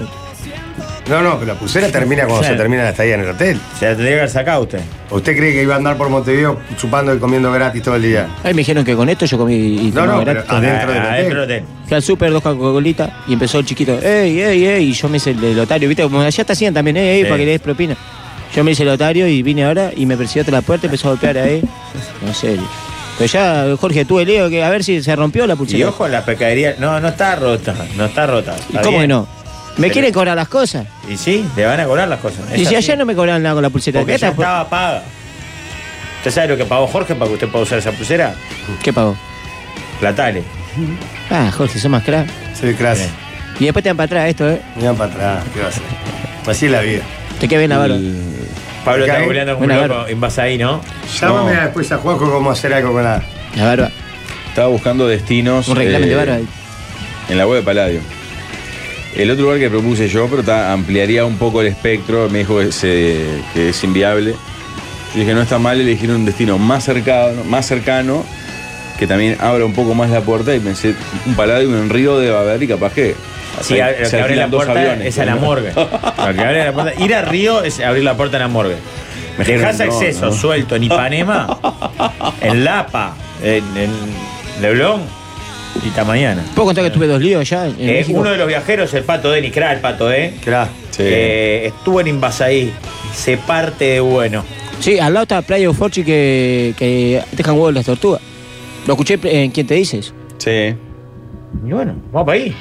Speaker 7: No, no, pero la pulsera termina cuando
Speaker 6: Claro.
Speaker 7: se termina la estadía en el hotel.
Speaker 6: se la tendría que haber sacado usted.
Speaker 7: ¿O ¿Usted cree que iba a andar por Montevideo chupando y comiendo gratis todo el día?
Speaker 8: Ahí me dijeron que con esto yo comí y
Speaker 7: No,
Speaker 8: tomaba
Speaker 7: no, pero
Speaker 8: gratis.
Speaker 7: adentro
Speaker 6: Ah,
Speaker 7: del hotel.
Speaker 6: adentro del hotel.
Speaker 8: Fui al súper, dos Coca-Colitas, y empezó el chiquito, ¡ey, ey, ey! Y yo me hice el lotario, ¿viste? Como allá te hacían también, ¡ey, ey!
Speaker 6: Sí.
Speaker 8: Para que le des propina. Yo me hice el lotario y vine ahora y me persiguió hasta la puerta, empezó a golpear ahí. No sé. Pero ya, Jorge, tuve lío que a ver si se rompió la
Speaker 6: Y
Speaker 8: pulsera.
Speaker 6: ojo, la pescadería. No, no está rota. No está rota.
Speaker 8: ¿Y
Speaker 6: Está
Speaker 8: ¿Cómo
Speaker 6: bien.
Speaker 8: que no? Me
Speaker 6: Pero-
Speaker 8: quieren cobrar las cosas.
Speaker 6: Y sí, le van a cobrar las cosas. Es
Speaker 8: Y si
Speaker 6: así.
Speaker 8: allá no me cobraban nada con la pulsera,
Speaker 6: Porque
Speaker 8: ¿qué
Speaker 6: ya
Speaker 8: tal?
Speaker 6: estaba paga. ¿Usted sabe lo que pagó Jorge para que usted pueda usar esa pulsera?
Speaker 8: ¿Qué pagó?
Speaker 6: Platales.
Speaker 8: Ah, Jorge, son más crack.
Speaker 7: Soy craso.
Speaker 8: Y después te dan para atrás esto, ¿eh?
Speaker 7: Miran para atrás, ¿qué va a hacer? Así es la vida.
Speaker 8: Te quedé bien la barba.
Speaker 6: Pablo
Speaker 7: Acá,
Speaker 6: está
Speaker 7: ¿eh?
Speaker 6: googleando como un
Speaker 8: Buena
Speaker 6: loco.
Speaker 8: barba.
Speaker 6: En base ahí, ¿no?
Speaker 7: Llámame después a Juanjo cómo hacer algo con la.
Speaker 8: La barba.
Speaker 5: Estaba buscando destinos.
Speaker 8: Un reclamen de
Speaker 5: eh,
Speaker 8: barba.
Speaker 5: En la web de Palladio. El otro lugar que propuse yo, pero ta- ampliaría un poco el espectro, me dijo que, se- que es inviable. Yo dije, no está mal elegir un destino más cercano, más cercano, que también abra un poco más la puerta y pensé, un Palladium en Río de haber y capaz que...
Speaker 6: Sí, a- lo
Speaker 5: se
Speaker 6: que abre la
Speaker 5: alquilan dos
Speaker 6: puerta
Speaker 5: aviones,
Speaker 6: es a la
Speaker 5: ¿no?
Speaker 6: morgue. Lo que abre la puerta- ir a Río es abrir la puerta a la morgue.
Speaker 5: Me
Speaker 6: Dejás
Speaker 5: dijeron, no,
Speaker 6: acceso
Speaker 5: no.
Speaker 6: suelto en Ipanema, en Lapa, en, en Leblon y esta mañana.
Speaker 8: ¿Puedo contar que tuve dos líos ya? En
Speaker 6: Eh,
Speaker 8: México?
Speaker 6: uno de los viajeros, el pato Denis Kra, el pato, ¿eh?
Speaker 7: Cra.
Speaker 5: Sí.
Speaker 6: Eh, estuvo en Invasaí. Se parte de bueno.
Speaker 8: Sí, al lado está Playa Uforchi que, que dejan huevos las tortugas. Lo escuché en ¿Quién te dices?
Speaker 5: Sí.
Speaker 6: Y bueno, vamos para ahí.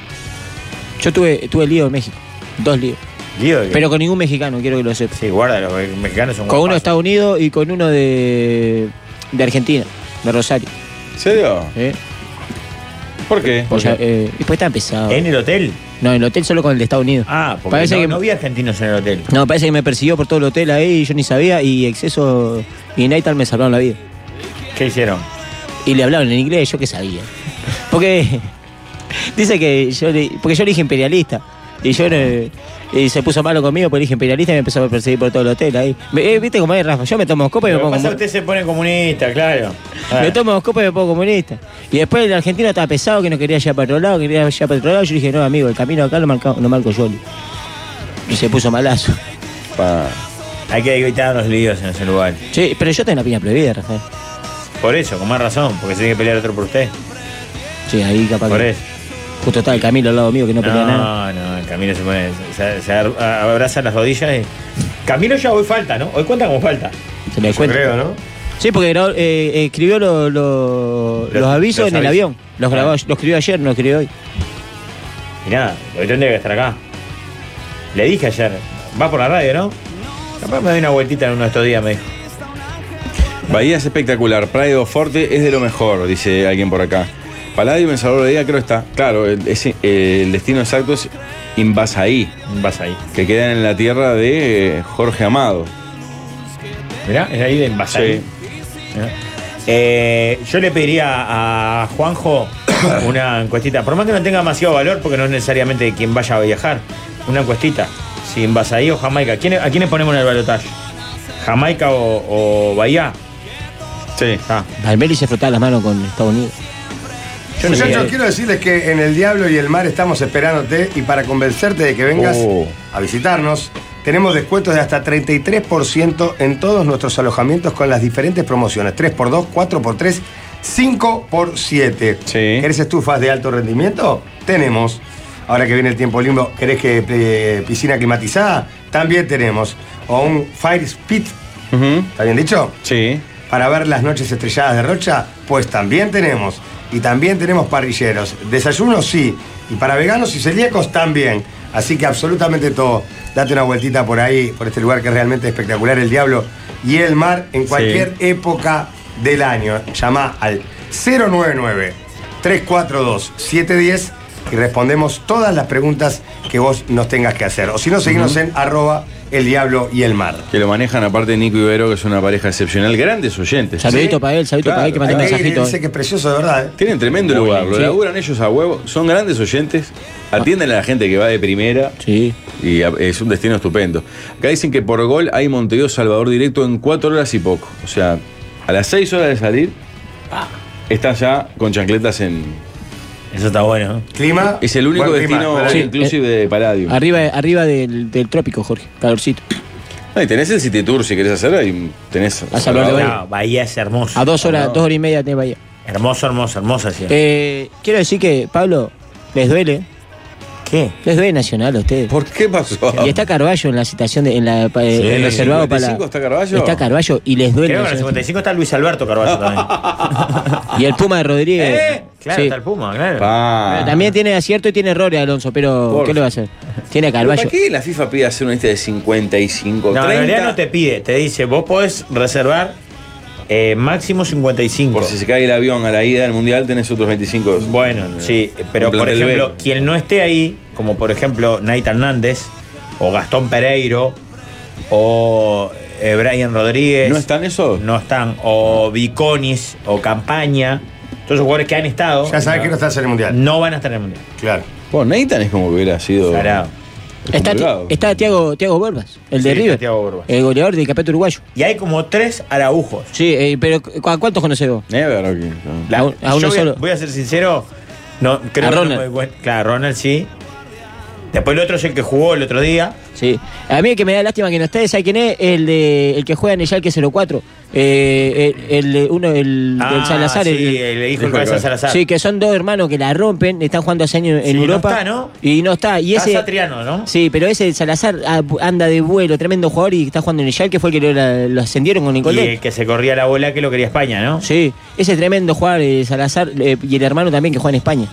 Speaker 8: Yo tuve, tuve lío en México. Dos líos.
Speaker 6: Guido,
Speaker 8: Pero con ningún mexicano, quiero que lo sepas.
Speaker 6: sí, guarda, los mexicanos son
Speaker 8: Con uno de
Speaker 6: guapazos.
Speaker 8: Estados Unidos y con uno de, de Argentina, de Rosario.
Speaker 5: ¿En serio?
Speaker 8: ¿eh?
Speaker 5: ¿Por qué?
Speaker 8: Pues ya, eh, y pues está pesado.
Speaker 6: ¿En el hotel?
Speaker 8: No, en el hotel solo con el de Estados Unidos.
Speaker 6: Ah, porque
Speaker 8: Parece
Speaker 6: no,
Speaker 8: que-
Speaker 6: no vi argentinos en el hotel.
Speaker 8: No, parece que me persiguió por todo el hotel ahí y yo ni sabía. Y Exceso y Nightal me salvaron la vida.
Speaker 6: ¿Qué hicieron?
Speaker 8: Y le hablaron en inglés, yo qué sabía. Porque dice que yo le, porque yo le dije imperialista. Y yo no- y se puso malo conmigo porque le dije imperialista y me empezó a perseguir por todo el hotel ahí. Me- eh, ¿Viste cómo es Rafa? Yo me tomo dos copas y me
Speaker 6: Lo que
Speaker 8: pongo
Speaker 6: pasa,
Speaker 8: como-
Speaker 6: usted se pone comunista, claro. A ver.
Speaker 8: me tomo dos copas y me pongo comunista. Y después el argentino estaba pesado que no quería llegar para otro lado, que quería llegar para otro lado. Yo dije, no, amigo, el camino acá lo, marca- lo marco yo. Y se puso malazo.
Speaker 5: Pa.
Speaker 6: Hay que evitar los líos en ese lugar.
Speaker 8: Che, pero yo tengo la piña prohibida, Rafael.
Speaker 6: Por eso, con más razón, porque se tiene que pelear otro por usted.
Speaker 8: Sí, ahí capaz
Speaker 6: Por
Speaker 8: que-
Speaker 6: eso.
Speaker 8: Justo está el Camilo al lado mío que no pelea nada.
Speaker 6: No, no, el Camilo se pone. Se, se ar- a- abraza las rodillas y. Camilo ya hoy falta, ¿no? Hoy cuenta como falta.
Speaker 8: Se me
Speaker 7: Yo
Speaker 8: cuenta.
Speaker 7: creo, ¿no?
Speaker 8: Sí, porque grabó- eh, escribió lo- lo- los, avisos
Speaker 6: los
Speaker 8: en el
Speaker 6: avisos.
Speaker 8: avión. Los
Speaker 6: Ah.
Speaker 8: grabó, los escribió ayer, no los escribió hoy.
Speaker 6: Y nada, hoy tendría que estar acá. Le dije ayer, va por la radio, ¿no? Capaz me doy una vueltita en uno de estos días, me dijo.
Speaker 5: Bahía es espectacular, Playa do Forte es de lo mejor, dice alguien por acá. Paladio en Salvador de Bahía creo está. Claro, el, ese- eh, el destino exacto es Invasaí,
Speaker 6: Vas ahí.
Speaker 5: que quedan en la tierra de eh, Jorge Amado.
Speaker 6: Mirá, es ahí de Envasay. Mirá. Eh, yo le pediría a Juanjo una encuestita, por más que no tenga demasiado valor, porque no es necesariamente de quien vaya a viajar, una encuestita. Si en Basaí o Jamaica, ¿Quién- ¿a quiénes ponemos en el balotaje? ¿Jamaica o, o Bahía?
Speaker 5: Sí.
Speaker 6: Ah,
Speaker 8: Valmeli se frotaba las manos con Estados Unidos. Yo no
Speaker 7: Muchachos,
Speaker 8: sé.
Speaker 7: quiero decirles que en El Diablo y el Mar estamos esperándote y para convencerte de que vengas
Speaker 5: Oh.
Speaker 7: a visitarnos, tenemos descuentos de hasta 33% en todos nuestros alojamientos con las diferentes promociones: 3x2, 4x3, 5x7.
Speaker 5: Sí.
Speaker 7: ¿Querés estufas de alto rendimiento? Tenemos. Ahora que viene el tiempo lindo, ¿querés que eh, piscina climatizada? También tenemos. O un Fire Pit,
Speaker 5: Ujú.
Speaker 7: ¿está bien dicho?
Speaker 5: Sí.
Speaker 7: Para ver las noches estrelladas de Rocha, pues también tenemos. Y también tenemos parrilleros. Desayunos sí. Y para veganos y celíacos también. Así que absolutamente todo. Date una vueltita por ahí, por este lugar que es realmente espectacular, el diablo y el mar, en cualquier época del año. Llama al 099-342-710 y respondemos todas las preguntas que vos nos tengas que hacer. O si no, seguimos en arroba el diablo y el mar.
Speaker 5: Que lo manejan aparte Nico Ibero, que es una pareja excepcional. Grandes oyentes. ¿eh?
Speaker 8: Saludito para él, saludito
Speaker 5: Claro.
Speaker 8: para él que
Speaker 7: Hay
Speaker 8: mandó
Speaker 7: que ir,
Speaker 8: mensajito.
Speaker 7: dice que es precioso, de verdad. ¿eh?
Speaker 5: Tienen tremendo lugar, lo
Speaker 8: sí.
Speaker 5: laburan ellos a huevo, son grandes oyentes, atienden a la gente que va de primera
Speaker 8: Sí.
Speaker 5: y a- es un destino estupendo. Acá dicen que por gol hay Montevideo Salvador directo en cuatro horas y poco. O sea, a las 6 horas de salir,
Speaker 8: Ah.
Speaker 5: están ya con chancletas en.
Speaker 6: eso está bueno. ¿no?
Speaker 7: Clima.
Speaker 5: Es el único
Speaker 7: buen clima,
Speaker 5: destino
Speaker 7: ¿verdad?
Speaker 8: Sí.
Speaker 5: inclusive de Paladio.
Speaker 8: Arriba, arriba del, del trópico, Jorge. Calorcito.
Speaker 5: No, y tenés el City Tour si querés hacer, y tenés.
Speaker 8: A Salvador de Bahía.
Speaker 6: No, Bahía es hermoso.
Speaker 8: A dos horas,
Speaker 6: No.
Speaker 8: dos horas y media tenés Bahía.
Speaker 6: Hermoso, hermoso, hermoso. así.
Speaker 8: Eh, quiero decir que, Pablo, les duele.
Speaker 6: ¿Qué?
Speaker 8: Les duele Nacional a ustedes.
Speaker 5: ¿Por qué pasó?
Speaker 8: Y está Carballo en la citación, de, en la pa-
Speaker 6: Sí,
Speaker 8: en
Speaker 6: en
Speaker 8: el
Speaker 6: el
Speaker 8: reservado para. la-
Speaker 5: 55 está Carballo.
Speaker 8: Está Carballo y les
Speaker 6: Creo
Speaker 8: duele.
Speaker 6: que en el
Speaker 8: Nacional.
Speaker 6: 55 está Luis Alberto Carballo también.
Speaker 8: Y el Puma de Rodríguez.
Speaker 6: ¿Eh? Claro,
Speaker 8: Sí.
Speaker 6: está el Puma, claro.
Speaker 5: Pa.
Speaker 6: Ah.
Speaker 8: Pero También tiene acierto y tiene errores, Alonso, pero
Speaker 5: Por-
Speaker 8: ¿qué le va a hacer? Tiene a
Speaker 5: ¿Pero
Speaker 8: Carballo.
Speaker 5: ¿Para qué la FIFA pide hacer una lista de 55,
Speaker 6: No,
Speaker 5: 30?
Speaker 6: en realidad no te pide, te dice, vos podés reservar eh, máximo 55.
Speaker 5: Por si se cae el avión a la ida del mundial, tenés otros 25.
Speaker 6: Bueno, sí, pero
Speaker 5: Un
Speaker 6: por
Speaker 5: plantel
Speaker 6: ejemplo,
Speaker 5: B.
Speaker 6: quien no esté ahí, como por ejemplo Nait Hernández, o Gastón Pereiro, o eh, Brian Rodríguez,
Speaker 5: ¿No están esos?
Speaker 6: no están, o Viconis, o Campaña, todos los jugadores que han estado,
Speaker 7: Ya sabes que no estás en el mundial.
Speaker 6: no van a estar en el mundial.
Speaker 7: Claro.
Speaker 5: Bueno, Nathan es como que hubiera sido.
Speaker 6: Sarao.
Speaker 5: es
Speaker 8: Está,
Speaker 5: complicado.
Speaker 8: está Tiago, Tiago Borbas, el de
Speaker 6: Sí,
Speaker 8: River.
Speaker 6: Thiago Borbas.
Speaker 8: El goleador del campeonato uruguayo.
Speaker 6: Y hay como tres araujos.
Speaker 8: Sí, eh, pero ¿cu- ¿a cuántos conocés vos?
Speaker 5: Never, ¿o qué? No.
Speaker 8: A un- a uno
Speaker 6: yo voy,
Speaker 8: solo.
Speaker 6: voy a ser sincero. No, creo
Speaker 8: A
Speaker 6: que no
Speaker 8: Ronald.
Speaker 6: me doy cuenta. claro, Ronald sí. Después el otro es el que jugó el otro día.
Speaker 8: Sí. A mí el que me da lástima que no esté, ¿sabe quién es? El de el que juega en el Yalque 04. Eh, el, el de- uno, el del Salazar.
Speaker 6: Ah, sí,
Speaker 8: el-
Speaker 6: el, hijo del cabeza Salazar.
Speaker 8: Sí, que son dos hermanos que la rompen, están jugando hace años en
Speaker 6: Sí, no
Speaker 8: Europa.
Speaker 6: está, ¿no?
Speaker 8: Y no está. Y
Speaker 6: Está
Speaker 8: ese,
Speaker 6: Satriano, ¿no?
Speaker 8: Sí, pero ese el Salazar ah, anda de vuelo, tremendo jugador y está jugando en el Schalke, fue el que lo, la- lo ascendieron con el gol
Speaker 6: y
Speaker 8: de él.
Speaker 6: el que se corría la bola que lo quería España, ¿no?
Speaker 8: Sí, ese tremendo jugador el Salazar eh, y el hermano también que juega en España.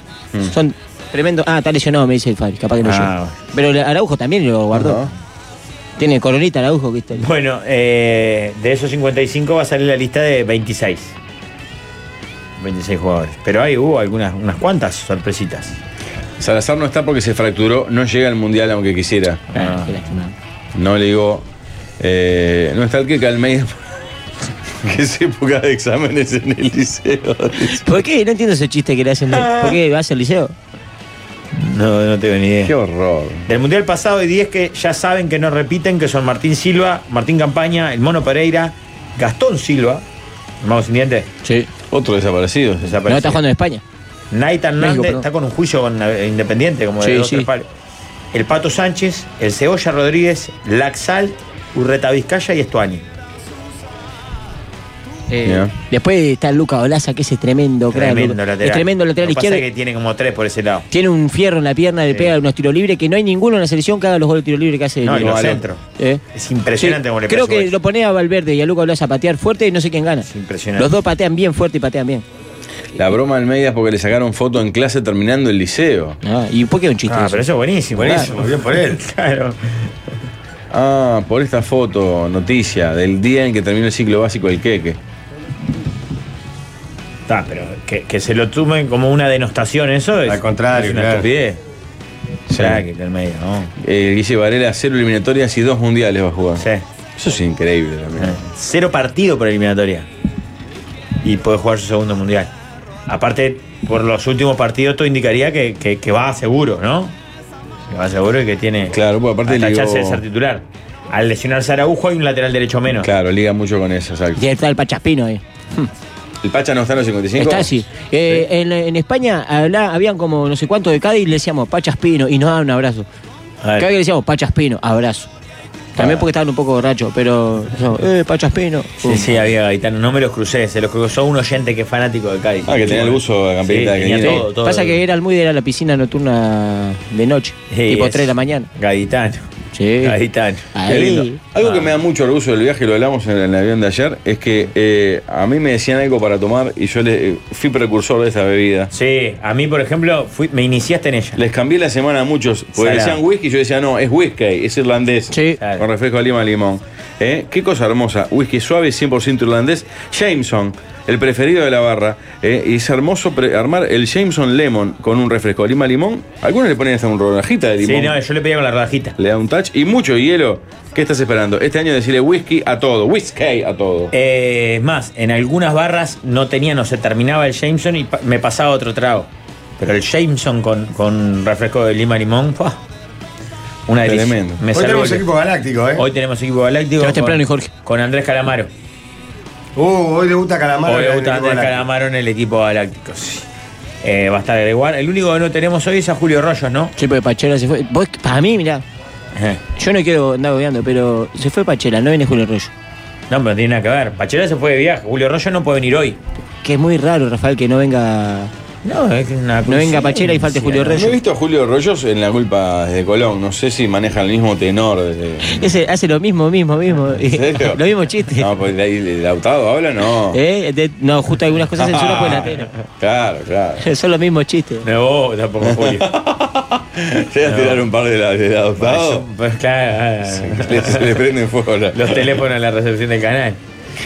Speaker 8: Son tremendo. Ah, está lesionado, me dice el Fabri, capaz que no
Speaker 6: Mm. Ah,
Speaker 8: llega.
Speaker 6: bueno.
Speaker 8: Pero el Araujo también lo guardó.
Speaker 5: Ajá.
Speaker 8: Tiene coronita Araujo, que está.
Speaker 6: Bueno, eh, de esos 55 va a salir la lista de 26. 26 jugadores. Pero ahí hubo algunas unas cuantas sorpresitas.
Speaker 5: Salazar no está porque se fracturó, no llega al mundial aunque quisiera.
Speaker 8: Ah, qué lástima.
Speaker 5: No le digo. eh, no está el que Calmeida. que es época de exámenes en el liceo. dice.
Speaker 8: ¿Por qué? No entiendo ese chiste que le hacen. de- ¿Por qué vas al liceo?
Speaker 6: No, no tengo ni
Speaker 5: Qué
Speaker 6: idea.
Speaker 5: horror.
Speaker 6: Del Mundial pasado hay 10 que ya saben que no repiten, que son Martín Silva, Martín Campaña, el Mono Pereira, Gastón Silva, hermano sin dientes,
Speaker 8: Sí.
Speaker 5: Otro desaparecido.
Speaker 8: No, está jugando en España.
Speaker 6: Naitan
Speaker 8: México,
Speaker 6: Hernández
Speaker 8: perdón.
Speaker 6: está con un juicio con eh, Independiente, como
Speaker 8: Sí,
Speaker 6: de dos,
Speaker 8: sí.
Speaker 6: tres palos. El Pato Sánchez, el Cebolla Rodríguez, Laxal, Urreta Vizcaya y Estuani.
Speaker 8: Eh,
Speaker 5: Bien.
Speaker 8: Después está Luca Olaza, que ese es tremendo, crack.
Speaker 6: Tremendo lateral.
Speaker 8: Es tremendo lateral
Speaker 6: Lo que pasa
Speaker 8: izquierdo.
Speaker 6: es que tiene como tres por ese lado.
Speaker 8: Tiene un fierro en la pierna, le
Speaker 6: Sí.
Speaker 8: pega unos tiros libres, que no hay ninguno en la selección que haga los goles de tiro libre que hace
Speaker 6: No, y los
Speaker 8: Luca Olaza.
Speaker 6: centros.
Speaker 8: ¿Eh?
Speaker 6: Es impresionante
Speaker 8: Sí,
Speaker 6: como le pega
Speaker 8: Creo
Speaker 6: su
Speaker 8: que
Speaker 6: gol.
Speaker 8: lo pone a Valverde y a Luca Olaza a patear fuerte y no sé quién gana.
Speaker 6: Es impresionante.
Speaker 8: Los dos patean bien fuerte y patean bien.
Speaker 5: La broma del media es porque le sacaron foto en clase terminando el liceo.
Speaker 8: Ah, ¿Y por qué es un chiste?
Speaker 6: Ah,
Speaker 8: eso?
Speaker 6: pero eso es buenísimo.
Speaker 7: Buenísimo, bien por él.
Speaker 6: Claro.
Speaker 5: Ah, por esta foto, noticia, del día en que terminó el ciclo básico del queque.
Speaker 6: Está, Ah, pero que, que se lo tomen como una denostación, eso es.
Speaker 7: Al contrario,
Speaker 6: es una
Speaker 7: claro.
Speaker 6: estupidez.
Speaker 5: Ah, Sí.
Speaker 6: Crack, el medio, ¿no?
Speaker 5: Eh, Guille Varela, cero eliminatorias y dos mundiales va a jugar.
Speaker 6: Sí.
Speaker 5: Eso es increíble también.
Speaker 6: Cero partido por eliminatoria. Y puede jugar su segundo mundial. Aparte, por los últimos partidos, esto indicaría que, que- que va seguro, ¿no? Que va seguro y que tiene.
Speaker 5: Claro, pues aparte
Speaker 6: hasta
Speaker 5: ligó-
Speaker 6: chance de ser titular. Al lesionarse Araujo hay un lateral derecho menos.
Speaker 5: Claro, liga mucho con eso, exacto.
Speaker 8: Y está el Pachaspino ahí.
Speaker 5: ¿El Pacha no está en los 55?
Speaker 8: Está así. Eh, En, en España habla- habían como no sé cuántos de Cádiz y le decíamos Pachaspino y nos daban un abrazo.
Speaker 6: A ver, Ah.
Speaker 8: Cada vez que le decíamos Pachaspino, abrazo. También porque estaban un poco borrachos, pero. no, eh, Pachaspino.
Speaker 6: Sí, sí, había gaitano. No me los crucé, se los cruzó un oyente que es fanático de Cádiz.
Speaker 5: Ah, que tenía el buzo, la camperita
Speaker 6: Sí,
Speaker 5: de
Speaker 6: tenía
Speaker 5: gallina.
Speaker 6: todo, todo.
Speaker 8: Pasa que era muy era la piscina nocturna de noche,
Speaker 6: Sí,
Speaker 8: tipo
Speaker 6: es
Speaker 8: 3 de la mañana.
Speaker 6: Gaditano.
Speaker 8: Sí.
Speaker 6: Gaditano.
Speaker 5: Qué
Speaker 8: Ahí.
Speaker 5: lindo. Algo que me da
Speaker 6: Ah.
Speaker 5: mucho orgullo del viaje, lo hablamos en el avión de ayer, es que eh, a mí me decían algo para tomar y yo le, eh, fui precursor de esta bebida.
Speaker 6: Sí, a mí, por ejemplo, fui- me iniciaste en ella.
Speaker 5: Les cambié la semana a muchos, porque
Speaker 6: Salá.
Speaker 5: decían whisky y yo decía, no, es whisky, es irlandés.
Speaker 8: Sí.
Speaker 6: Claro.
Speaker 5: Con refresco de lima limón. ¿Eh? Qué cosa hermosa. Whisky suave, 100% irlandés. Jameson, el preferido de la barra. ¿eh? Y es hermoso pre- armar el Jameson Lemon con un refresco de lima limón. Algunos le ponen hasta una rodajita de limón.
Speaker 6: Sí, no, eh. yo le pedía con la rodajita.
Speaker 5: Le da un touch y mucho hielo. ¿Qué estás esperando? Este año decirle whisky a todo, whisky a todo.
Speaker 6: Eh, es más, en algunas barras no tenía, no se terminaba el Jameson y pa- me pasaba otro trago. Pero el Jameson con, con refresco de lima limón, ¡pua! una delicia.
Speaker 5: Tremendo.
Speaker 6: Me
Speaker 7: Hoy
Speaker 6: salvó
Speaker 7: tenemos
Speaker 6: el-
Speaker 7: equipo galáctico, ¿eh?
Speaker 6: Hoy tenemos equipo galáctico.
Speaker 8: Llegaste temprano, Jorge.
Speaker 6: con Andrés Calamaro.
Speaker 7: Uh, hoy debuta Calamaro.
Speaker 6: hoy
Speaker 7: en el
Speaker 6: debuta
Speaker 7: equipo
Speaker 6: Andrés
Speaker 7: galáctico.
Speaker 6: Calamaro en el equipo galáctico. sí. Eh, va a estar Gregoire. El único que no tenemos hoy es a Julio Rollos, ¿no?
Speaker 8: Sí, porque Pachela se fue. Vos, para mí, mirá,
Speaker 6: Ajá.
Speaker 8: yo no quiero andar gobeando, pero se fue Pachela, no viene Julio Rollo.
Speaker 6: No, pero no tiene nada que ver. Pachela se fue de viaje. Julio Rollos no puede venir hoy.
Speaker 8: Que es muy raro, Rafael, que no venga.
Speaker 6: No, es una
Speaker 8: No venga Pachela y falte Julio
Speaker 6: coincidencia,
Speaker 8: Rollo.
Speaker 5: Yo he visto a Julio Rollos en La Culpa desde Colón. No sé si maneja el mismo tenor. desde-
Speaker 8: Ese hace lo mismo, mismo, mismo.
Speaker 5: ¿En serio?
Speaker 8: lo mismo chiste.
Speaker 5: No, pues de ahí el Lautado habla, no.
Speaker 8: ¿Eh? De- no, justo algunas cosas censura por la tele.
Speaker 5: Claro, claro.
Speaker 8: Son los mismos chistes.
Speaker 6: ¿no? No, vos tampoco Julio.
Speaker 5: Se a tirar un par de, la- de
Speaker 8: Oh.
Speaker 5: adoptados.
Speaker 6: Pues claro, ah,
Speaker 5: Le- Se le prenden fuego. la-
Speaker 6: los teléfonos en la recepción del canal.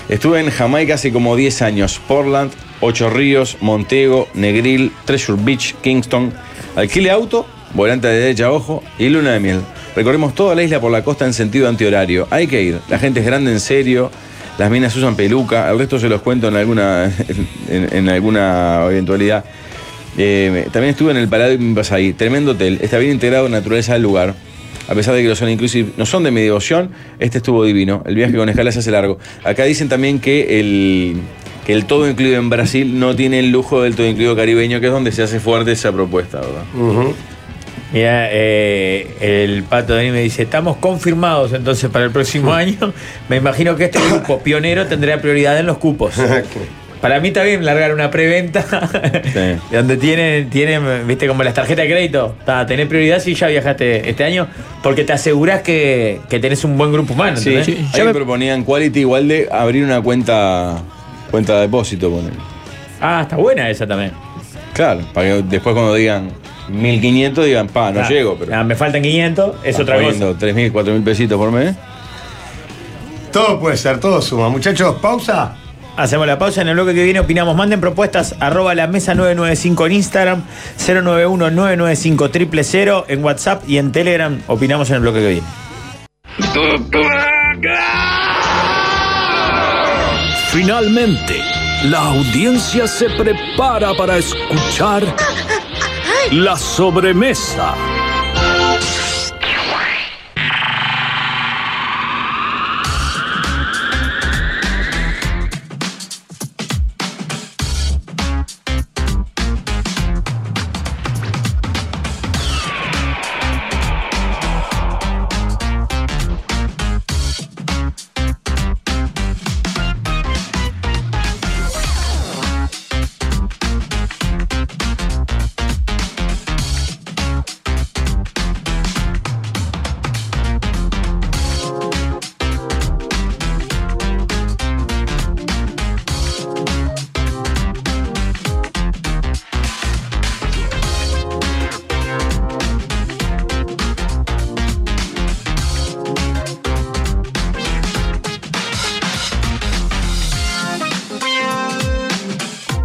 Speaker 5: Estuve en Jamaica hace como 10 años. Portland, Ocho Ríos, Montego, Negril, Treasure Beach, Kingston. Alquile auto, volante de derecha ojo y luna de miel. Recorremos toda la isla por la costa en sentido antihorario. Hay que ir. La gente es grande en serio. Las minas usan peluca. El resto se los cuento en alguna, en- en alguna eventualidad. Eh, también estuve en el Palladium Basaí, tremendo hotel. Está bien integrado en la naturaleza del lugar. A pesar de que los son inclusive no son de mi devoción, este estuvo divino. El viaje con escala se hace largo. Acá dicen también que el, que el todo incluido en Brasil no tiene el lujo del todo incluido caribeño, que es donde se hace fuerte esa propuesta, ¿verdad?
Speaker 7: Ujú.
Speaker 6: Mira, eh, el pato Denis me dice, estamos confirmados entonces para el próximo año. Me imagino que este grupo pionero tendrá prioridad en los cupos. Para mí está bien largar una preventa
Speaker 5: Sí.
Speaker 6: donde tienen, tienen, viste, como las tarjetas de crédito. Está, tenés prioridad si ya viajaste este año, porque te asegurás que, que tenés un buen grupo humano. ¿entendés?
Speaker 5: Ahí me proponían Quality igual de abrir una cuenta, cuenta de depósito, ponen.
Speaker 6: Ah, está buena esa también.
Speaker 5: Claro, para que después cuando digan 1500 digan, pa, no
Speaker 6: Ah,
Speaker 5: llego, pero.
Speaker 6: ah, me faltan 500, es
Speaker 5: estás
Speaker 6: otra cosa.
Speaker 5: poniendo 3000, 4000 pesitos por mes.
Speaker 7: Todo puede ser, todo suma. Muchachos, pausa.
Speaker 6: Hacemos la pausa en el bloque que viene, opinamos. Manden propuestas, arroba la mesa 995 en Instagram, 091-995-000 en WhatsApp y en Telegram. Opinamos en el bloque que viene.
Speaker 9: Finalmente, la audiencia se prepara para escuchar la sobremesa.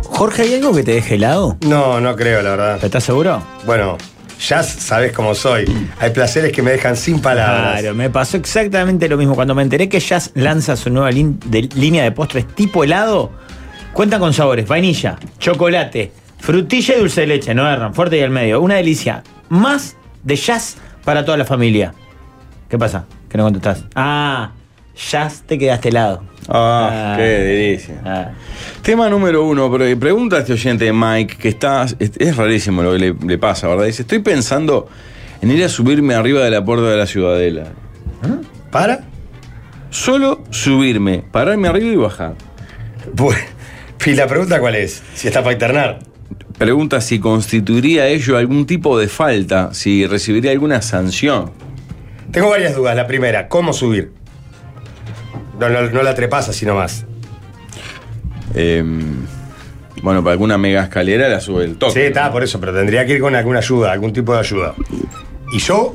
Speaker 6: Jorge, ¿hay algo que te deje helado?
Speaker 7: No, no creo, la verdad.
Speaker 6: ¿Estás seguro?
Speaker 7: Bueno, ya sabes cómo soy. Hay placeres que me dejan sin palabras.
Speaker 6: Claro, me pasó exactamente lo mismo. Cuando me enteré que Jazz lanza su nueva lin- de- línea de postres tipo helado, cuentan con sabores: vainilla, chocolate, frutilla y dulce de leche. No erran, fuerte y al medio. Una delicia. Más de Jazz para toda la familia. ¿Qué pasa? ¿Que no contestás? Ah, Jazz te quedaste helado.
Speaker 5: Ah,
Speaker 6: Ah.
Speaker 5: qué delicia.
Speaker 6: Ah,
Speaker 5: Tema número uno, pre- pregunta a este oyente Mike, que está. Es, es rarísimo lo que le, le pasa, ¿verdad? Dice, estoy pensando en ir a subirme arriba de la puerta de la ciudadela.
Speaker 7: ¿Para?
Speaker 5: Solo subirme, pararme arriba y bajar.
Speaker 7: Bueno, Pues, y la pregunta cuál es, si está para internar.
Speaker 5: Pregunta si constituiría ello algún tipo de falta, si recibiría alguna sanción.
Speaker 7: Tengo varias dudas. La primera, ¿cómo subir? No, no, no la trepas así nomás.
Speaker 5: Eh, bueno, para alguna mega escalera la sube el toque.
Speaker 7: Sí, está, por eso, pero tendría que ir con alguna ayuda, algún tipo de ayuda. Y yo,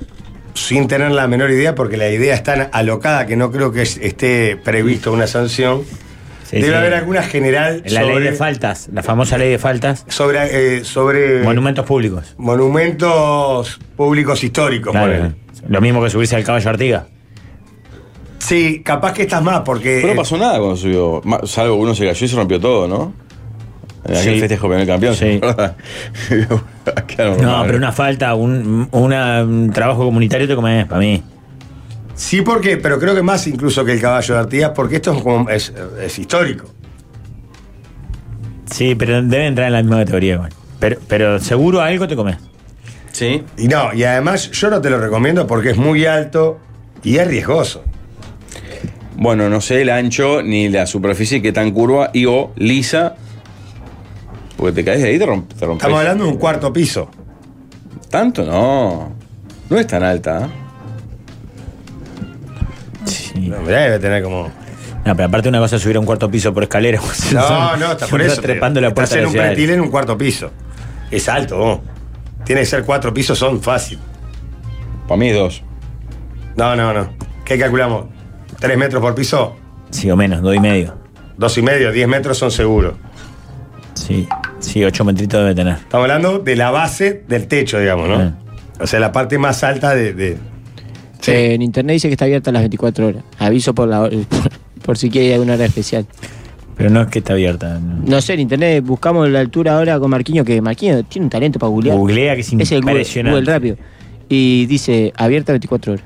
Speaker 7: sin tener la menor idea, porque la idea es tan alocada que no creo que es- esté previsto una sanción,
Speaker 6: sí,
Speaker 7: debe
Speaker 6: sí.
Speaker 7: haber alguna general
Speaker 6: La ley de
Speaker 7: sobre,
Speaker 6: faltas, la famosa ley de faltas.
Speaker 7: sobre, eh, sobre
Speaker 6: Monumentos públicos.
Speaker 7: monumentos públicos históricos.
Speaker 6: Claro.
Speaker 7: ponele.
Speaker 6: Lo mismo que subirse al caballo Artiga.
Speaker 7: Sí, capaz que estás más, porque...
Speaker 5: Pero
Speaker 7: eh,
Speaker 5: no pasó nada cuando subió. Ma- Salvo que uno se cayó y se rompió todo, ¿no? En aquel
Speaker 6: Sí.
Speaker 5: festejo que ganó el campeón,
Speaker 6: Sí.
Speaker 5: ¿verdad? Quedaron
Speaker 6: No,
Speaker 5: mal.
Speaker 6: pero una falta, un, una- un trabajo comunitario te comes para mí.
Speaker 7: Sí, porque, pero creo que más incluso que el caballo de Artigas, porque esto es, como- es, es histórico.
Speaker 6: Sí, pero debe entrar en la misma categoría igual. Pero, pero seguro algo te comes.
Speaker 5: Sí.
Speaker 7: Y no, y además yo no te lo recomiendo porque es muy alto y es riesgoso.
Speaker 5: Bueno, no sé el ancho ni la superficie que tan curva y o lisa. Porque te caes de ahí te, romp- te rompes.
Speaker 7: Estamos hablando de un cuarto piso.
Speaker 5: Tanto no. No es tan alta. ¿eh?
Speaker 6: Sí.
Speaker 7: No, mirá, debe tener como.
Speaker 6: No, pero aparte una cosa es subir a un cuarto piso por escalera.
Speaker 7: No, no, está por eso.
Speaker 6: Trepando la
Speaker 7: Estás
Speaker 6: puerta de
Speaker 7: en
Speaker 6: la
Speaker 7: un
Speaker 6: ciudad.
Speaker 7: pretil en un cuarto piso. Es alto, vos. Tiene que ser cuatro pisos, son fácil.
Speaker 5: Para mí es dos.
Speaker 7: No, no, no. ¿Qué calculamos? ¿Tres metros por piso?
Speaker 6: Sí, o menos, dos y medio.
Speaker 7: Dos y medio, diez metros son seguros.
Speaker 6: Sí, sí, ocho metritos debe tener.
Speaker 7: Estamos hablando de la base del techo, digamos, ¿no?
Speaker 6: Ah.
Speaker 7: O sea, la parte más alta de- de,
Speaker 8: Eh, en internet dice que está abierta las 24 horas. Aviso por la hora- por, si quiere alguna hora especial.
Speaker 6: Pero no es que está abierta. no.
Speaker 8: No sé, en internet buscamos la altura ahora con Marquinho, que Marquinho tiene un talento para googlear.
Speaker 6: Googlea que es
Speaker 8: es el Google,
Speaker 6: impresionante.
Speaker 8: Google rápido. Y dice abierta 24 horas.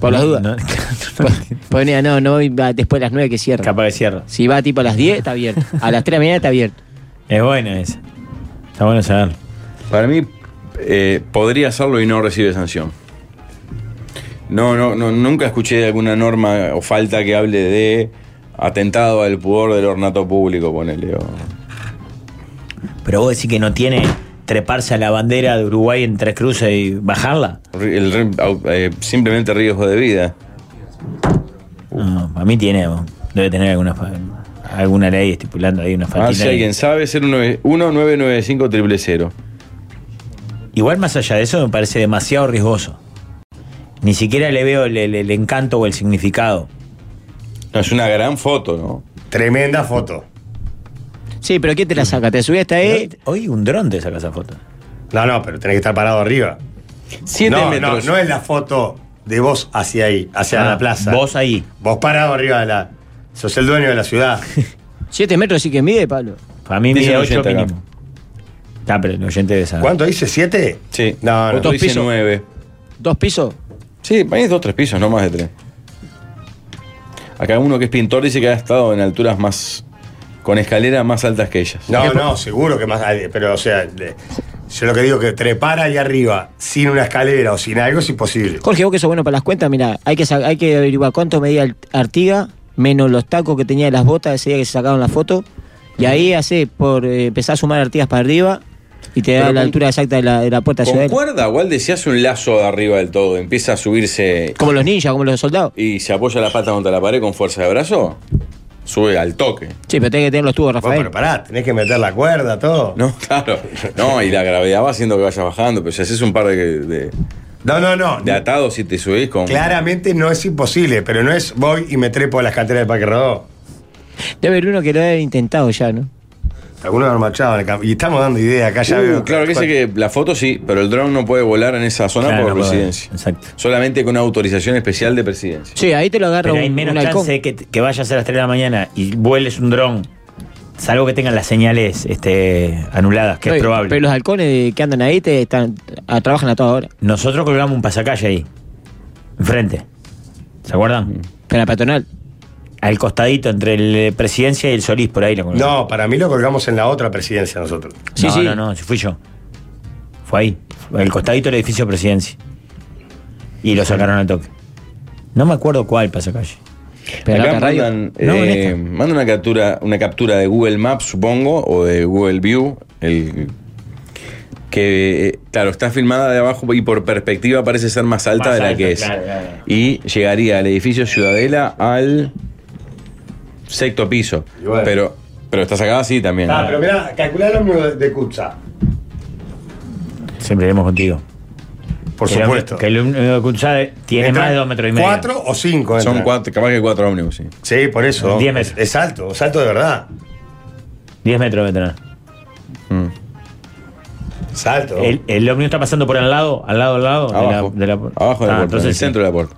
Speaker 8: Por las
Speaker 6: No,
Speaker 8: dudas.
Speaker 6: no,
Speaker 8: Ponía, no, no, va después de las 9 que cierra.
Speaker 6: capaz que cierra.
Speaker 8: Si va tipo a las 10, está abierto. A las 3 de la mañana está abierto.
Speaker 6: Es bueno ese. Está bueno saberlo.
Speaker 5: Para mí eh, podría hacerlo y no recibe sanción. No, no, no, nunca escuché alguna norma o falta que hable de atentado al pudor del ornato público, ponele. o-
Speaker 6: Pero vos decís que no tiene treparse a la bandera de Uruguay en tres cruces y bajarla.
Speaker 5: ri- el ri- au- eh, simplemente riesgo de vida.
Speaker 6: No, a mí tiene, vos. debe tener alguna, fa- alguna ley estipulando ahí una
Speaker 5: Ah, si
Speaker 6: fatina.
Speaker 5: alguien sabe, 1995 000.
Speaker 6: Igual más allá de eso me parece demasiado riesgoso. Ni siquiera le veo el, el- el encanto o el significado.
Speaker 5: No, es una gran foto, ¿no?
Speaker 7: Tremenda foto.
Speaker 8: Sí, pero ¿quién te la saca? ¿Te subiste ahí?
Speaker 6: Hoy un dron te saca esa foto.
Speaker 7: No, no, pero tenés que estar parado arriba.
Speaker 5: Siete
Speaker 7: no,
Speaker 5: metros.
Speaker 7: No, no es la foto de vos hacia ahí, hacia
Speaker 6: Ah,
Speaker 7: la plaza.
Speaker 6: Vos ahí.
Speaker 7: Vos parado arriba de la. Sos el dueño de la ciudad.
Speaker 8: Siete metros sí que mide, Pablo.
Speaker 6: Para mí
Speaker 5: Dice
Speaker 6: mide
Speaker 5: el
Speaker 6: 8
Speaker 5: oyente acá.
Speaker 6: mínimo. Está, pero el oyente de esa.
Speaker 7: ¿Cuánto dice? ¿Siete?
Speaker 5: Sí.
Speaker 7: No, no.
Speaker 5: Otro dice
Speaker 8: pisos.
Speaker 5: nueve.
Speaker 8: ¿Dos pisos?
Speaker 5: Sí, para mí es dos tres pisos, no más de tres. Acá uno que es pintor dice que ha estado en alturas más. con escaleras más altas que ellas.
Speaker 7: No, no, seguro que más. hay, Pero, o sea, le- yo lo que digo que trepar ahí arriba sin una escalera o sin algo es imposible.
Speaker 8: Jorge, vos que sos bueno para las cuentas, mira, hay que, sa- hay que averiguar cuánto medía el- Artiga, menos los tacos que tenía de las botas ese día que se sacaron la foto. Y ahí hace por eh, empezar a sumar Artigas para arriba y te da
Speaker 5: Pero
Speaker 8: la
Speaker 5: con-
Speaker 8: altura exacta de la, de la puerta
Speaker 5: Con
Speaker 8: ciudadela.
Speaker 5: cuerda, Walde se hace un lazo de arriba del todo, empieza a subirse
Speaker 8: Como los ninjas, como los soldados.
Speaker 5: y se apoya la pata contra la pared con fuerza de brazo, sube al toque.
Speaker 8: Sí, pero tenés que tener los tubos,
Speaker 7: Vos,
Speaker 8: Rafael.
Speaker 7: pero pará, tenés que meter la cuerda, todo.
Speaker 5: No, claro. No, y la gravedad va haciendo que vaya bajando, pero si haces un par de, de,
Speaker 7: No, no, no.
Speaker 5: de atados y te subís con.
Speaker 7: Claramente no es imposible, pero no es voy y me trepo a las canteras del Parque Rodó.
Speaker 8: Debe haber uno que lo haya intentado ya, ¿no?
Speaker 7: Algunos han marchado en el campo. Y estamos dando ideas acá, ya
Speaker 5: Uh,
Speaker 7: veo.
Speaker 5: claro que sé que la foto sí, pero el dron no puede volar en esa zona
Speaker 6: Claro,
Speaker 5: por
Speaker 6: no puedo.
Speaker 5: presidencia.
Speaker 6: Exacto.
Speaker 5: Solamente con autorización especial de presidencia.
Speaker 8: Sí, ahí te lo agarra
Speaker 6: Pero hay
Speaker 8: un,
Speaker 6: menos
Speaker 8: un halcón.
Speaker 6: chance de que, que vayas a las 3 de la mañana y vueles un dron, salvo que tengan las señales este, anuladas, que
Speaker 8: No,
Speaker 6: es
Speaker 8: y-
Speaker 6: probable.
Speaker 8: Pero los halcones que andan ahí te están, a- trabajan a toda hora.
Speaker 6: Nosotros colgamos un pasacalle ahí, enfrente. ¿Se acuerdan?
Speaker 8: Pero la patronal.
Speaker 6: Al costadito, entre el eh, Presidencia y el Solís, por ahí lo colgamos.
Speaker 7: No, para mí lo colgamos en la otra presidencia nosotros.
Speaker 8: Sí,
Speaker 6: no,
Speaker 8: sí.
Speaker 6: no, no, sí fui yo. Fue ahí, al costadito del edificio Presidencia. Y lo sacaron al toque. No me acuerdo cuál pasacalle.
Speaker 8: Pero la
Speaker 5: Acá
Speaker 8: otra radio.
Speaker 5: mandan,
Speaker 6: No, en
Speaker 5: eh,
Speaker 6: esta.
Speaker 5: mandan una captura, una captura de Google Maps, supongo, o de Google View, el que eh, claro, está filmada de abajo y por perspectiva parece ser más alta
Speaker 6: Más
Speaker 5: de la
Speaker 6: alta,
Speaker 5: que es.
Speaker 6: claro, claro.
Speaker 5: Y llegaría al edificio Ciudadela al sexto piso.
Speaker 7: Y bueno.
Speaker 5: Pero, pero está sacada así también.
Speaker 7: Ah, pero mirá, calculá el ómnibus de- de Kutza.
Speaker 6: Siempre iremos contigo.
Speaker 7: Por
Speaker 6: Que el-
Speaker 7: supuesto.
Speaker 6: Que el alumno de Cuchade tiene
Speaker 7: Entra
Speaker 6: más de dos metros y medio.
Speaker 7: Cuatro o cinco. entra.
Speaker 5: Son cuatro, capaz que cuatro ómnibus, sí.
Speaker 7: Sí, por eso.
Speaker 6: Diez metros.
Speaker 7: Es alto, es alto de verdad.
Speaker 6: Diez metros de tener.
Speaker 5: Mm.
Speaker 7: Salto.
Speaker 6: El, el ómnibus está pasando por al lado, al lado, al lado. de la-
Speaker 5: Abajo
Speaker 6: de la,
Speaker 5: abajo de la
Speaker 6: Ah,
Speaker 5: puerta, en el
Speaker 6: entonces sí.
Speaker 5: centro de la puerta.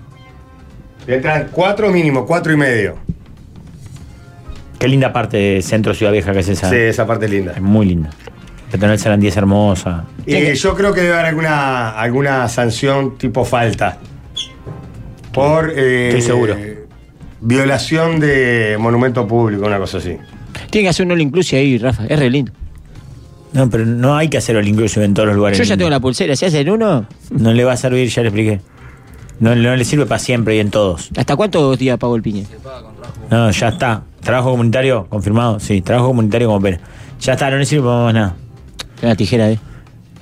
Speaker 7: Entran cuatro mínimo, cuatro y medio.
Speaker 6: Qué linda parte de centro Ciudad Vieja que es esa.
Speaker 7: Sí, esa parte es linda.
Speaker 6: Es muy linda. Petronel Sarandí es hermosa.
Speaker 7: Eh, yo creo que debe haber alguna, alguna sanción tipo falta. Por. eh,
Speaker 6: Estoy seguro.
Speaker 7: Violación de monumento público, una cosa así.
Speaker 8: Tiene que hacer un all inclusive ahí, Rafa. Es re lindo.
Speaker 6: Eh, No, pero no hay que hacer el inclusive en todos los lugares.
Speaker 8: Yo ya
Speaker 6: del
Speaker 8: tengo la
Speaker 6: mundo.
Speaker 8: pulsera. Si hacen uno,
Speaker 6: No le va a servir, ya le expliqué. No, no le sirve para siempre y en todos.
Speaker 8: ¿hasta cuántos días pagó el piña?
Speaker 6: No, ya está. Trabajo comunitario, confirmado. Sí, trabajo comunitario como pena. Ya está, no le sirve para más nada.
Speaker 8: La tijera ¿eh? de.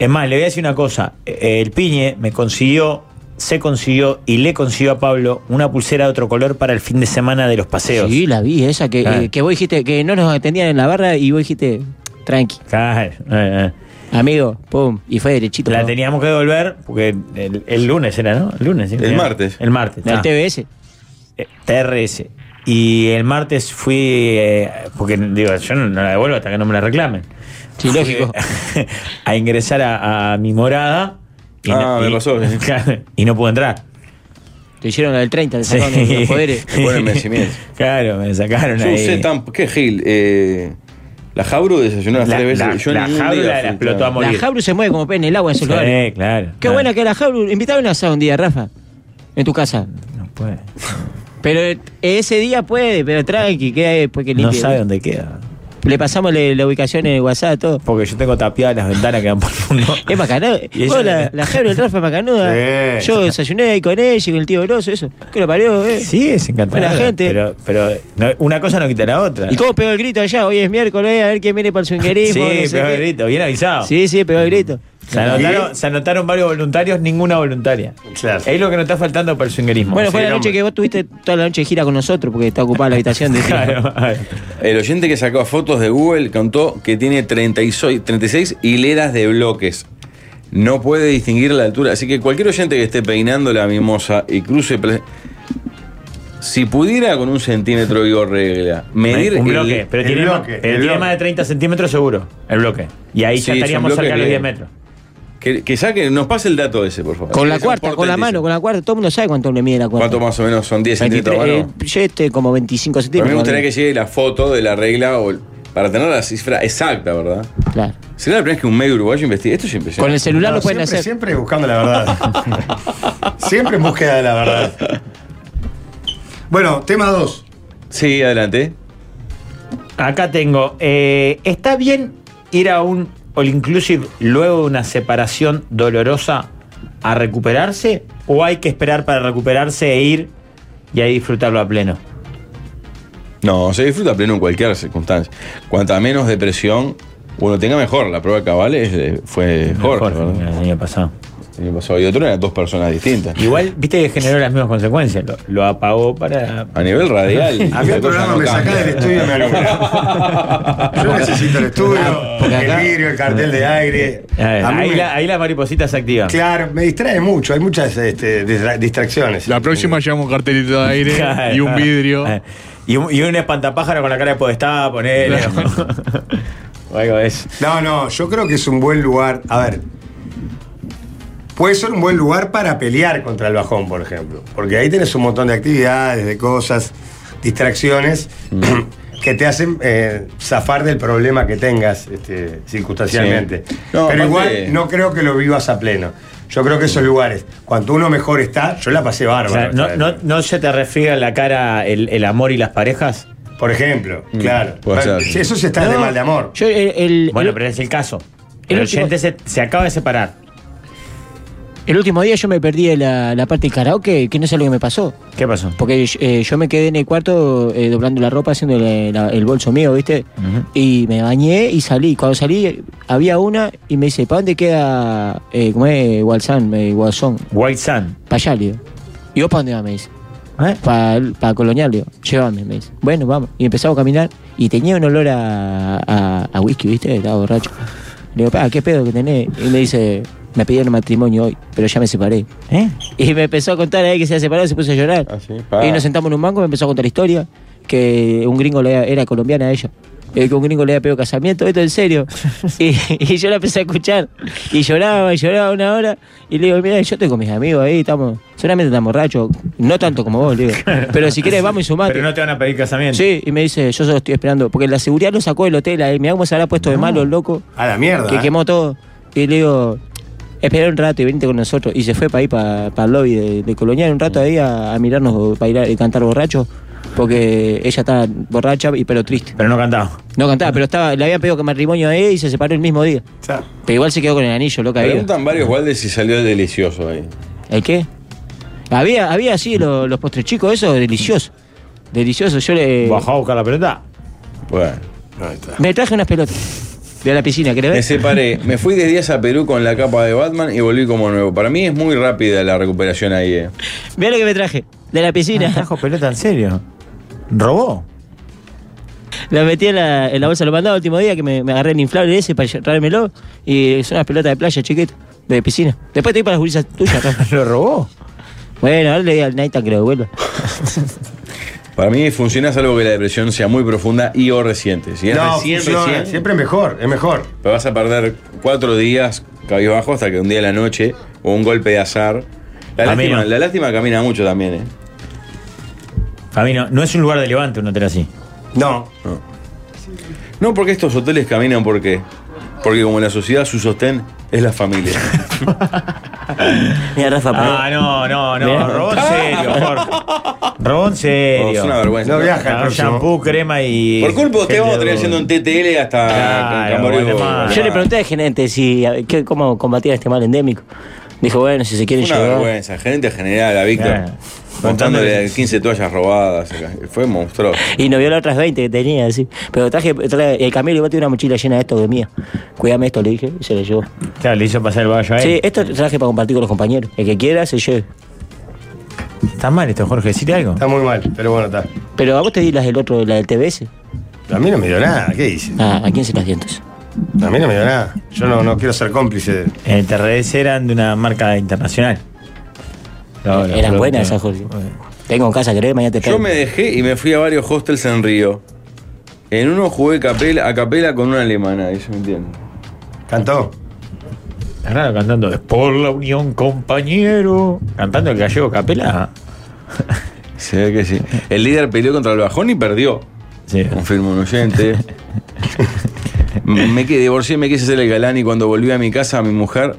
Speaker 6: Es más, le voy a decir una cosa. Eh, El piñe me consiguió, se consiguió y le consiguió a Pablo una pulsera de otro color para el fin de semana de los paseos.
Speaker 8: Sí, la vi, esa que,
Speaker 6: Claro.
Speaker 8: eh, que vos dijiste que no nos atendían en la barra y vos dijiste, tranqui,
Speaker 6: Claro, eh, eh.
Speaker 8: amigo, pum, y fue derechito.
Speaker 6: La
Speaker 8: ¿no?
Speaker 6: teníamos que devolver porque el, el lunes era, ¿no? El lunes. ¿sí?
Speaker 5: El martes.
Speaker 6: El martes.
Speaker 8: Del
Speaker 6: está.
Speaker 8: TBS.
Speaker 6: Eh, TRS. Y el martes fui, eh, porque digo, yo no, no la devuelvo hasta que no me la reclamen.
Speaker 8: Sí, lógico.
Speaker 6: Fui eh, a ingresar a, a mi morada. Y
Speaker 5: Ah, me pasó, sí.
Speaker 6: claro, y no pude entrar.
Speaker 8: Te hicieron la del 30, te sacaron
Speaker 6: Sí.
Speaker 8: los poderes.
Speaker 5: Por envencimiento.
Speaker 6: Claro, me sacaron
Speaker 5: Yo
Speaker 6: ahí.
Speaker 5: usé tan. ¿Qué Gil? Eh, la Jabro desayunó las
Speaker 6: La-
Speaker 5: tres veces.
Speaker 6: la-
Speaker 5: yo
Speaker 6: la
Speaker 5: ningún día
Speaker 6: Jabro la- la
Speaker 5: fui,
Speaker 6: explotó
Speaker 5: claro.
Speaker 6: a morir.
Speaker 8: La Jabru se mueve como pez en el agua en
Speaker 6: Sí,
Speaker 8: esos lugares.
Speaker 6: claro. Ah,
Speaker 8: Qué
Speaker 6: claro.
Speaker 8: buena que la Jabru. Invitaron a asado un día, Rafa, en tu casa.
Speaker 6: No, puede.
Speaker 8: Pero eh, ese día puede, pero tranqui, queda después que
Speaker 6: No
Speaker 8: limpie.
Speaker 6: sabe dónde queda.
Speaker 8: Le pasamos la, la ubicación en el WhatsApp, todo.
Speaker 6: Porque yo tengo tapiadas las ventanas que dan por un
Speaker 8: Es macanuda.
Speaker 6: Y ella-
Speaker 8: Vos, la, la Jabru, el Rafa es macanuda.
Speaker 7: Sí.
Speaker 8: Yo desayuné ahí con ella y con el tío Grosso, eso. ¿Qué lo parió, eh?
Speaker 6: Sí, es encantador.
Speaker 8: Buena gente.
Speaker 6: Pero, pero no- una cosa no quita la otra.
Speaker 8: ¿Y cómo pegó el grito allá? Hoy es miércoles, eh, a ver quién viene para el
Speaker 6: Sí,
Speaker 8: swingerismo. no sé
Speaker 6: pero
Speaker 8: qué.
Speaker 6: grito, bien avisado.
Speaker 8: Sí, sí, pegó el grito.
Speaker 6: Se anotaron, se anotaron varios voluntarios, ninguna voluntaria.
Speaker 7: Claro.
Speaker 6: Es lo que nos está faltando para el swingerismo.
Speaker 8: Bueno, fue
Speaker 7: sí,
Speaker 8: la noche
Speaker 7: hombre.
Speaker 8: que vos tuviste toda la noche de gira con nosotros porque está ocupada la habitación de
Speaker 6: Claro, a ver.
Speaker 5: El oyente que sacó fotos de Google contó que tiene 36, 36 hileras de bloques. No puede distinguir la altura. Así que cualquier oyente que esté peinando la mimosa y cruce. pla- Si pudiera con un centímetro digo regla, medir
Speaker 6: un
Speaker 5: el-
Speaker 6: bloque, pero
Speaker 7: el
Speaker 6: tiene, más-
Speaker 7: bloque,
Speaker 6: pero
Speaker 7: el
Speaker 6: tiene
Speaker 7: bloque.
Speaker 6: más de 30 centímetros seguro, el bloque. Y ahí
Speaker 5: Sí,
Speaker 6: ya
Speaker 5: son
Speaker 6: estaríamos cerca de los
Speaker 5: bloques
Speaker 6: 10
Speaker 5: que-
Speaker 6: metros.
Speaker 5: que, que saque, nos pase el dato ese, por favor.
Speaker 8: Con la
Speaker 5: Es
Speaker 8: cuarta, con la mano,
Speaker 5: importantísimo.
Speaker 8: con la cuarta. Todo el mundo sabe cuánto le mide la cuarta.
Speaker 5: ¿Cuánto más o menos son 10 centímetros?
Speaker 8: eh,
Speaker 5: Bueno,
Speaker 8: yo este como 25
Speaker 5: a mí
Speaker 8: centímetros.
Speaker 5: me gustaría que llegue la foto de la regla o el- para tener la cifra exacta, ¿verdad?
Speaker 8: Claro.
Speaker 5: Será la primera vez que un medio uruguayo investiga. Esto es
Speaker 8: Con el
Speaker 5: impresionante.
Speaker 8: celular
Speaker 7: No,
Speaker 8: lo pueden
Speaker 7: siempre,
Speaker 8: hacer.
Speaker 7: Siempre buscando la verdad. siempre en búsqueda de la verdad. Bueno, tema 2.
Speaker 5: Sí, adelante.
Speaker 6: Acá tengo. eh, ¿Está bien ir a un All Inclusive luego de una separación dolorosa a recuperarse? ¿O hay que esperar para recuperarse e ir y ahí disfrutarlo a pleno?
Speaker 5: No, se disfruta pleno en cualquier circunstancia. Cuanta menos depresión uno tenga, mejor. La prueba cabal es de- fue Jorge,
Speaker 6: Jorge,
Speaker 5: ¿verdad?
Speaker 6: el año pasado.
Speaker 5: El año pasado. Y otro eran dos personas distintas.
Speaker 6: Igual, viste que generó las mismas consecuencias. Lo, lo apagó para.
Speaker 5: A nivel radial.
Speaker 7: A mí
Speaker 5: la cosa
Speaker 7: el programa
Speaker 5: no
Speaker 7: me
Speaker 5: cambia.
Speaker 7: saca del estudio y me alumbra. Yo necesito el estudio, el vidrio, el cartel de aire.
Speaker 5: Eh,
Speaker 6: A ver,
Speaker 7: A mí
Speaker 6: Eh, ahí,
Speaker 7: me-
Speaker 6: la- ahí las maripositas se activan.
Speaker 7: Claro, me distrae mucho, hay muchas este, distra- distracciones.
Speaker 10: La próxima llevamos un cartelito de aire y un vidrio.
Speaker 6: Eh, Y un, y un espantapájaro con la cara de podestá, ponele. o algo de eso.
Speaker 7: No, no, yo creo que es un buen lugar. A ver. Puede ser un buen lugar para pelear contra el bajón, por ejemplo. Porque ahí tenés un montón de actividades, de cosas, distracciones
Speaker 5: Mm.
Speaker 7: que te hacen eh, zafar del problema que tengas este, circunstancialmente.
Speaker 5: Sí. No,
Speaker 7: Pero
Speaker 5: aparte-
Speaker 7: igual no creo que lo vivas a pleno. Yo creo que esos lugares, cuanto uno mejor está, yo la pasé
Speaker 6: O
Speaker 7: bárbaro.
Speaker 6: sea, ¿no,
Speaker 7: ¿sabes?
Speaker 6: no, no se te refriega en la cara el, el amor y las parejas?
Speaker 7: Por ejemplo, claro.
Speaker 5: Mm, puede
Speaker 7: Bueno,
Speaker 5: ser.
Speaker 7: si eso se está de
Speaker 8: No,
Speaker 7: mal de amor.
Speaker 8: Yo, el, el-
Speaker 6: Bueno,
Speaker 8: el-
Speaker 6: pero es el caso. El,
Speaker 8: último-
Speaker 6: oyente se, se acaba de separar.
Speaker 8: el último día yo me perdí de la, la parte del karaoke, que no sé lo que me pasó.
Speaker 6: ¿Qué pasó?
Speaker 8: Porque eh, yo me quedé en el cuarto eh, doblando la ropa, haciendo la- la- el bolso mío, ¿viste? Y me bañé y salí. Cuando salí, había una y me dice, ¿para dónde queda, eh, cómo es, Gualzán, eh, Guasón?
Speaker 6: White Sun.
Speaker 8: Para allá, le digo. ¿Y vos para dónde vas? Me dice.
Speaker 6: ¿Eh?
Speaker 8: Para colonial, le digo. Llévame, me dice. Bueno, vamos. Y empezamos a caminar y tenía un olor a, a, a whisky, ¿viste? Estaba borracho. Le digo, pa, ¿qué pedo que tenés? Y me dice, me pidieron matrimonio hoy, pero ya me separé.
Speaker 6: ¿Eh?
Speaker 8: Y me empezó a contar ahí que se había separado, se puso a llorar.
Speaker 5: Ah, sí, pa.
Speaker 8: Y nos sentamos en un banco, me empezó a contar la historia, que un gringo le había- era colombiana ella. eh, que un gringo le había pedido casamiento, esto en serio. Y, y yo la empecé a escuchar. Y lloraba, y lloraba una hora. Y le digo, mira, yo estoy con mis amigos ahí, estamos, solamente estamos borrachos. No tanto como vos, le digo. Pero si quieres, vamos y sumate.
Speaker 6: Pero no te van a pedir casamiento.
Speaker 8: Sí, y me dice, yo solo estoy esperando. Porque la seguridad lo sacó del hotel ahí. Mirá cómo se habrá puesto de malo el loco
Speaker 7: A la mierda.
Speaker 8: que
Speaker 7: ¿eh?
Speaker 8: quemó todo. Y le digo, espera un rato y venite con nosotros. Y se fue para ahí, para el lobby de, de Colonial, un rato ahí a, a mirarnos, para ir a, y cantar borracho. Porque ella estaba borracha, y pero triste.
Speaker 6: Pero no cantaba.
Speaker 8: No cantaba, pero estaba, le habían pedido que matrimonio a él y se separó el mismo día.
Speaker 7: O sea,
Speaker 8: Pero igual se quedó con el anillo, loca. Había.
Speaker 5: Preguntan varios Waldes si salió delicioso ahí.
Speaker 8: ¿El qué? Había, había así lo- los postres chicos, eso, delicioso. Delicioso, yo le.
Speaker 6: Bajó a buscar la pelota.
Speaker 5: Bueno.
Speaker 7: ahí está.
Speaker 8: Me traje unas pelotas de la piscina, ¿querés
Speaker 5: Me
Speaker 8: ver?
Speaker 5: separé, me fui de días a Perú con la capa de Batman y volví como nuevo. Para mí es muy rápida la recuperación ahí. eh.
Speaker 8: Mirá lo que me traje, de la piscina.
Speaker 6: ¿Trajo pelota en serio? ¿Robó?
Speaker 8: La metí en la, en la bolsa, lo mandaba el último día que me, me agarré el inflable ese para traérmelo. Y son unas pelotas de playa chiquitas, de piscina. Después te di para las gurisas tuyas. Rafa.
Speaker 6: ¿Lo robó?
Speaker 8: bueno, ahora le di al Naitan que lo devuelva.
Speaker 5: Para mí funciona salvo que la depresión sea muy profunda y o reciente. Si es
Speaker 7: No,
Speaker 5: recién,
Speaker 7: funciona,
Speaker 5: recién,
Speaker 7: siempre es mejor, es mejor.
Speaker 5: te vas a perder cuatro días cabizbajo hasta que un día de la noche o un golpe de azar. La
Speaker 6: A mí
Speaker 5: lástima,
Speaker 6: no.
Speaker 5: la lástima camina mucho también, ¿eh?
Speaker 6: A mí no, no es un lugar de levante un hotel así.
Speaker 7: No.
Speaker 5: No porque estos hoteles caminan porque. Porque como en la sociedad su sostén es la familia.
Speaker 8: Mira, Rafa,
Speaker 6: Ah, no, no,
Speaker 8: Mirá.
Speaker 6: no. Robó en serio, Jorge. Robó
Speaker 5: Oh,
Speaker 6: en
Speaker 5: es una
Speaker 6: serio.
Speaker 5: vergüenza.
Speaker 7: No viaja el
Speaker 6: Cagó
Speaker 7: próximo.
Speaker 6: Shampoo, crema y.
Speaker 5: Por culpa de usted vamos a terminar siendo un TTL hasta
Speaker 6: Claro,
Speaker 5: Camboriú.
Speaker 6: Guatemala.
Speaker 8: Yo le pregunté al gerente si, a ver, qué- cómo combatir este mal endémico. Dijo, bueno, si se quieren
Speaker 5: Una
Speaker 8: llevar.
Speaker 5: vergüenza, gerente general, a Víctor.
Speaker 6: Claro.
Speaker 5: Montándole
Speaker 6: Montándole-
Speaker 5: 15 toallas robadas. acá. Fue monstruoso.
Speaker 8: Y no vio las otras 20 que tenía, así. Pero traje, traje el camino y vos tenés una mochila llena de esto de mía. Cuídame esto, le dije, y se lo llevó.
Speaker 6: Claro, le hizo pasar el baño a él.
Speaker 8: Sí, esto traje para compartir con los compañeros. El que quiera se lleve.
Speaker 6: Está mal esto, Jorge, decirle algo.
Speaker 7: Está muy mal, pero bueno, está.
Speaker 8: Pero a vos te di las del otro, la del TBS.
Speaker 7: A mí no me dio nada, ¿qué dices?
Speaker 8: Ah, ¿a quién se las dientes?
Speaker 7: A mí no me dio nada. Yo no, no quiero ser cómplice. de-
Speaker 6: El TRS eran de una marca internacional.
Speaker 8: Eran buenas esas, Jorge. Tengo en casa, ¿querés? Mañana te
Speaker 5: Yo
Speaker 8: pego.
Speaker 5: me dejé y me fui a varios hostels en Río. En uno jugué capela, a capela con una alemana, eso me entiendo.
Speaker 7: ¿Cantó?
Speaker 6: Claro, cantando. Es por la unión, compañero. Cantando el gallego capela.
Speaker 5: Se ve que sí. El líder peleó contra el bajón y perdió.
Speaker 6: Sí.
Speaker 5: Confirmo un oyente. me quedé, divorcié, me quise hacer el galán y cuando volví a mi casa a mi mujer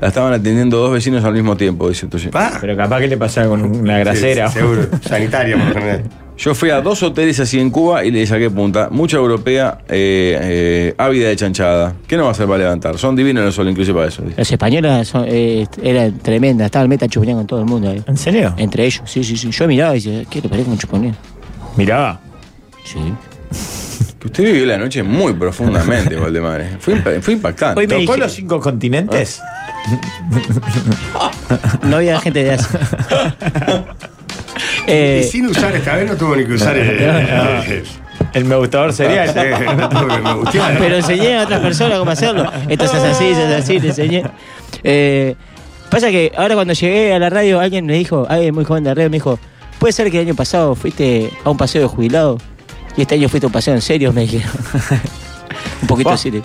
Speaker 5: la estaban atendiendo dos vecinos al mismo tiempo, dice otro oyente.
Speaker 6: Pero capaz que le pasaba con una grasera.
Speaker 7: Sí, seguro. Sanitario, por lo general.
Speaker 5: Yo fui a dos hoteles así en Cuba y le saqué punta. Mucha europea eh, eh, ávida de chanchada. ¿Qué no va a hacer para levantar? Son divinos los solo inclusive para eso. dice.
Speaker 8: Los españoles son, eh, eran tremendas, estaba el meta chuponeando con todo el mundo. eh.
Speaker 6: ¿En serio?
Speaker 8: Entre ellos, sí, sí, sí. Yo miraba y decía, ¿qué te parece un chuponeo?
Speaker 6: Miraba.
Speaker 8: Sí.
Speaker 5: Que usted vivió la noche muy profundamente, Valdemar. eh. Fue, imp- fue impactante.
Speaker 8: Hoy me
Speaker 6: ¿Tocó
Speaker 8: dije-
Speaker 6: los cinco continentes?
Speaker 8: No había gente de Asia.
Speaker 7: Y
Speaker 8: Eh,
Speaker 7: sin usar, esta vez no tuvo ni que usar el.
Speaker 6: El me gustador sería.
Speaker 7: Sí, no tuvo que- me gustó.
Speaker 8: Ah, pero enseñé a otras personas cómo hacerlo. Esto se hace así, se hace así, le enseñé. Eh, pasa que ahora cuando llegué a la radio, alguien me dijo, alguien muy joven de la radio, me dijo, ¿puede ser que el año pasado fuiste a un paseo de jubilado? Y este año fuiste a un paseo en serio, me dijeron. un poquito
Speaker 6: Bah.
Speaker 8: así. le-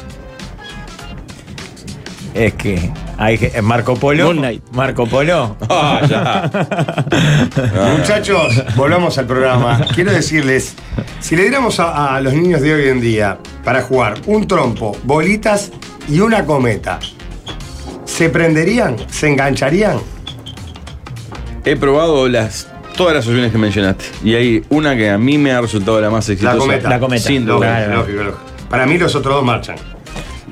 Speaker 6: Es que hay que- Marco Polo.
Speaker 8: Moon Knight.
Speaker 6: Marco Polo.
Speaker 5: Ah, ya.
Speaker 6: Ah.
Speaker 7: Muchachos, volvamos al programa. Quiero decirles, si le diéramos a, a los niños de hoy en día para jugar un trompo, bolitas y una cometa, ¿se prenderían? ¿Se engancharían?
Speaker 5: He probado las, todas las opciones que mencionaste. Y hay una que a mí me ha resultado la más exitosa.
Speaker 7: cometa.
Speaker 6: La cometa.
Speaker 5: Sin
Speaker 7: Lógico,
Speaker 5: duda.
Speaker 6: Claro.
Speaker 7: lógico, lógico. Para mí los otros dos marchan.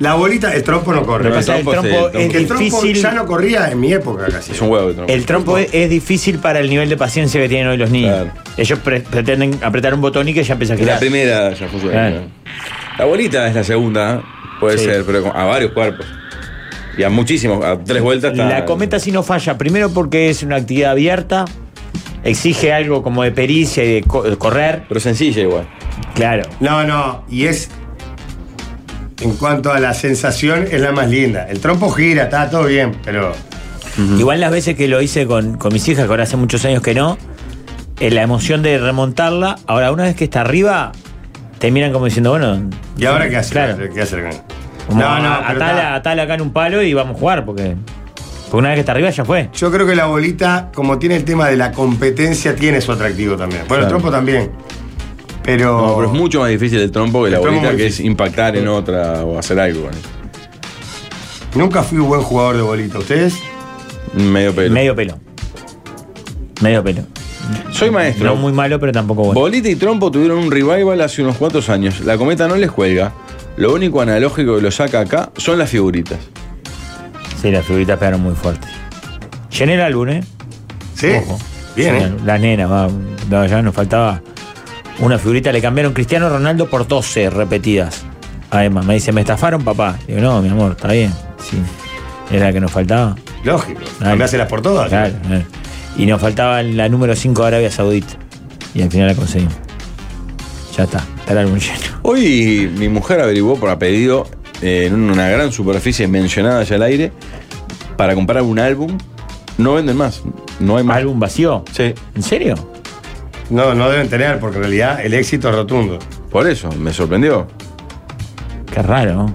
Speaker 7: La bolita, el trompo no corre.
Speaker 6: Lo que pasa es que el
Speaker 5: trompo
Speaker 6: trompo
Speaker 5: es-
Speaker 6: es
Speaker 5: el
Speaker 7: el trompo
Speaker 6: difícil.
Speaker 7: ya no corría en mi época casi.
Speaker 5: Es un huevo de trompo.
Speaker 6: El trompo es, es difícil para el nivel de paciencia que tienen hoy los niños.
Speaker 5: Claro.
Speaker 6: Ellos pre- pretenden apretar un botón y que ya empieza a
Speaker 5: Es la
Speaker 6: girar.
Speaker 5: primera ya funciona.
Speaker 6: Claro.
Speaker 5: La bolita es la segunda, puede
Speaker 6: Sí.
Speaker 5: ser, pero con- a varios cuerpos. Y a muchísimos, a tres vueltas. está-
Speaker 6: La cometa sí no falla. Primero porque es una actividad abierta. Exige algo como de pericia y de co- de correr.
Speaker 5: Pero sencilla igual.
Speaker 6: Claro.
Speaker 7: No, no, y es. En cuanto a la sensación, es la más linda. El trompo gira, está todo bien, pero.
Speaker 6: Igual las veces que lo hice con, con mis hijas, que ahora hace muchos años que no, eh, la emoción de remontarla, ahora una vez que está arriba, te miran como diciendo, bueno,
Speaker 7: ¿Y ahora qué hace?
Speaker 6: Claro.
Speaker 7: ¿Qué hace el gran?
Speaker 6: como
Speaker 7: No, no, pero
Speaker 6: atala,
Speaker 7: está-
Speaker 6: atala acá en un palo y vamos a jugar, porque, porque una vez que está arriba ya fue.
Speaker 7: Yo creo que la bolita, como tiene el tema de la competencia, tiene su atractivo también. Bueno, el
Speaker 5: Claro.
Speaker 7: trompo también. Pero.
Speaker 6: Oh.
Speaker 5: No, pero es mucho más difícil el trompo que
Speaker 7: El
Speaker 5: la
Speaker 7: trompo
Speaker 5: bolita,
Speaker 7: muy
Speaker 5: que es
Speaker 7: difícil.
Speaker 5: impactar en otra o hacer algo. con eso.
Speaker 7: Nunca fui un buen jugador de bolita. ¿Ustedes?
Speaker 5: Medio pelo.
Speaker 6: Medio pelo. Medio pelo.
Speaker 5: Soy
Speaker 7: Este
Speaker 5: maestro.
Speaker 6: No muy malo, pero tampoco bueno.
Speaker 5: Bolita y Trompo tuvieron un revival hace unos cuantos años. La cometa no les cuelga. Lo único analógico que lo saca acá son las figuritas.
Speaker 6: Sí, las figuritas pegaron muy fuerte. Llené el álbum, ¿eh?
Speaker 7: Sí.
Speaker 6: Ojo.
Speaker 7: Bien,
Speaker 6: Llené
Speaker 7: ¿eh?
Speaker 6: el- Las nenas, va. No, ya nos faltaba una figurita. Le cambiaron Cristiano Ronaldo por 12 repetidas. Además, me dice, ¿me estafaron, papá? Digo, no, mi amor, está bien. Sí. Era la que nos faltaba.
Speaker 7: Lógico.
Speaker 6: Dale.
Speaker 7: Cambiáselas por todas.
Speaker 6: Claro, claro. Y nos faltaba la número 5 de Arabia Saudita. Y al final la conseguimos. Ya está, está el álbum lleno.
Speaker 5: Hoy mi mujer averiguó por apellido eh, en una gran superficie mencionada allá al aire para comprar un álbum. No venden más. No hay más.
Speaker 6: ¿Álbum vacío?
Speaker 5: Sí.
Speaker 6: ¿En serio?
Speaker 7: No, no deben tener, porque en realidad el éxito es rotundo.
Speaker 5: Por eso, me sorprendió.
Speaker 6: Qué raro. ¿no?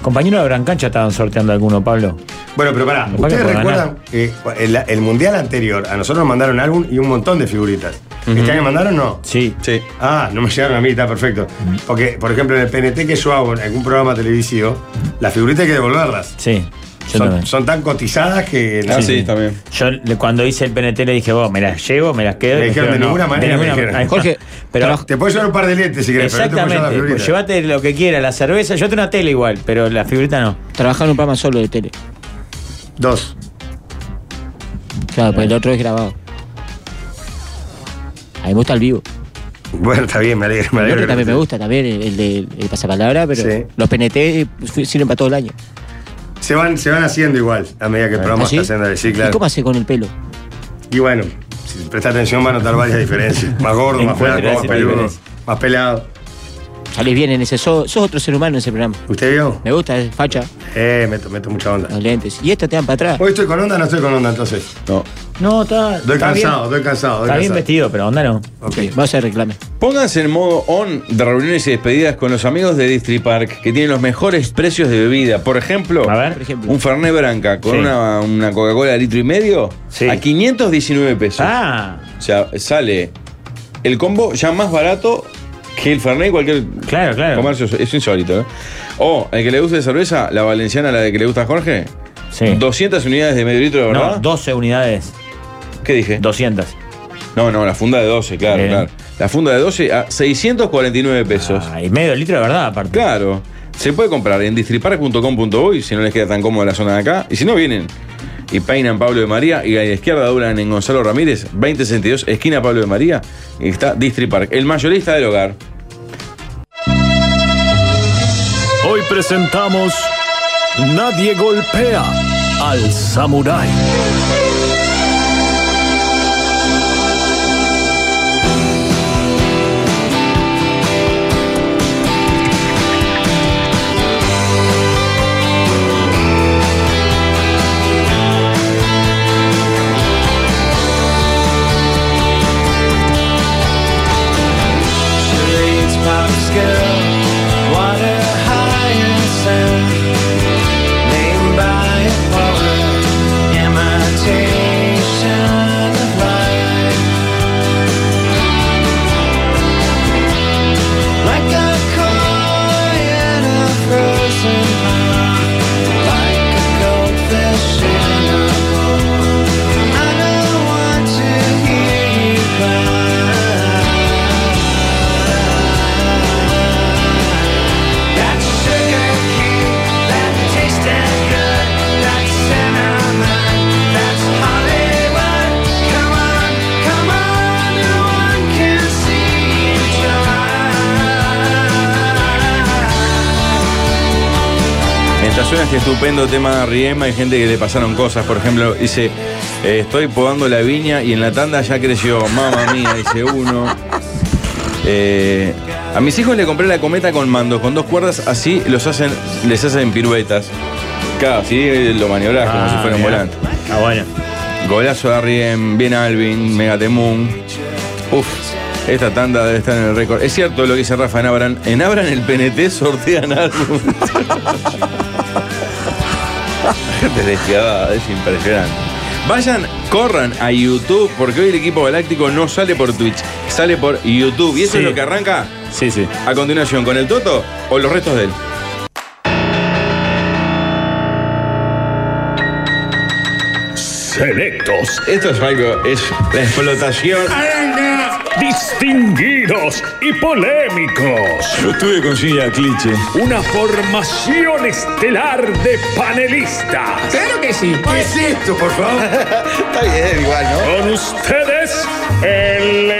Speaker 6: Compañero de Brancancha estaban sorteando alguno, Pablo.
Speaker 7: Bueno, pero pará,
Speaker 6: Lo pagan
Speaker 7: ustedes
Speaker 6: por
Speaker 7: recuerdan que el, el mundial anterior a nosotros nos mandaron álbum y un montón de figuritas. ¿Este año mandaron no?
Speaker 6: Sí.
Speaker 5: Sí.
Speaker 7: Ah, no me llegaron a mí, está perfecto. Porque, por ejemplo, en el PNT que yo hago en algún programa televisivo, las figuritas hay que devolverlas.
Speaker 6: Sí. Yo también.
Speaker 7: Son, son tan cotizadas que.
Speaker 5: Ah, sí, también.
Speaker 6: Yo le- cuando hice el PNT le dije, vos, me las llevo, me las quedo.
Speaker 7: Me
Speaker 6: Y
Speaker 7: dijeron, de ninguna manera me dijeron.
Speaker 6: manera.
Speaker 8: Jorge,
Speaker 6: pero
Speaker 7: Te puedes llevar un par de lentes si querés, pero no te puedes llevar
Speaker 6: exactamente,
Speaker 7: las
Speaker 6: pues,
Speaker 7: figuritas.
Speaker 6: llévate lo que quieras, la cerveza, yo tengo una tele igual, pero la figurita no.
Speaker 8: Trabajar en un programa solo de tele.
Speaker 7: Dos.
Speaker 8: Claro, pues el otro es grabado. A mí me gusta el vivo.
Speaker 7: Bueno, está bien, me alegro. Me
Speaker 8: El
Speaker 7: alegro
Speaker 8: otro
Speaker 7: que
Speaker 8: también
Speaker 7: lo
Speaker 8: me gusta, también el, el de el pasapalabra, pero
Speaker 7: Sí.
Speaker 8: los PNT fu- eh, sirven para todo el año.
Speaker 7: estés. Se van, se van haciendo igual a medida que el programa
Speaker 8: ¿Ah, sí?
Speaker 7: está haciendo el sí,
Speaker 8: ¿Y
Speaker 7: claro.
Speaker 8: cómo hace con el pelo?
Speaker 7: Y bueno, si presta atención va a notar varias diferencias. Más gordo, más
Speaker 6: Encuentra
Speaker 7: flaco, más
Speaker 6: esa
Speaker 7: peludo,
Speaker 6: diferencia.
Speaker 7: más pelado.
Speaker 8: Salís bien en ese. Sos, sos otro ser humano en ese programa.
Speaker 7: ¿Usted vio?
Speaker 8: Me gusta, eh, facha,
Speaker 7: Eh, meto, meto mucha onda.
Speaker 8: los lentes. Y esto te dan para atrás.
Speaker 7: Hoy estoy con onda, no estoy con onda, entonces.
Speaker 5: No.
Speaker 6: No, está.
Speaker 7: Estoy
Speaker 6: está bien.
Speaker 7: cansado, estoy cansado.
Speaker 6: Está bien
Speaker 7: estoy cansado.
Speaker 6: vestido, pero onda no.
Speaker 7: Ok.
Speaker 8: Vamos a hacer reclame.
Speaker 5: Pónganse en modo on de reuniones y despedidas con los amigos de District Park que tienen los mejores precios de bebida. Por ejemplo,
Speaker 6: A ver.
Speaker 8: Por ejemplo.
Speaker 5: un Fernet Branca con
Speaker 6: Sí.
Speaker 5: una, una Coca-Cola de litro y medio
Speaker 6: Sí.
Speaker 5: a 519 pesos.
Speaker 6: Ah,
Speaker 5: O sea, sale el combo ya más barato que el Fernet y cualquier
Speaker 6: claro, claro.
Speaker 5: comercio. Es insólito, ¿eh? O el que le guste cerveza, la valenciana, la de que le gusta a Jorge,
Speaker 6: Sí.
Speaker 5: 200 unidades de medio litro, ¿verdad?
Speaker 6: No, 12 unidades.
Speaker 5: ¿Qué dije?
Speaker 6: 200.
Speaker 5: No, no, la funda de 12, claro,
Speaker 6: Bien.
Speaker 5: claro. La funda de 12 a 649 pesos.
Speaker 6: Ah, y medio litro de verdad, aparte.
Speaker 5: Claro. Se puede comprar en distripar.com.uy si no les queda tan cómodo la zona de acá. Y si no, vienen y peinan Pablo de María y a la izquierda doblan en Gonzalo Ramírez, 2062, esquina Pablo de María. Y está Distripar, el mayorista del hogar.
Speaker 9: Hoy presentamos Nadie golpea al samurái.
Speaker 2: Charades, pop's girl, water hyacinth, named by a poet, imitation of life. Like a koi in a frozen pond, like a goldfish in a bowl. I don't want to hear you cry. That sugar cane, that tasted good, that cinnamon, that's Hollywood. Come on, come on, no one can see you
Speaker 5: Mientras suena este estupendo tema de Riema, hay gente que le pasaron cosas. Por ejemplo, dice, eh, estoy podando la viña y en la tanda ya creció. Mamma mía, dice uno. Eh, a mis hijos le compré la cometa con mandos, con dos cuerdas, así los hacen, les hacen piruetas. Claro, así lo maniobras como si fuera un volante.
Speaker 6: Ah, bueno.
Speaker 5: Golazo de Riem, bien Alvin, Megatemun. Uf, esta tanda debe estar en el récord. Es cierto lo que dice Rafa en Abran. En Abran el PNT sortean álbum. La Gente despiadada, es impresionante. Vayan, corran a YouTube, porque hoy el equipo galáctico no sale por Twitch, sale por YouTube. Y eso
Speaker 6: Sí.
Speaker 5: es lo que arranca
Speaker 6: Sí, sí.
Speaker 5: a continuación con el Toto o los restos de él.
Speaker 9: Selectos,
Speaker 5: Esto es algo, es la explotación.
Speaker 9: distinguidos y polémicos.
Speaker 5: Yo estuve con Gilla Cliché.
Speaker 9: Una formación estelar de panelistas.
Speaker 7: ¿Qué es esto, por favor?
Speaker 5: Está bien, igual, ¿no?
Speaker 9: Con ustedes, el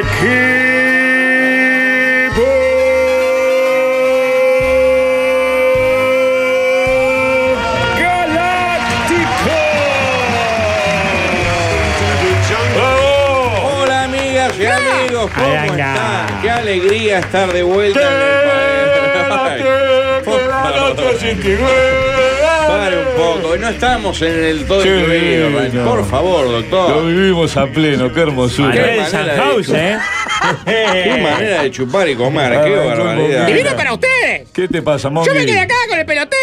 Speaker 9: equipo galáctico.
Speaker 5: Hola amigas y amigos, ¿cómo
Speaker 6: Arranca.
Speaker 5: están? Qué alegría estar de vuelta en el Para un poco, no estamos en el todo incluido, Ryan. por favor, doctor.
Speaker 10: vivimos a pleno, qué hermosura.
Speaker 6: Manuel
Speaker 5: manera de-
Speaker 6: Sanhouse, ¿eh?
Speaker 5: Qué manera de chupar y comer,
Speaker 10: Ah,
Speaker 5: qué barbaridad.
Speaker 2: para ustedes!
Speaker 10: ¿Qué te pasa, Mongi?
Speaker 2: ¡Yo me quedé acá Ah. con el pelotero!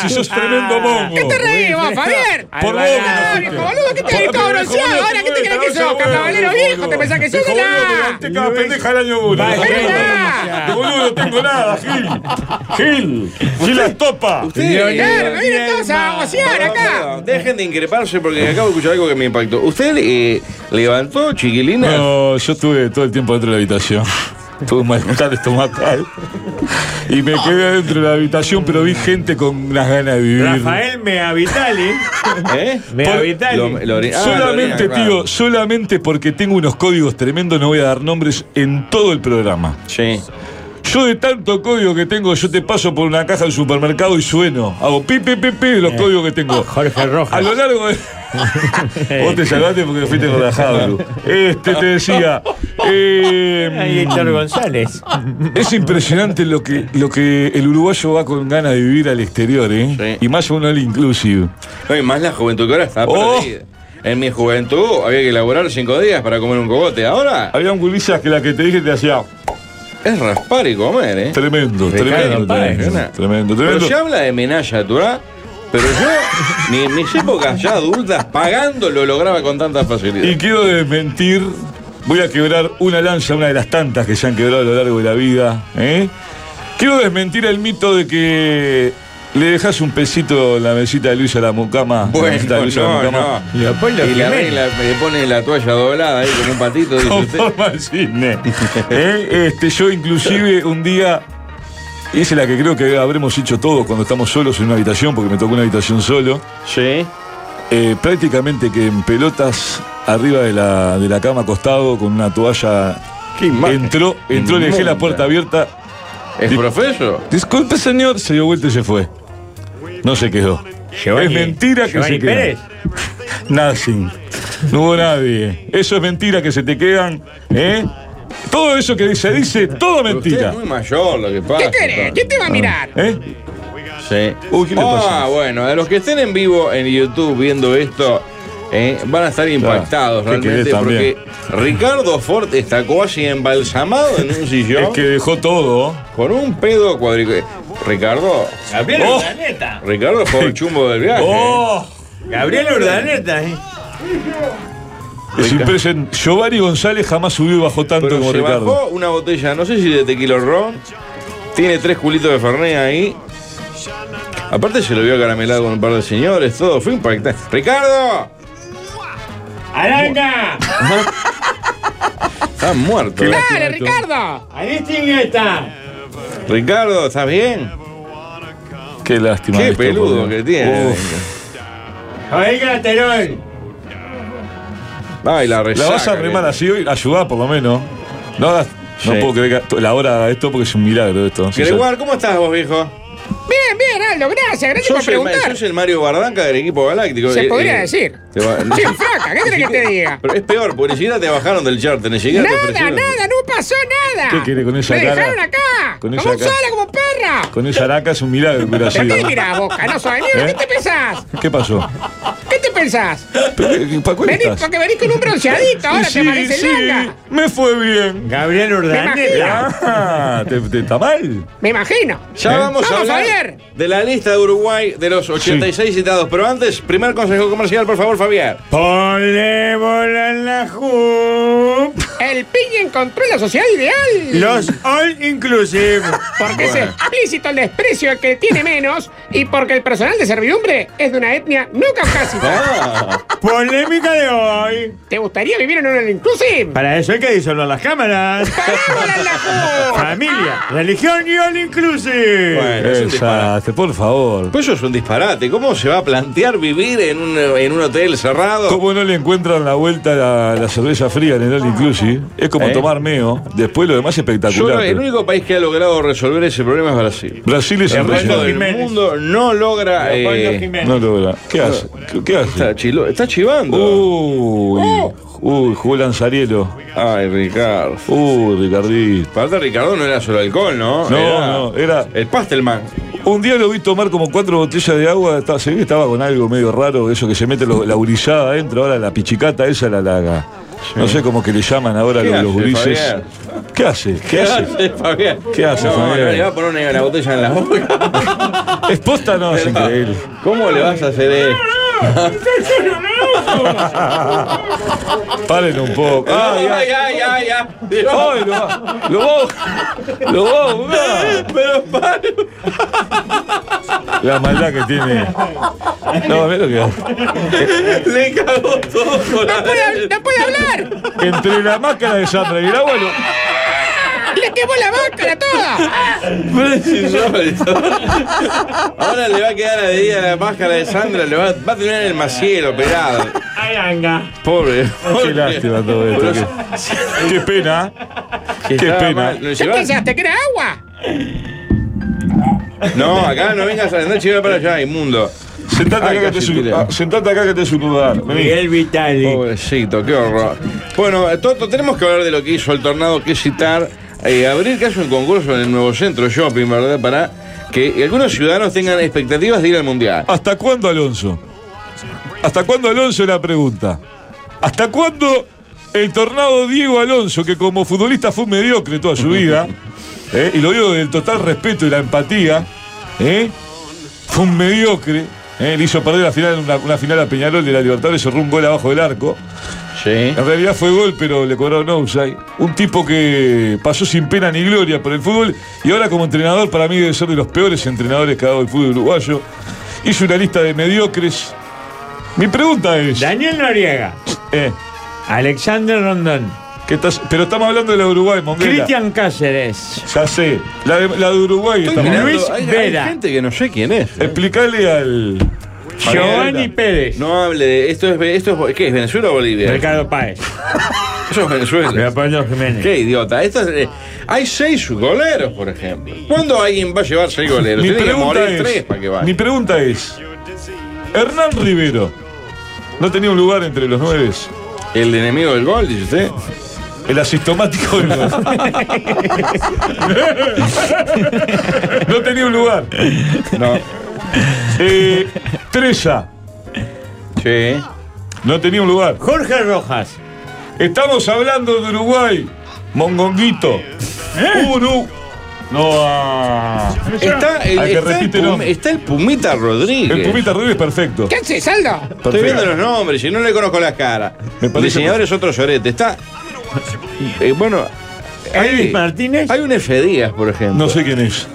Speaker 10: Si sos tremendo mongo.
Speaker 2: ¿Qué te reí vos, Javier?
Speaker 10: Por vos,
Speaker 2: Ah,
Speaker 10: me
Speaker 2: viejo
Speaker 10: lo
Speaker 2: boludo, ¿qué te
Speaker 10: Por-
Speaker 2: dedicas
Speaker 10: por-
Speaker 2: bronceado? Ahora, ¿qué te crees que sos? ¿Cabalero viejo? ¿Te pensás que sos?
Speaker 10: Viejo boludo, te
Speaker 2: ¡Hola!
Speaker 10: levanté cada pendeja el año uno.
Speaker 2: ¡Hola!
Speaker 10: Boludo, no tengo nada, Gil. Gil. Gil las topa.
Speaker 2: ¡Claro, me vienen todos a bocear
Speaker 5: Perdón,
Speaker 2: acá!
Speaker 5: perdón, Dejen de increparse porque acabo de escuchar algo que me impactó. ¿Usted eh, levantó, chiquilina?
Speaker 10: No, yo estuve todo el tiempo dentro de la habitación. Tuve un malestar estomacal. Y me quedé dentro de la habitación, pero vi gente con unas ganas de vivir.
Speaker 6: Rafael Meavitali.
Speaker 5: ¿Eh?
Speaker 6: Meavitali.
Speaker 5: Lo- lo ori- ah,
Speaker 10: solamente,
Speaker 5: lo orina,
Speaker 10: tío,
Speaker 5: claro.
Speaker 10: solamente porque tengo unos códigos tremendos, no voy a dar nombres en todo el programa.
Speaker 5: Sí.
Speaker 8: Yo de tanto código que tengo, yo te paso por una caja del supermercado y sueno. Hago pi, pi, pi, pi de
Speaker 5: Eh.
Speaker 8: los códigos que
Speaker 5: Ah,
Speaker 8: tengo.
Speaker 7: Jorge Rojas.
Speaker 8: A lo largo de... Vos te salvaste porque fuiste relajado, Lu. Este te decía. eh,
Speaker 7: Ay, Héctor González.
Speaker 8: es impresionante lo que, lo que el uruguayo va con ganas de vivir al exterior, ¿eh?
Speaker 5: Sí.
Speaker 8: Y más uno al inclusive.
Speaker 5: No, y más la juventud que ahora está
Speaker 8: Oh.
Speaker 5: perdida. En mi juventud había que laborar cinco días para comer un cogote. Ahora
Speaker 8: Había un gulisas que la que te dije te hacía
Speaker 5: es raspar y comer, ¿eh?
Speaker 8: tremendo,
Speaker 7: Ricardo
Speaker 8: tremendo.
Speaker 7: Páez,
Speaker 8: Tremendo,
Speaker 5: ¿no?
Speaker 8: tremendo,
Speaker 5: Pero
Speaker 8: tremendo.
Speaker 5: se habla de menalla, ¿verdad? Pero yo, ni en mis épocas ya adultas, pagando lo lograba con tanta
Speaker 8: Y
Speaker 5: facilidad.
Speaker 8: quiero desmentir, voy a quebrar una lanza, una de las tantas que se han quebrado a lo largo de la vida. ¿eh? Quiero desmentir el mito de que le dejas un pesito en la mesita de Luis a la mucama. en la
Speaker 5: Bueno,
Speaker 8: mesita de Luis a
Speaker 5: no,
Speaker 8: la mucama.
Speaker 5: no. Y le arregla, le pone la toalla doblada ahí como un patito, dice
Speaker 8: Con
Speaker 5: usted.
Speaker 8: forma de cisne. ¿Eh? Este, yo inclusive un día hice la que creo que habremos hecho todos cuando estamos solos en una habitación, porque me tocó una habitación solo.
Speaker 5: Sí.
Speaker 8: Eh, prácticamente que en pelotas arriba de la, de la cama acostado con una toalla
Speaker 5: Qué imagen.
Speaker 8: entró, entró, le dejé la
Speaker 5: Inmunda.
Speaker 8: puerta abierta.
Speaker 5: ¿Es profeso?
Speaker 8: Disculpe señor, se dio vuelta y se fue. No se quedó. es mentira que
Speaker 7: Giovanni
Speaker 8: se quedó.
Speaker 7: Pérez.
Speaker 8: Nothing. No hubo nadie. Eso es mentira que se te quedan. ¿eh? Todo eso que se dice, todo
Speaker 5: Usted
Speaker 8: mentira.
Speaker 5: es muy mayor lo que pasa.
Speaker 11: ¿Qué querés? ¿Quién te va a mirar?
Speaker 8: ¿Eh?
Speaker 5: Sí.
Speaker 8: Uy, ¿qué le
Speaker 5: ah,
Speaker 8: pasa?
Speaker 5: bueno, a los que estén en vivo en YouTube viendo esto, eh, van a estar impactados
Speaker 8: ¿qué querés
Speaker 5: realmente porque
Speaker 8: también?
Speaker 5: Ricardo Ford está casi embalsamado en un sillón
Speaker 8: Es que dejó todo.
Speaker 5: con un pedo cuadriculado. Ricardo,
Speaker 7: Gabriel
Speaker 8: Oh.
Speaker 7: Urdaneta.
Speaker 5: Ricardo fue el chumbo del viaje.
Speaker 8: ¡Oh!
Speaker 7: Gabriel Urdaneta, eh.
Speaker 8: Es impresionante. Giovanni González jamás subió y bajó tanto
Speaker 5: Pero
Speaker 8: como
Speaker 5: se
Speaker 8: Ricardo.
Speaker 5: bajó una botella, no sé si de tequila o ron. Tiene tres culitos de Fernet ahí. Aparte se lo vio caramelado con un par de señores, todo. Fue impactante. ¡Ricardo!
Speaker 7: ¡Aranga!
Speaker 5: Estás muerto. este
Speaker 11: Dale, Ricardo.
Speaker 7: Aristiñeta.
Speaker 5: Ricardo, ¿estás bien?
Speaker 8: Qué lástima.
Speaker 5: Qué
Speaker 8: esto,
Speaker 5: peludo
Speaker 8: por
Speaker 5: que
Speaker 8: Dios.
Speaker 5: tiene.
Speaker 8: Uf.
Speaker 7: Javier Caterón.
Speaker 5: Ay, la resaca.
Speaker 8: La vas a
Speaker 5: que-
Speaker 8: remar así hoy, ayudá por lo menos. No hagas- No
Speaker 5: Sí.
Speaker 8: puedo creer que a la hora de esto porque es un milagro esto. Sí,
Speaker 5: Gregoire, ¿cómo estás vos, viejo?
Speaker 11: Bien, bien, Aldo, gracias, gracias por
Speaker 5: Sos el, ma-
Speaker 11: preguntar.
Speaker 5: sos el Mario Bardanca del equipo galáctico. eh,
Speaker 11: Se podría decir.
Speaker 5: te va- no.
Speaker 11: Sin fraca, ¿qué querés que te diga?
Speaker 5: Pero es peor, porque ni siquiera te bajaron del charter, ni siquiera te
Speaker 11: Nada,
Speaker 5: ofrecieron-
Speaker 11: nada, no pasó nada.
Speaker 8: ¿Qué quiere con esa
Speaker 11: Me
Speaker 8: cara?
Speaker 11: dejaron acá.
Speaker 8: Con
Speaker 11: como
Speaker 8: esa
Speaker 11: un
Speaker 8: cara.
Speaker 11: sola, como perra.
Speaker 8: ya- Con esa araca es un milagro que hubiera
Speaker 11: ¿Pero
Speaker 8: sido.
Speaker 11: qué mirás, vos, canoso de mierda?
Speaker 8: ¿Eh?
Speaker 11: ¿Qué te pensás?
Speaker 8: ¿Qué pasó?
Speaker 11: ¿Qué te pensás?
Speaker 8: Pero, eh, ¿Para cuál
Speaker 11: Venís,
Speaker 8: estás?
Speaker 11: porque venís con un bronceadito, ahora
Speaker 8: Sí,
Speaker 11: te parece
Speaker 8: sí,
Speaker 11: larga.
Speaker 8: me fue bien.
Speaker 7: Gabriel Urdaneta.
Speaker 8: Ah, ¿te, te- está mal?
Speaker 11: Me imagino.
Speaker 5: Ya
Speaker 8: ¿Eh?
Speaker 5: vamos, a
Speaker 11: Vamos,
Speaker 5: hablar
Speaker 11: Javier.
Speaker 5: de la lista de Uruguay de los 86 citados. Pero antes, primer consejo comercial, por favor, Fabián.
Speaker 6: Ponle bola en la hoop.
Speaker 11: El piña encontró la sociedad ideal.
Speaker 6: Los all inclusive.
Speaker 11: Porque es eh, explícito el desprecio que tiene menos y porque el personal de servidumbre es de una etnia no caucásica.
Speaker 8: Ah.
Speaker 5: Ah,
Speaker 6: Polémica de hoy.
Speaker 11: ¿Te gustaría vivir en un all inclusive?
Speaker 6: Para eso hay que disolver las cámaras.
Speaker 11: ¡Parábola en la ju!
Speaker 6: Familia, religión y all inclusive. Eh,
Speaker 5: Bueno, es un disparate.
Speaker 8: Exacto, por favor.
Speaker 5: Pues eso es un disparate. ¿Cómo se va a plantear vivir en un, en un hotel cerrado?
Speaker 8: Como no le encuentran la vuelta a la, la cerveza fría en el All Inclusive, es como
Speaker 5: ¿Eh?
Speaker 8: tomar meo. Después lo demás es espectacular.
Speaker 5: Solo el
Speaker 8: pero-
Speaker 5: único país que ha logrado resolver ese problema es Brasil.
Speaker 8: Brasil es
Speaker 5: El resto del
Speaker 8: impresionante.
Speaker 6: Jiménez.
Speaker 5: mundo no logra. eh,
Speaker 8: No logra. ¿Qué hace? ¿Qué- ¿Qué hace?
Speaker 5: está, chilo- está
Speaker 8: Uh,
Speaker 5: chivando.
Speaker 8: Uy,
Speaker 6: Oh.
Speaker 8: uy, jugó Lanzarielo.
Speaker 5: Ay, Ricardo.
Speaker 8: Uy, Ricardito.
Speaker 5: Aparte, Ricardo no era solo alcohol, ¿no?
Speaker 8: No,
Speaker 5: Era
Speaker 8: no, era.
Speaker 5: El pastelman.
Speaker 8: Un día lo vi tomar como cuatro botellas de agua. Estaba, se ve que estaba con algo medio raro, eso que se mete lo- la gurizada adentro. Ahora la pichicata esa, la. la, la- No sé cómo que le llaman ahora
Speaker 5: ¿Qué
Speaker 8: los,
Speaker 5: hace,
Speaker 8: los gurises.
Speaker 5: Fabián?
Speaker 8: ¿Qué hace? ¿Qué hace?
Speaker 5: Fabián?
Speaker 8: ¿Qué hace,
Speaker 5: no,
Speaker 8: Fabián?
Speaker 5: No, le va a poner una, la botella en la boca.
Speaker 8: ¿Es posta? No, es increíble.
Speaker 5: ¿Cómo le vas a hacer eso?
Speaker 8: Paren un poco.
Speaker 5: Ay,
Speaker 8: Ay, ay.
Speaker 5: ay, ay, ay, ay.
Speaker 8: Ay, lo va, lo va, lo va a ahogar.
Speaker 5: Pero para.
Speaker 8: La maldad que tiene. No, mira lo que hace.
Speaker 5: Le cagó todo por
Speaker 11: ¡No puede, hab- no puede hablar!
Speaker 8: Entre la máscara de Sandra y el agua, lo-
Speaker 11: ¡Le quemó la máscara toda!
Speaker 5: Pero es insólito. Ahora le va a quedar adherida la máscara de Sandra, le va, va a tener el maciel operado.
Speaker 7: ganga.
Speaker 5: Pobre.
Speaker 6: Qué lástima todo esto. Qué, qué pena. Qué pena.
Speaker 11: ¿Qué pensaste que era agua?
Speaker 5: No, acá no vengas a vender chiva para allá, inmundo.
Speaker 6: Sentate
Speaker 5: Ay,
Speaker 6: acá que
Speaker 5: casi
Speaker 6: te es un-
Speaker 5: tira.
Speaker 6: ah, sentate acá que te es un lugar. Vení.
Speaker 7: Miguel Vitali.
Speaker 5: Pobrecito, qué horror. Bueno, eh, Toto, tenemos que hablar de lo que hizo el tornado, que es citar, eh, abrir caso en concurso en el nuevo centro shopping, ¿verdad? Para que algunos ciudadanos tengan expectativas de ir al mundial.
Speaker 6: ¿Hasta cuándo Alonso? ¿Hasta cuándo Alonso la pregunta? ¿Hasta cuándo el tornado Diego Alonso, que como futbolista fue un mediocre toda su vida, eh, y lo digo del total respeto y la empatía, eh, fue un mediocre, eh, le hizo perder la final, una, una final a Peñarol de la Libertadores, cerró un gol abajo del arco.
Speaker 5: Sí.
Speaker 6: En realidad fue gol, pero le cobraron offside. Un tipo que pasó sin pena ni gloria por el fútbol y ahora como entrenador para mí debe ser de los peores entrenadores que ha dado el fútbol uruguayo. Hizo una lista de mediocres. Mi pregunta es...
Speaker 7: Daniel Noriega.
Speaker 6: eh,
Speaker 7: Alexander Rondón.
Speaker 6: ¿qué estás- pero estamos hablando de la Uruguay, Monguera.
Speaker 7: Cristian Cáceres.
Speaker 6: Ya sé. La de, la de Uruguay
Speaker 5: Estoy
Speaker 6: estamos
Speaker 5: mirando,
Speaker 6: hablando.
Speaker 7: Luis
Speaker 5: hay, hay
Speaker 7: Vera.
Speaker 5: gente que no sé quién es.
Speaker 6: Explicale al...
Speaker 7: Giovanni Pérez.
Speaker 5: No hable de esto es esto es, ¿qué es Venezuela o Bolivia?
Speaker 7: Ricardo Páez.
Speaker 5: Eso es
Speaker 6: Ah,
Speaker 5: Venezuela.
Speaker 7: Leopoldo Jiménez.
Speaker 5: Qué idiota. Esto es, eh, hay seis goleros, por ejemplo. ¿Cuándo alguien va a llevar seis goleros?
Speaker 6: Mi
Speaker 5: Tiene que
Speaker 6: pregunta,
Speaker 5: morir tres
Speaker 6: es,
Speaker 5: para que vaya.
Speaker 6: mi pregunta es, Hernán Rivero, ¿no tenía un lugar entre los nueve?
Speaker 5: El enemigo del gol, dice usted.
Speaker 6: El asistomático del gol. no tenía un lugar.
Speaker 5: No.
Speaker 6: Eh, Treza,
Speaker 5: Sí.
Speaker 6: no tenía un lugar.
Speaker 7: Jorge Rojas.
Speaker 6: Estamos hablando de Uruguay. Mongonguito. Uru. No ah.
Speaker 5: Está el,
Speaker 6: Al que
Speaker 5: está
Speaker 6: repite
Speaker 5: el Pum-
Speaker 6: nombre.
Speaker 5: está el Pumita Rodríguez.
Speaker 6: El Pumita Rodríguez perfecto.
Speaker 11: ¿Qué haces, Aldo?
Speaker 5: Estoy
Speaker 6: Perfecto.
Speaker 5: viendo los nombres y no le conozco las caras.
Speaker 6: Me
Speaker 5: El
Speaker 6: parece
Speaker 5: diseñador es otro sorete. Está. eh, bueno.
Speaker 7: Elvis
Speaker 5: Hay, eh,
Speaker 7: Martínez.
Speaker 5: hay un F. Díaz, por ejemplo.
Speaker 6: No sé quién es.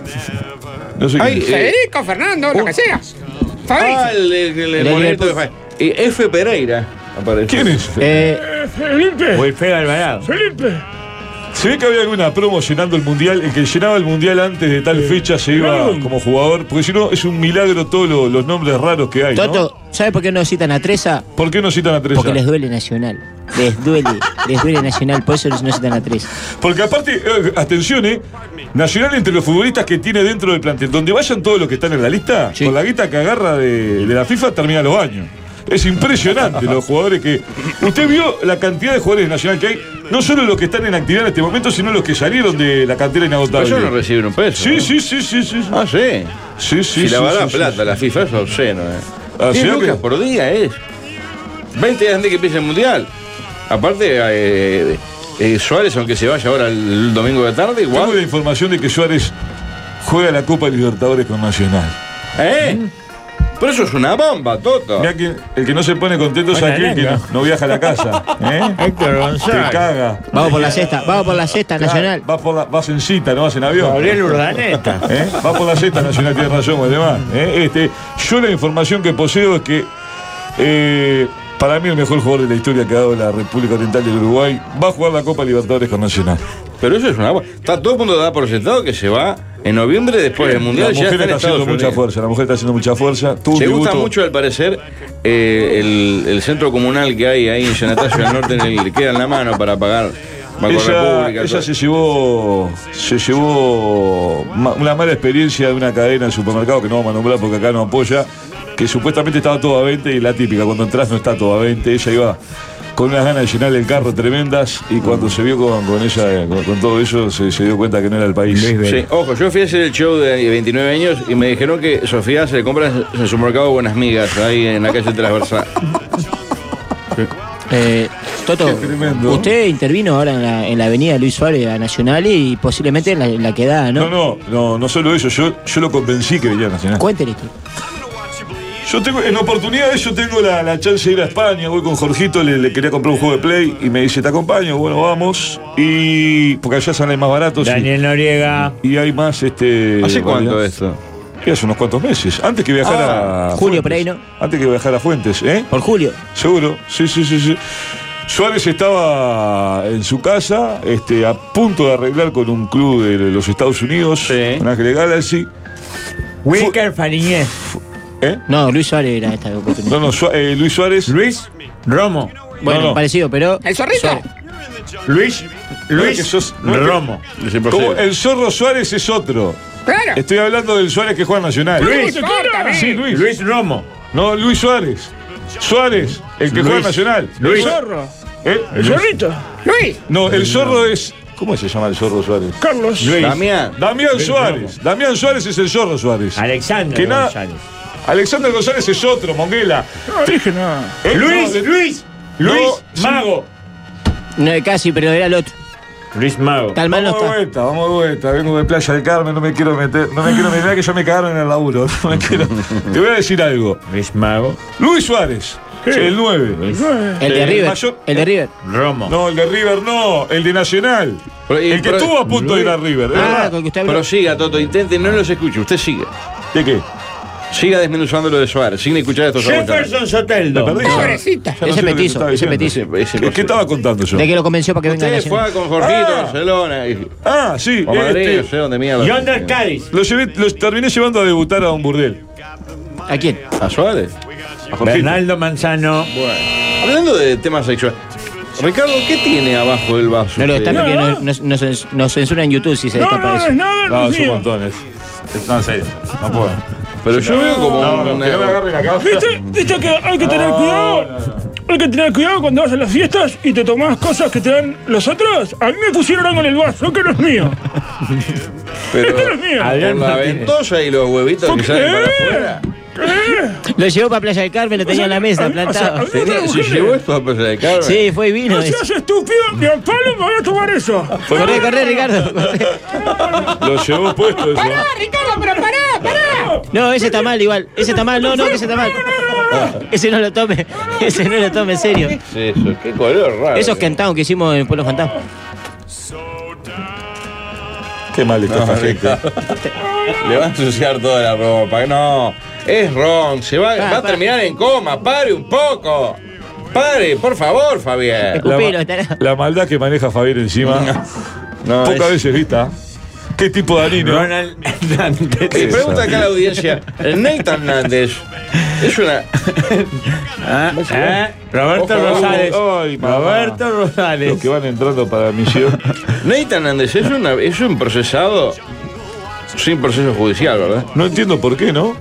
Speaker 6: No sé quién
Speaker 5: Ay,
Speaker 6: es.
Speaker 5: eh,
Speaker 11: Federico, Fernando, lo que sea.
Speaker 5: Ah,
Speaker 11: Fabricio.
Speaker 5: el, el, el
Speaker 8: El
Speaker 5: monedito de
Speaker 8: Pum-
Speaker 5: Fa- eh, F. Pereira. aparece.
Speaker 6: ¿Quién es?
Speaker 8: Eh,
Speaker 7: Wilfredo Alvarado.
Speaker 6: Se ve que había alguna promo llenando el mundial. El que llenaba el mundial antes de tal fecha se iba como jugador. Porque si no, es un milagro todos lo- los nombres raros que hay. ¿no?
Speaker 8: Toto, ¿sabes por qué no citan a Treza?
Speaker 6: ¿Por qué no citan a Treza?
Speaker 8: Porque les duele Nacional. Les duele, les duele Nacional, por eso no citan a Treza.
Speaker 6: Porque aparte, eh, atención, eh, Nacional entre los futbolistas que tiene dentro del plantel, donde vayan todos los que están en la lista, con la guita que agarra de, de la FIFA termina los baños. Es impresionante los jugadores que. Usted vio la cantidad de jugadores de Nacional que hay, no solo los que están en actividad en este momento, sino los que salieron de la cantera inagotable.
Speaker 5: Ellos no reciben un peso.
Speaker 6: Sí,
Speaker 5: ¿no?
Speaker 6: sí, sí, sí, sí. sí.
Speaker 5: Ah, sí.
Speaker 6: Sí, sí,
Speaker 5: si
Speaker 6: sí,
Speaker 5: la va a
Speaker 6: sí,
Speaker 5: dar
Speaker 6: sí,
Speaker 5: plata,
Speaker 6: sí.
Speaker 5: la FIFA es obsceno. Eh.
Speaker 6: Ah,
Speaker 5: Diez
Speaker 6: ¿sí?
Speaker 5: lucas
Speaker 6: ¿Qué?
Speaker 5: por día es. 20 días antes que empiece el mundial. Aparte, eh, eh, Suárez, aunque se vaya ahora el domingo de tarde,
Speaker 6: Tengo la
Speaker 5: igual.
Speaker 6: información de que Suárez juega la Copa Libertadores con Nacional.
Speaker 5: ¿Eh? Pero eso es una bomba, Toto.
Speaker 6: Mirá que el que no se pone contento es
Speaker 7: Buena
Speaker 6: aquel que no,
Speaker 7: arenga.
Speaker 6: no viaja a la casa. ¿eh?
Speaker 7: Héctor
Speaker 6: Te caga.
Speaker 8: Vamos por la cesta, vamos por la cesta Nacional.
Speaker 6: Vas, por la, vas en cita, no vas en avión.
Speaker 7: Gabriel Urdaneta.
Speaker 6: ¿Eh? Vas por la cita nacional, tienes razón, además. ¿eh? Este, yo la información que poseo es que eh, para mí el mejor jugador de la historia que ha dado la República Oriental del Uruguay va a jugar la Copa Libertadores con Nacional.
Speaker 5: Pero eso es una bomba. Está todo el mundo da por sentado que se va en noviembre después del
Speaker 6: La
Speaker 5: mundial. ya
Speaker 6: mujer
Speaker 5: está en
Speaker 6: está haciendo
Speaker 5: Estados
Speaker 6: mucha
Speaker 5: Unidos.
Speaker 6: fuerza, la mujer está haciendo mucha fuerza. Tuvo un
Speaker 5: Se gusta
Speaker 6: tributo-
Speaker 5: mucho, al parecer, eh, el, el centro comunal que hay ahí en San Atasio del Norte, en el que queda en la mano para pagar Banco
Speaker 6: Ella,
Speaker 5: República.
Speaker 6: ella
Speaker 5: todo.
Speaker 6: se llevó, se llevó ma- una mala experiencia de una cadena de supermercado que no vamos a nombrar porque acá no apoya, que supuestamente estaba todo a 20 y la típica, cuando entras no está todo a 20, ella iba con unas ganas de llenar el carro tremendas y cuando se vio con, con ella, eh, con, con todo eso, se, se dio cuenta que no era el país.
Speaker 5: Sí, ojo, yo fui a hacer el show de 29 años y me dijeron que Sofía se le compra en el supermercado Buenas Migas, ahí
Speaker 6: Ah.
Speaker 5: en la calle transversal.
Speaker 8: Eh, Toto,
Speaker 6: tremendo.
Speaker 8: usted intervino ahora en la, en la avenida Luis Suárez a Nacional y posiblemente en la, en la que da, ¿no?
Speaker 6: No, no, no, no solo eso, yo, yo lo convencí que venía a Nacional.
Speaker 8: Cuéntele esto.
Speaker 6: Yo tengo, en oportunidades yo tengo la, la chance de ir a España, voy con Jorgito, le, le quería comprar un juego de play y me dice, te acompaño, bueno, vamos. Y. Porque allá salen más baratos. y-
Speaker 7: Daniel Noriega.
Speaker 6: Y hay más este.
Speaker 5: ¿Hace cuánto
Speaker 6: variedad.
Speaker 5: esto?
Speaker 6: Y hace unos cuantos meses. Antes que viajar
Speaker 8: Ah,
Speaker 6: a. Fuentes.
Speaker 8: Julio por ahí, ¿no?
Speaker 6: Antes que viajar a Fuentes, ¿eh?
Speaker 8: Por Julio.
Speaker 6: Seguro, sí, sí, sí, sí. Suárez estaba en su casa, este, a punto de arreglar con un club de los Estados Unidos,
Speaker 5: Sí.
Speaker 6: con Ángeles Galaxy.
Speaker 7: Wilker Fariñez.
Speaker 8: No, Luis Suárez era esta oportunidad.
Speaker 6: ¿Eh? No, no, Sua- eh, Luis Suárez.
Speaker 7: Luis Romo.
Speaker 8: Bueno,
Speaker 6: no, no.
Speaker 8: parecido, pero.
Speaker 11: ¿El zorrito?
Speaker 8: Suárez.
Speaker 12: Luis,
Speaker 6: que
Speaker 12: Luis,
Speaker 6: sos- no es que-
Speaker 7: Romo.
Speaker 6: Como el zorro Suárez es otro.
Speaker 11: Claro.
Speaker 6: Estoy hablando del Suárez que juega en Nacional.
Speaker 11: Luis, córtame.
Speaker 6: Este, Sí, Luis.
Speaker 7: Luis Romo.
Speaker 6: No, Luis Suárez. Suárez, el que juega en Nacional.
Speaker 12: Luis.
Speaker 13: Zorro.
Speaker 6: ¿Eh?
Speaker 13: El zorrito.
Speaker 11: Luis.
Speaker 6: No, el zorro es. ¿Cómo se llama el zorro Suárez?
Speaker 13: Carlos.
Speaker 5: Damián.
Speaker 6: Damián Suárez. Damián Suárez es el zorro Suárez.
Speaker 7: Alexander
Speaker 6: Que nada-
Speaker 7: González.
Speaker 6: Alexander González es otro, Monguela. Eh, no, de-
Speaker 12: Luis,
Speaker 6: no,
Speaker 12: Luis,
Speaker 6: sí.
Speaker 7: Mago.
Speaker 8: No, casi, pero era el otro.
Speaker 7: Luis Mago.
Speaker 8: Tal mal no
Speaker 6: Vamos de
Speaker 8: está.
Speaker 6: vuelta, vamos de vuelta. Vengo de Playa del Carmen, no me quiero meter. No me quiero meter, mirá que ya me cagaron en el laburo. No me quiero. Te voy a decir algo.
Speaker 7: Luis Mago.
Speaker 6: Luis Suárez, el 9.
Speaker 8: El de
Speaker 6: El
Speaker 8: River.
Speaker 6: Eh, mayor-
Speaker 8: El de River.
Speaker 7: Romo.
Speaker 6: No, el de River no, el de Nacional.
Speaker 5: Pero, y-
Speaker 6: el que
Speaker 5: pero-
Speaker 6: estuvo a punto de ir a River, ¿es
Speaker 8: Ah,
Speaker 6: ¿verdad?
Speaker 8: con que usted habló.
Speaker 5: Pero siga, Toto, intente, no los escuche. Usted siga.
Speaker 8: Ah.
Speaker 6: ¿De qué?
Speaker 5: Siga desmenuzando lo de Suárez, sin escuchar estos aguantados.
Speaker 7: Jefferson Soteldo.
Speaker 6: Perdí, ya.
Speaker 11: Pobrecita.
Speaker 6: Ya no
Speaker 8: Ese
Speaker 6: sé lo que
Speaker 8: petizo,
Speaker 6: te estaba
Speaker 8: ese
Speaker 6: diciendo.
Speaker 8: petizo.
Speaker 5: Ese- ese
Speaker 6: ¿Qué, qué estaba contando yo?
Speaker 8: De que lo convenció para que venga a
Speaker 5: Usted
Speaker 8: Nacional.
Speaker 5: juega con Jorgito,
Speaker 6: Ah.
Speaker 5: Barcelona. Y,
Speaker 6: Ah, sí.
Speaker 5: o Madrid,
Speaker 6: este,
Speaker 5: no sé dónde mierda.
Speaker 7: Yonder Cádiz.
Speaker 6: lo, llevé, lo terminé llevando a debutar a un burdel.
Speaker 8: ¿A quién?
Speaker 5: ¿A Suárez? A Jorgito.
Speaker 7: Bernaldo Manzano.
Speaker 5: Bueno. Hablando de temas sexuales. Ricardo, ¿qué tiene abajo del vaso?
Speaker 8: No lo
Speaker 5: usted?
Speaker 8: está porque no- no- no cens- nos censura en YouTube si se
Speaker 13: No, no,
Speaker 8: destapa
Speaker 13: es
Speaker 8: eso.
Speaker 13: nada,
Speaker 6: No, es un
Speaker 13: Lucía.
Speaker 6: montón. Es, es- no, en serio. No puedo.
Speaker 5: Pero yo veo como
Speaker 6: No, no,
Speaker 5: una-
Speaker 6: que no me agarren acá.
Speaker 13: ¿Viste? ¿Viste que hay que tener cuidado? Hay que tener cuidado cuando vas a las fiestas y te tomás cosas que te dan los otros. A mí me pusieron algo en el vaso que no es mío.
Speaker 5: pero
Speaker 13: Esto no es mío.
Speaker 5: con la ventosa y los huevitos que salen para afuera.
Speaker 8: Lo llevó para Playa del Carmen, lo tenía en la mesa,
Speaker 13: a mí- ¿eh? o sea,
Speaker 8: plantado.
Speaker 13: a mí-
Speaker 5: Tenía- Si llevó esto a Playa de Carmen.
Speaker 8: Sí, fue y
Speaker 13: No
Speaker 8: vino. eso.
Speaker 13: seas estúpido, ni al palo me voy a tomar eso.
Speaker 8: Corre, corre, Ricardo. corre.
Speaker 6: Lo llevó puesto eso.
Speaker 11: Pará, Ricardo, pero pará, pará.
Speaker 8: No, ese está mal igual. Ese está mal, no, no, que ese está mal. Ese no lo tome, ese no lo tome en serio.
Speaker 5: Sí, eso, qué color raro.
Speaker 8: Esos cantados que hicimos en Pueblo Fantasma.
Speaker 6: Qué mal está esta gente.
Speaker 5: Le va a ensuciar toda la ropa. No, es Ron. Se va,
Speaker 8: Pa,
Speaker 5: va a
Speaker 8: pa.
Speaker 5: terminar en coma. Pare un poco. Pare, por favor, Fabián.
Speaker 6: La,
Speaker 8: Escupilo,
Speaker 6: ma-
Speaker 8: estará.
Speaker 6: la maldad que maneja Fabián encima.
Speaker 5: No, es-
Speaker 6: Pocas veces vista. ¿Qué tipo de anillo?
Speaker 7: Ronald Hernández.
Speaker 5: Y pregunta acá a la audiencia. Nathan Hernández. Es una.
Speaker 7: Ah, ah, Roberto
Speaker 5: Ojo,
Speaker 7: Rosales.
Speaker 6: ojo, ay, mamá.
Speaker 7: Roberto Rosales.
Speaker 6: Los que van entrando para misión.
Speaker 5: Nathan Hernández es, una, es un procesado sin proceso judicial, ¿verdad?
Speaker 6: No entiendo por qué, ¿no?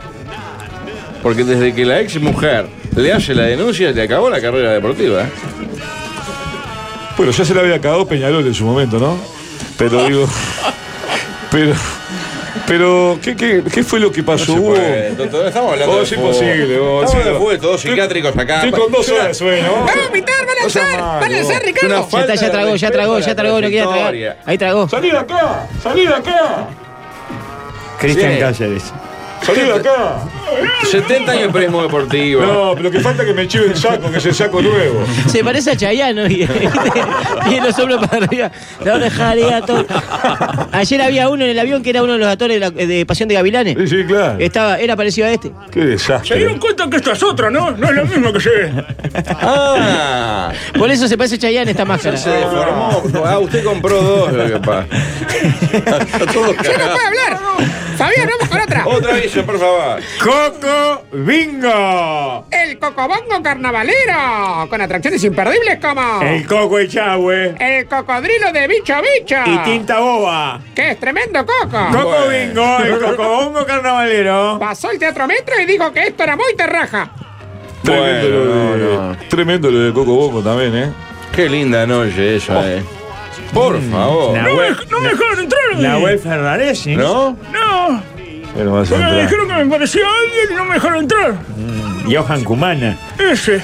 Speaker 5: Porque desde que la ex mujer le hace la denuncia, le acabó la carrera deportiva. ¿eh?
Speaker 6: Bueno, ya se la había cagado Peñarol en su momento, ¿no? Pero digo. Pero. Pero, ¿qué, qué, qué fue lo que pasó? Hubo-
Speaker 5: Estamos hablando
Speaker 6: Vos
Speaker 5: de
Speaker 6: es imposible, vos,
Speaker 5: Estamos hablando de
Speaker 6: sí,
Speaker 5: fútbol, todos
Speaker 6: estoy-
Speaker 5: psiquiátricos acá.
Speaker 6: Estoy con dos
Speaker 5: Una-
Speaker 6: horas de sueño. ¿no?
Speaker 11: Vamos a pitar, van a
Speaker 6: No seas
Speaker 11: alzar,
Speaker 6: malo,
Speaker 11: van a alzar,
Speaker 6: vos.
Speaker 5: una
Speaker 11: Ricardo.
Speaker 8: Ya
Speaker 5: falta
Speaker 8: está, ya
Speaker 5: de
Speaker 8: tragó, ya
Speaker 5: respeto a
Speaker 8: tragó,
Speaker 5: la
Speaker 8: ya tragó, no quería tragar.
Speaker 5: trayectoria.
Speaker 8: Ahí tragó.
Speaker 6: ¡Salí de acá! ¡Salí de acá!
Speaker 5: Sí.
Speaker 7: Cristian Cáceres.
Speaker 6: ¡Salí de acá!
Speaker 5: 70 años de periodismo deportivo.
Speaker 6: No, pero que falta que me chive el saco, que es el saco nuevo.
Speaker 8: Se parece a Chayano y tiene los hombros para arriba. No dejaré gato. Ayer había uno en el avión que era uno de los actores de, la- de Pasión de Gavilanes.
Speaker 6: Sí, sí, claro.
Speaker 8: Estaba, era parecido a este.
Speaker 6: Qué
Speaker 13: Se
Speaker 6: desastre.
Speaker 13: dieron cuenta que esto es otro, ¿no? No es lo mismo que lleve.
Speaker 5: Ah,
Speaker 8: Por eso se parece a Chayanne esta máscara.
Speaker 5: se deformó. Ah, usted compró dos, lo que pasa. Está todo
Speaker 11: Yo no
Speaker 5: cagado.
Speaker 11: puedo hablar. Fabián, vamos con otra.
Speaker 5: Otra vez, por favor.
Speaker 6: ¡Coco Bingo!
Speaker 11: El cocobongo carnavalero. Con atracciones imperdibles como.
Speaker 6: El Coco Echagüe.
Speaker 11: El cocodrilo de bicho bicho.
Speaker 7: Ah.
Speaker 6: Y Tinta Boba.
Speaker 11: Que es tremendo coco.
Speaker 6: Coco Bingo, el Coco Bongo Carnavalero.
Speaker 11: Pasó el teatro metro y dijo que esto era muy terraja.
Speaker 6: Tremendo,
Speaker 5: Bueno,
Speaker 6: lo de,
Speaker 5: no,
Speaker 6: tremendo lo de Coco Bongo también, ¿eh? Oh. Mm,
Speaker 5: Qué linda noche esa, eh. Por favor.
Speaker 13: No me,
Speaker 7: Nahuel,
Speaker 13: no me dejaron entrar.
Speaker 7: Nahuel Ferraresi.
Speaker 5: ¿No?
Speaker 13: No,
Speaker 6: Bueno, vas a
Speaker 13: porque me
Speaker 6: entrar.
Speaker 13: dijeron que me parecía a alguien y no me dejaron entrar.
Speaker 7: Johan Cumana.
Speaker 13: Ese.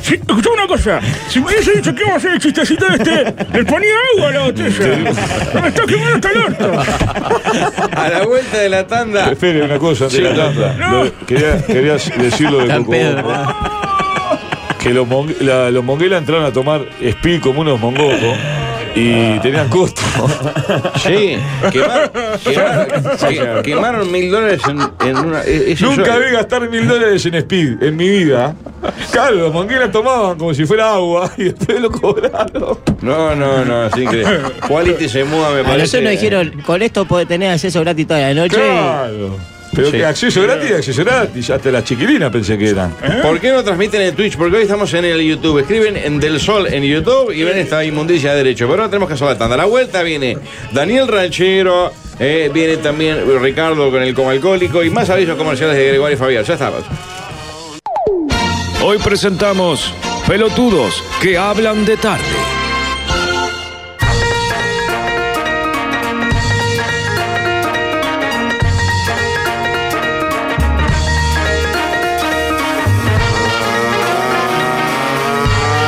Speaker 13: Sí, escuchá una cosa. Si me hubiese dicho que iba a hacer el chistecito este, le ponía agua a la botella. No me está quemando hasta el orto.
Speaker 5: A la vuelta de la tanda.
Speaker 6: Espere una cosa antes de la tanda.
Speaker 13: No.
Speaker 6: Lo- quería, quería decir lo de
Speaker 8: Tan
Speaker 6: Coco
Speaker 8: pedo,
Speaker 6: Bongo.
Speaker 8: ¿verdad?
Speaker 6: Que los, mong la- los monguelas entraron a tomar speed como unos mongocos y tenían costo.
Speaker 5: Sí, quemar- quemar- que- quemaron mil dólares en, en una. e- ese
Speaker 6: Nunca
Speaker 5: yo-
Speaker 6: vi gastar mil dólares en speed en mi vida. Claro, los monguelas tomaban como si fuera agua y después lo cobraron.
Speaker 5: No, no, no, es increíble. Quality se muda, me
Speaker 8: A
Speaker 5: parece.
Speaker 8: nosotros nos dijeron, con esto podés tener acceso gratis toda la noche.
Speaker 6: Claro.
Speaker 8: Y,
Speaker 14: Pero
Speaker 5: Sí.
Speaker 14: que acceso gratis, acceso gratis. Hasta las chiquilinas pensé que eran.
Speaker 5: ¿Por qué no transmiten en Twitch? Porque hoy estamos en el YouTube. Escriben en Del Sol en YouTube y ven esta inmundicia de derecho. Pero ahora tenemos que hacer la tanda. A la vuelta viene Daniel Ranchero, eh, viene también Ricardo con el como alcohólico y más avisos comerciales de Gregorio Fabián. Ya estamos.
Speaker 15: Hoy presentamos Pelotudos que hablan de tarde.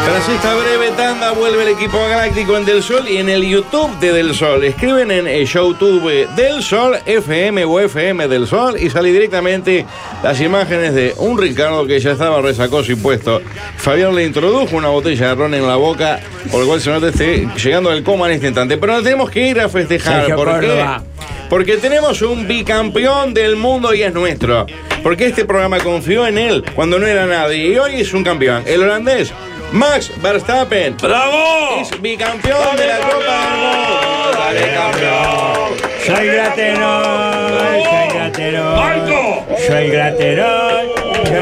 Speaker 5: Tras esta breve tanda vuelve el equipo galáctico en Del Sol y en el YouTube de Del Sol. Escriben en eh, YouTube Del Sol, FM o FM Del Sol y sale directamente las imágenes de un Ricardo que ya estaba resacó su impuesto. Fabián le introdujo una botella de ron en la boca, por lo cual se nota esté llegando al coma en este instante. Pero no tenemos que ir a festejar
Speaker 7: Sergio
Speaker 5: porque,
Speaker 7: Córdoba.
Speaker 5: porque tenemos un bicampeón del mundo y es nuestro. Porque este programa confió en él cuando no era nadie y hoy es un campeón. El holandés Max Verstappen.
Speaker 14: ¡Bravo!
Speaker 5: Es bicampeón de la Copa del Mundo. ¡Dale, campeón!
Speaker 7: Soy graterón, soy graterón. Soy graterón, soy graterón. Soy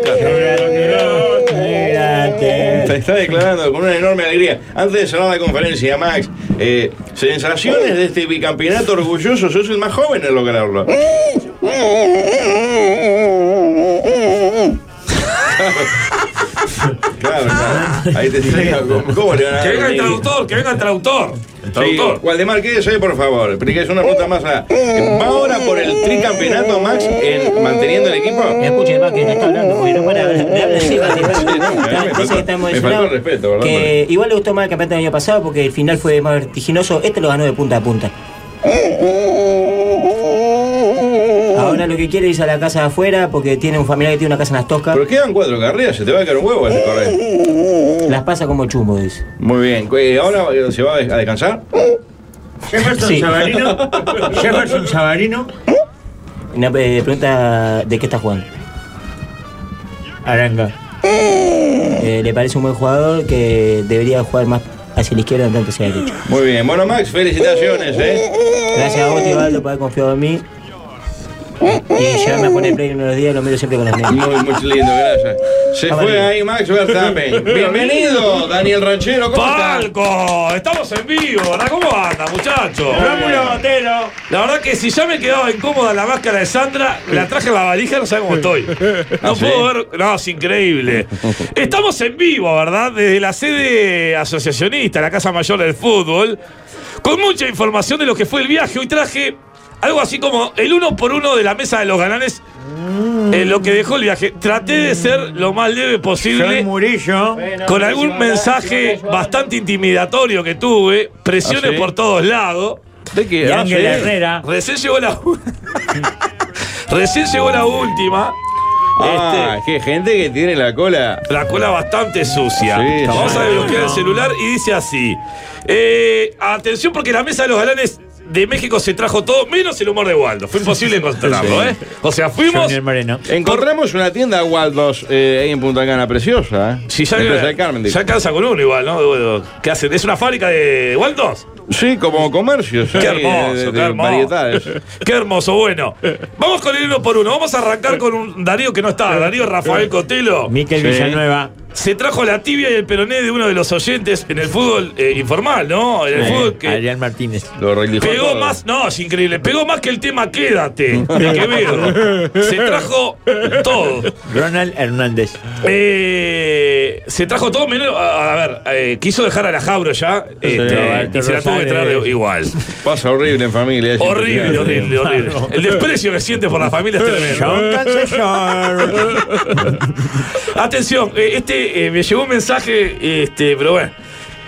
Speaker 7: graterón, soy graterón.
Speaker 5: Se está declarando con una enorme alegría. Antes de cerrar la conferencia, Max, eh, sensaciones de este bicampeonato orgulloso. Sos el más joven en lograrlo. Claro, claro. Ahí te ¿Cómo, cómo le van a
Speaker 6: Que
Speaker 5: dar
Speaker 6: venga el
Speaker 5: un-
Speaker 6: traductor, que venga el traductor. El traductor.
Speaker 5: Sí, Waldemar, quédese por favor. Porque es una pregunta más. a- ¿Va ahora por el tricampeonato, Max, en- manteniendo el equipo?
Speaker 8: Escuchen, va, que no está hablando, porque no para de hablar de hablar así, va, que- Parece que está
Speaker 5: Me faltó
Speaker 8: emocionado.
Speaker 5: el respeto, ¿verdad?
Speaker 8: Que igual le gustó más el campeonato del año pasado porque el final fue más vertiginoso. Este lo ganó de punta a punta. Ahora lo que quiere es irse a la casa de afuera porque tiene un familiar que tiene una casa en las toscas.
Speaker 5: Pero quedan cuatro carreras, se te va a caer un huevo ese correr.
Speaker 8: Las pasa como chumbo, dice.
Speaker 5: Muy bien, eh, ¿ahora eh, se va a des- a descansar?
Speaker 8: Jefferson Savarino.
Speaker 7: Jefferson Savarino.
Speaker 8: Una eh, pregunta de qué está jugando.
Speaker 7: Aranga.
Speaker 8: Eh, le parece un buen jugador que debería jugar más hacia la izquierda en tanto hacia la derecha.
Speaker 5: Muy bien, bueno Max, felicitaciones, ¿eh?
Speaker 8: Gracias a vos, tío Aldo, por haber confiado en mí. Y llevarme a poner play en los días, lo miro siempre con los negros.
Speaker 5: Muy, muy lindo, gracias. Se fue ahí Max Verstappen. Bienvenido, Daniel Ranchero, ¿cómo estás?
Speaker 6: ¡Palco! Estamos en vivo, ¿verdad? ¿Cómo anda, muchachos?
Speaker 7: Botero.
Speaker 6: La verdad que si ya me quedaba incómoda la máscara de Sandra, la traje en la valija, no sé cómo estoy.
Speaker 5: ¿Ah,
Speaker 6: No puedo ver. No, es increíble. Estamos en vivo, ¿verdad? Desde la sede asociacionista, la Casa Mayor del Fútbol, con mucha información de lo que fue el viaje. Hoy traje algo así como el uno por uno de la mesa de los galanes. en lo que dejó el viaje. Traté de ser lo más leve posible.
Speaker 7: Soy Murillo.
Speaker 6: Con algún mensaje bastante intimidatorio que tuve, presiones
Speaker 5: ¿Ah, sí?
Speaker 6: por todos lados.
Speaker 5: ¿De qué?
Speaker 7: Y
Speaker 5: Ah,
Speaker 7: Ángel
Speaker 5: sí.
Speaker 7: Herrera.
Speaker 6: Recién llegó la u- Recién llegó la última.
Speaker 5: Ah,
Speaker 6: Este,
Speaker 5: qué gente que tiene la cola.
Speaker 6: la cola bastante sucia.
Speaker 5: Sí,
Speaker 6: Vamos
Speaker 5: sí.
Speaker 6: a desbloquear el celular y dice así. Eh, atención porque la mesa de los galanes de México se trajo todo, menos el humor de Waldo. Fue imposible encontrarlo,
Speaker 5: Sí.
Speaker 6: ¿eh? O sea, fuimos...
Speaker 7: Junior Moreno.
Speaker 5: Encontramos una tienda Waldos eh, ahí en Punta Cana, preciosa. ¿eh?
Speaker 6: Si ya,
Speaker 5: En Plaza del Carmen, digo.
Speaker 6: ya alcanza con uno igual, ¿no? ¿Qué hacen? ¿Es una fábrica de Waldos?
Speaker 5: Sí, como comercio. sí,
Speaker 6: Qué hermoso,
Speaker 5: de- de-
Speaker 6: qué
Speaker 5: de
Speaker 6: hermoso.
Speaker 5: Variedades.
Speaker 6: Qué hermoso, bueno. Vamos con el uno por uno. Vamos a arrancar con un Darío que no está, Darío Rafael Cotelo.
Speaker 7: Miquel
Speaker 5: Sí.
Speaker 7: Villanueva.
Speaker 6: Se trajo la tibia y el peroné de uno de los oyentes en el fútbol eh, informal, ¿no? En el fútbol que
Speaker 7: Adrián Martínez.
Speaker 5: Lo reelijó
Speaker 6: pegó
Speaker 5: todo.
Speaker 6: más, no, es increíble, pegó más que el tema Quédate de Quevedo. Se trajo todo.
Speaker 7: Ronald Hernández.
Speaker 6: Eh, se trajo todo menos. A, a ver, eh, quiso dejar a la Jabro ya. este,
Speaker 7: Roberto
Speaker 6: y se la tuvo que
Speaker 7: Rosales.
Speaker 6: traer igual.
Speaker 5: Pasa horrible en familia. es
Speaker 6: Horrible,
Speaker 5: impresionante.
Speaker 6: horrible, horrible. El desprecio que siente por la familia es
Speaker 7: John
Speaker 6: tremendo.
Speaker 7: Cancellor.
Speaker 6: Atención, eh, este eh, me llegó un mensaje, este, pero bueno.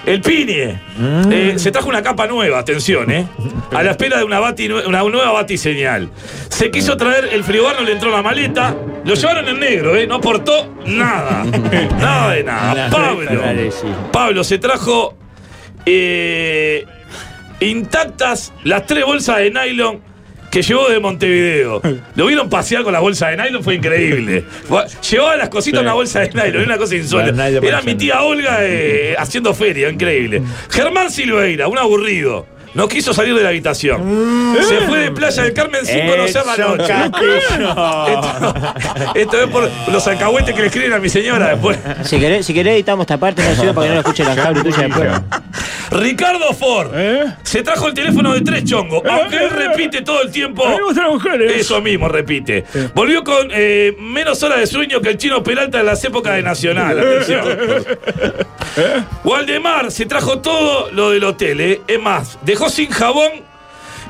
Speaker 6: El Pini eh, se trajo una capa nueva, atención, ¿eh? A la espera de una, bati, nue- una nueva batiseñal. Se quiso traer el frigobar, no le entró la maleta. Lo llevaron en negro, ¿eh? No aportó nada. nada de nada.
Speaker 7: Las
Speaker 6: Pablo.
Speaker 7: personales, sí.
Speaker 6: Pablo se trajo eh, intactas las tres bolsas de nylon que llevó de Montevideo. Lo vieron pasear con las bolsas de nylon, fue increíble. Fue- Llevaba las cositas en una bolsa de nylon, era una cosa insólita.
Speaker 7: Bernardo
Speaker 6: Era
Speaker 7: Manzano.
Speaker 6: mi tía Olga eh, haciendo feria, increíble. Germán Silveira, un aburrido. No quiso salir de la habitación. Se fue de Playa del Carmen sin conocer la
Speaker 7: Eso,
Speaker 6: noche.
Speaker 7: Castillo.
Speaker 6: Esto, esto es por los alcahuetes que le escriben a mi señora después.
Speaker 8: Si querés, si querés editamos esta parte, no sirve para que no la escuche la cabra tuya después.
Speaker 6: Ricardo Ford se trajo el teléfono de tres chongos, aunque él repite todo el tiempo. Eso mismo, repite. Volvió con eh, menos horas de sueño que el chino Peralta en las épocas de Nacional. Atención. Waldemar se trajo todo lo del hotel, ¿eh? es más, dejó sin jabón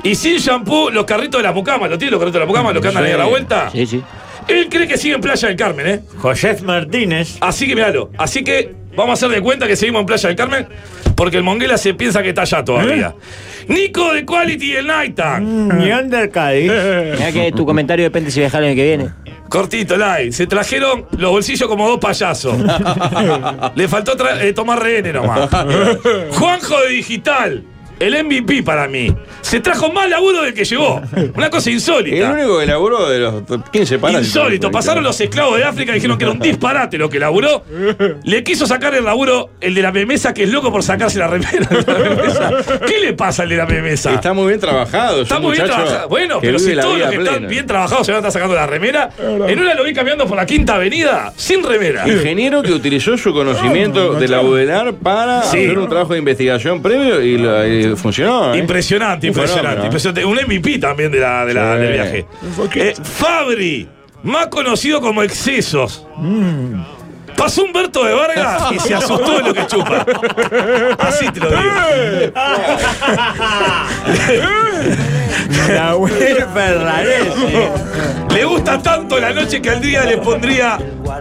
Speaker 6: y sin shampoo los carritos de las mucamas. ¿Lo tiene los carritos de las mucamas? Los que andan ahí a la vuelta.
Speaker 8: Sí, sí.
Speaker 6: Él cree que sigue en Playa del Carmen, ¿eh?
Speaker 16: José Martínez.
Speaker 6: Así que míralo. Así que vamos a hacer de cuenta que seguimos en Playa del Carmen, porque el Monguela se piensa que está allá todavía. Nico de Quality y el Night Tank.
Speaker 7: Mm.
Speaker 8: Mirá que tu comentario depende si viajar el año que viene.
Speaker 6: Cortito, live. Se trajeron los bolsillos como dos payasos. Le faltó tra- eh, tomar rehenes nomás. Juanjo de Digital. El MVP para mí. Se trajo más laburo del que llegó. Una cosa
Speaker 5: El
Speaker 6: insólita.
Speaker 5: único que laburó de los 15 parásitos.
Speaker 6: Insólito. Pasaron los esclavos de África y dijeron que era un disparate lo que laburó. Le quiso sacar el laburo el de la memesa, que es loco por sacarse la remera. de la memesa. ¿Qué le pasa al de la memesa?
Speaker 5: Está muy bien trabajado. es
Speaker 6: Está
Speaker 5: un
Speaker 6: muy bien
Speaker 5: muchacho
Speaker 6: trabajado. Bueno,
Speaker 5: que
Speaker 6: pero
Speaker 5: vive
Speaker 6: si
Speaker 5: la
Speaker 6: todos
Speaker 5: vida
Speaker 6: los que están
Speaker 5: plena.
Speaker 6: bien trabajados se van a estar sacando la remera, en una lo vi caminando por la quinta avenida sin remera.
Speaker 5: Ingeniero que utilizó su conocimiento de la UDELAR para
Speaker 6: Sí.
Speaker 5: hacer un trabajo de investigación previo y, lo- y funcionó. ¿eh?
Speaker 6: Impresionante,
Speaker 5: Un
Speaker 6: impresionante,
Speaker 5: fenómeno, ¿eh?
Speaker 6: impresionante. Un MVP también de la, de la-
Speaker 5: Sí.
Speaker 6: del viaje. Eh, Fabri, más conocido como Excesos. Pasó Humberto de Vargas y se asustó de lo que chupa. Así te lo digo.
Speaker 7: La
Speaker 6: Le gusta tanto la noche que al día le pondría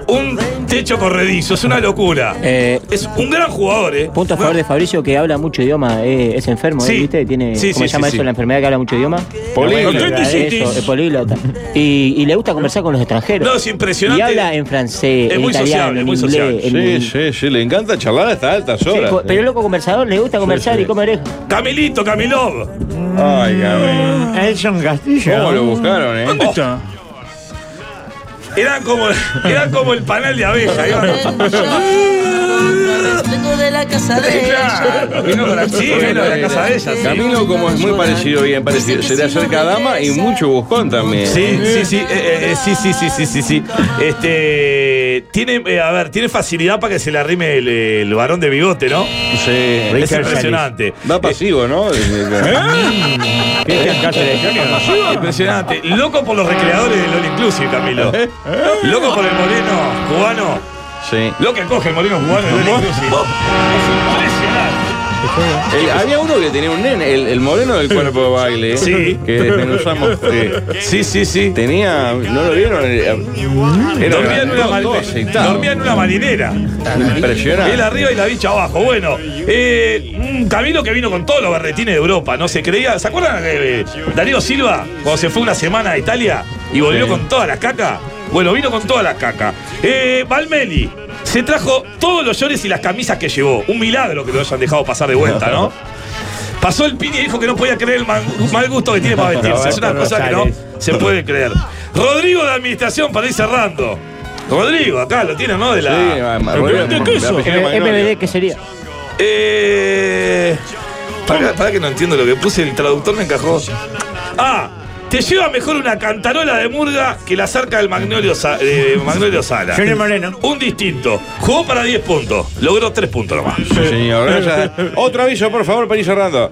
Speaker 6: un techo corredizo. Es una locura.
Speaker 8: Eh,
Speaker 6: Es un gran jugador, ¿eh?
Speaker 8: Punto a favor de Fabricio que habla mucho idioma, eh, es enfermo, eh,
Speaker 6: Sí.
Speaker 8: ¿viste? Tiene,
Speaker 6: Sí,
Speaker 8: ¿Cómo
Speaker 6: sí,
Speaker 8: se llama
Speaker 6: sí,
Speaker 8: eso?
Speaker 6: sí.
Speaker 8: La enfermedad que habla mucho idioma.
Speaker 6: Políglota.
Speaker 8: La buena enfermedad,
Speaker 6: Apendicitis.
Speaker 8: eso, es políglota. Y, y le gusta conversar con los extranjeros.
Speaker 6: No, es impresionante.
Speaker 8: Y habla en francés,
Speaker 6: Es
Speaker 8: en
Speaker 6: muy
Speaker 8: italiano,
Speaker 6: sociable,
Speaker 8: en
Speaker 6: muy
Speaker 8: inglés,
Speaker 6: sociable.
Speaker 8: en-
Speaker 5: Sí, sí, sí, le encanta charlar hasta altas
Speaker 8: Sí,
Speaker 5: horas. ¿eh?
Speaker 8: co- pero el loco conversador le gusta conversar y come oreja.
Speaker 6: Camilito, Camilov.
Speaker 5: Ay, cabrón.
Speaker 16: Elson Castillo.
Speaker 5: ¿Cómo lo buscaron, eh?
Speaker 6: ¿Dónde está? Eran Oh. como, eran como el panal de abeja. iban.
Speaker 17: Vengo de la casa de ella.
Speaker 6: Vino con la- sí, vino de la casa de ella. sí.
Speaker 5: Camilo, como es muy parecido, bien parecido, se le acerca a Dama y mucho buscón también.
Speaker 6: Sí, sí, sí, eh, eh, eh, sí, sí, sí, sí, sí, sí. Este, tiene, eh, a ver, tiene facilidad para que se le arrime el, el varón de bigote, ¿no?
Speaker 5: Sí.
Speaker 6: Es impresionante.
Speaker 5: Va pasivo, ¿no?
Speaker 6: ¿Eh? Cristian Cáceres Jr. Impresionante. Loco por los recreadores del All Inclusive, Camilo. Loco por el moreno cubano.
Speaker 5: Sí.
Speaker 6: Lo que coge el moreno cubano del All Inclusive.
Speaker 5: El-
Speaker 6: pues.
Speaker 5: había uno que tenía un nene, el, el moreno del cuerpo de baile.
Speaker 6: Sí.
Speaker 5: Que eh, desmenuzamos.
Speaker 6: Sí, sí, sí.
Speaker 5: Tenía. ¿No lo vieron? Eh, Era- era
Speaker 6: Dormía en una,
Speaker 5: todo
Speaker 6: mal-
Speaker 5: aceitado.
Speaker 6: dormía en una marinera.
Speaker 5: Impresionante.
Speaker 6: Él arriba y la bicha abajo. Bueno, eh, un Camilo que vino con todos los berretines de Europa, no se creía. ¿Se acuerdan de eh, Darío Silva cuando se fue una semana a Italia y volvió
Speaker 5: Sí.
Speaker 6: con todas las cacas? Bueno, vino con todas las cacas. Eh, Valmeli se trajo todos los llores y las camisas que llevó. Un milagro que lo hayan dejado pasar de vuelta, ¿no? Pasó el piña y dijo que no podía creer el man- mal gusto que tiene para vestirse. Es una cosa que no se puede creer. Rodrigo de Administración para ir cerrando. Rodrigo, acá lo tiene, ¿no? De la.
Speaker 5: Sí, ma- ma- Rodrigo,
Speaker 6: de
Speaker 5: la
Speaker 6: queso.
Speaker 5: pequeña Magnolia.
Speaker 8: MBD, ¿qué sería?
Speaker 6: Eh. Para, que no entiendo lo que puse, el traductor me encajó. Ah, te lleva mejor una cantarola de murga que la zarca del Magnolio, Sa- de Magnolio Sala.
Speaker 16: Junior Moreno.
Speaker 6: Un distinto. Jugó para 10 puntos. Logró 3 puntos nomás.
Speaker 5: Sí, señor. Gracias. Otro aviso, por favor, para ir cerrando.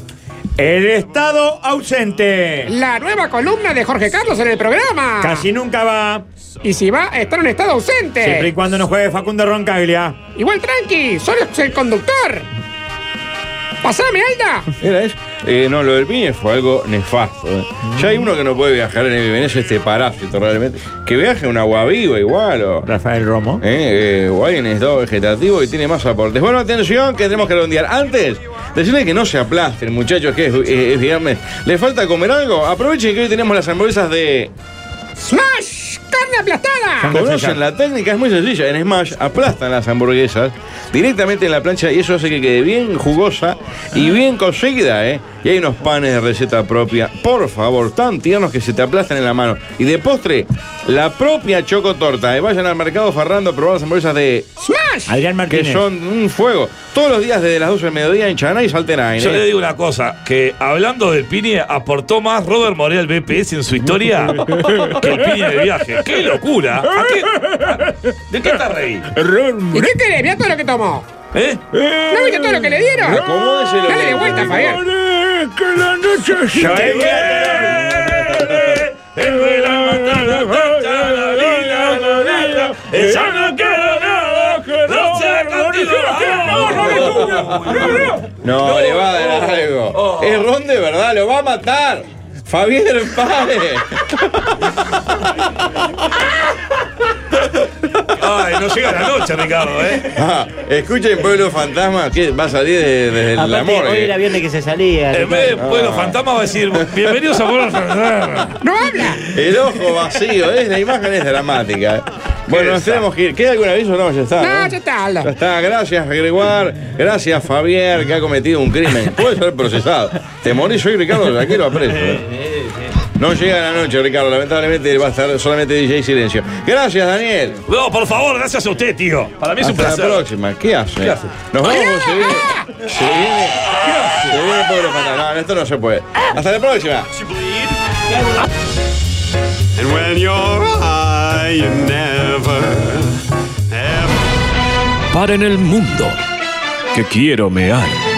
Speaker 18: El Estado ausente.
Speaker 11: La nueva columna de Jorge Carlos en el programa.
Speaker 18: Casi nunca va.
Speaker 11: Y si va, está en un estado ausente.
Speaker 18: Siempre y cuando no juegue Facundo Roncaglia.
Speaker 11: Igual tranqui, solo es el conductor. Pasame, Alda.
Speaker 5: Era eso. Eh, no, lo del piñe fue algo nefasto. eh. Ya hay uno que no puede viajar en el Venecia, este parásito realmente. Que viaje un agua viva igual. O,
Speaker 16: Rafael Romo.
Speaker 5: eh, eh, o alguien en estado vegetativo y tiene más aportes. Bueno, atención, que tenemos que redondear. Antes, decirle que no se aplasten, muchachos, que es, eh, es viernes. ¿Le falta comer algo? Aprovechen que hoy tenemos las hamburguesas de.
Speaker 11: ¡Smash! ¡Carne aplastada!
Speaker 5: Conocen la técnica, es muy sencilla. En Smash aplastan las hamburguesas directamente en la plancha y eso hace que quede bien jugosa y bien cocida, ¿eh? Y hay unos panes de receta propia. Por favor, tan tiernos que se te aplastan en la mano. Y de postre, la propia chocotorta. Eh, Vayan al mercado Farrando a probar las hamburguesas de...
Speaker 11: ¡Smash!
Speaker 19: Adrián
Speaker 5: Que son un fuego. Todos los días desde las 12 del mediodía en Chaná y Saltenay.
Speaker 6: Yo
Speaker 5: eh.
Speaker 6: le digo una cosa, que hablando del Pini, aportó más Robert Morel BPS en su historia que el Pini de viaje. ¡Qué locura! ¿A qué- ¿De qué te reí?
Speaker 11: ¿Y qué querés? Mirá todo lo que tomó.
Speaker 6: ¿Eh?
Speaker 11: ¿No viste todo lo que le dieron?
Speaker 5: Acomódeselo.
Speaker 11: Dale de vuelta, Fabián.
Speaker 20: Que la noche se
Speaker 6: Yo
Speaker 20: te
Speaker 6: te
Speaker 20: Ella no quiero nada, que no se
Speaker 5: No, le va a dar algo. Es ron de verdad, lo va a matar. Fabián Páez.
Speaker 6: Ay, no llega la noche, Ricardo, ¿eh?
Speaker 5: Ah, escuchen Pueblo Fantasma, que va a salir de- desde el
Speaker 8: Aparte,
Speaker 5: amor. eh.
Speaker 8: hoy era viernes que se salía.
Speaker 6: En vez de Pueblo Fantasma va a decir, bienvenidos a Pueblo Fantasma.
Speaker 11: ¡No habla!
Speaker 5: El ojo vacío, ¿eh? la imagen es dramática. Bueno, nos tenemos que ir. ¿Queda algún aviso? No, ya está.
Speaker 11: No,
Speaker 5: ¿no?
Speaker 11: ya está, Aldo.
Speaker 5: Ya está, gracias Gregoire, gracias Fabián, que ha cometido un crimen. Puede ser procesado. Te morís hoy, Ricardo, ya quiero preso. ¿eh? No llega la noche, Ricardo, lamentablemente va a estar solamente DJ Silencio. Gracias, Daniel.
Speaker 6: No, por favor, gracias a usted, tío. Para mí es un
Speaker 5: Hasta
Speaker 6: placer.
Speaker 5: la próxima. ¿Qué hace?
Speaker 6: ¿Qué hace?
Speaker 5: Nos vamos, se viene. Se viene. Se viene Pueblo Fantasma. No, esto no se puede. Hasta la próxima.
Speaker 3: And when you're high, you never, ever.
Speaker 21: Para en el mundo. Que quiero mear.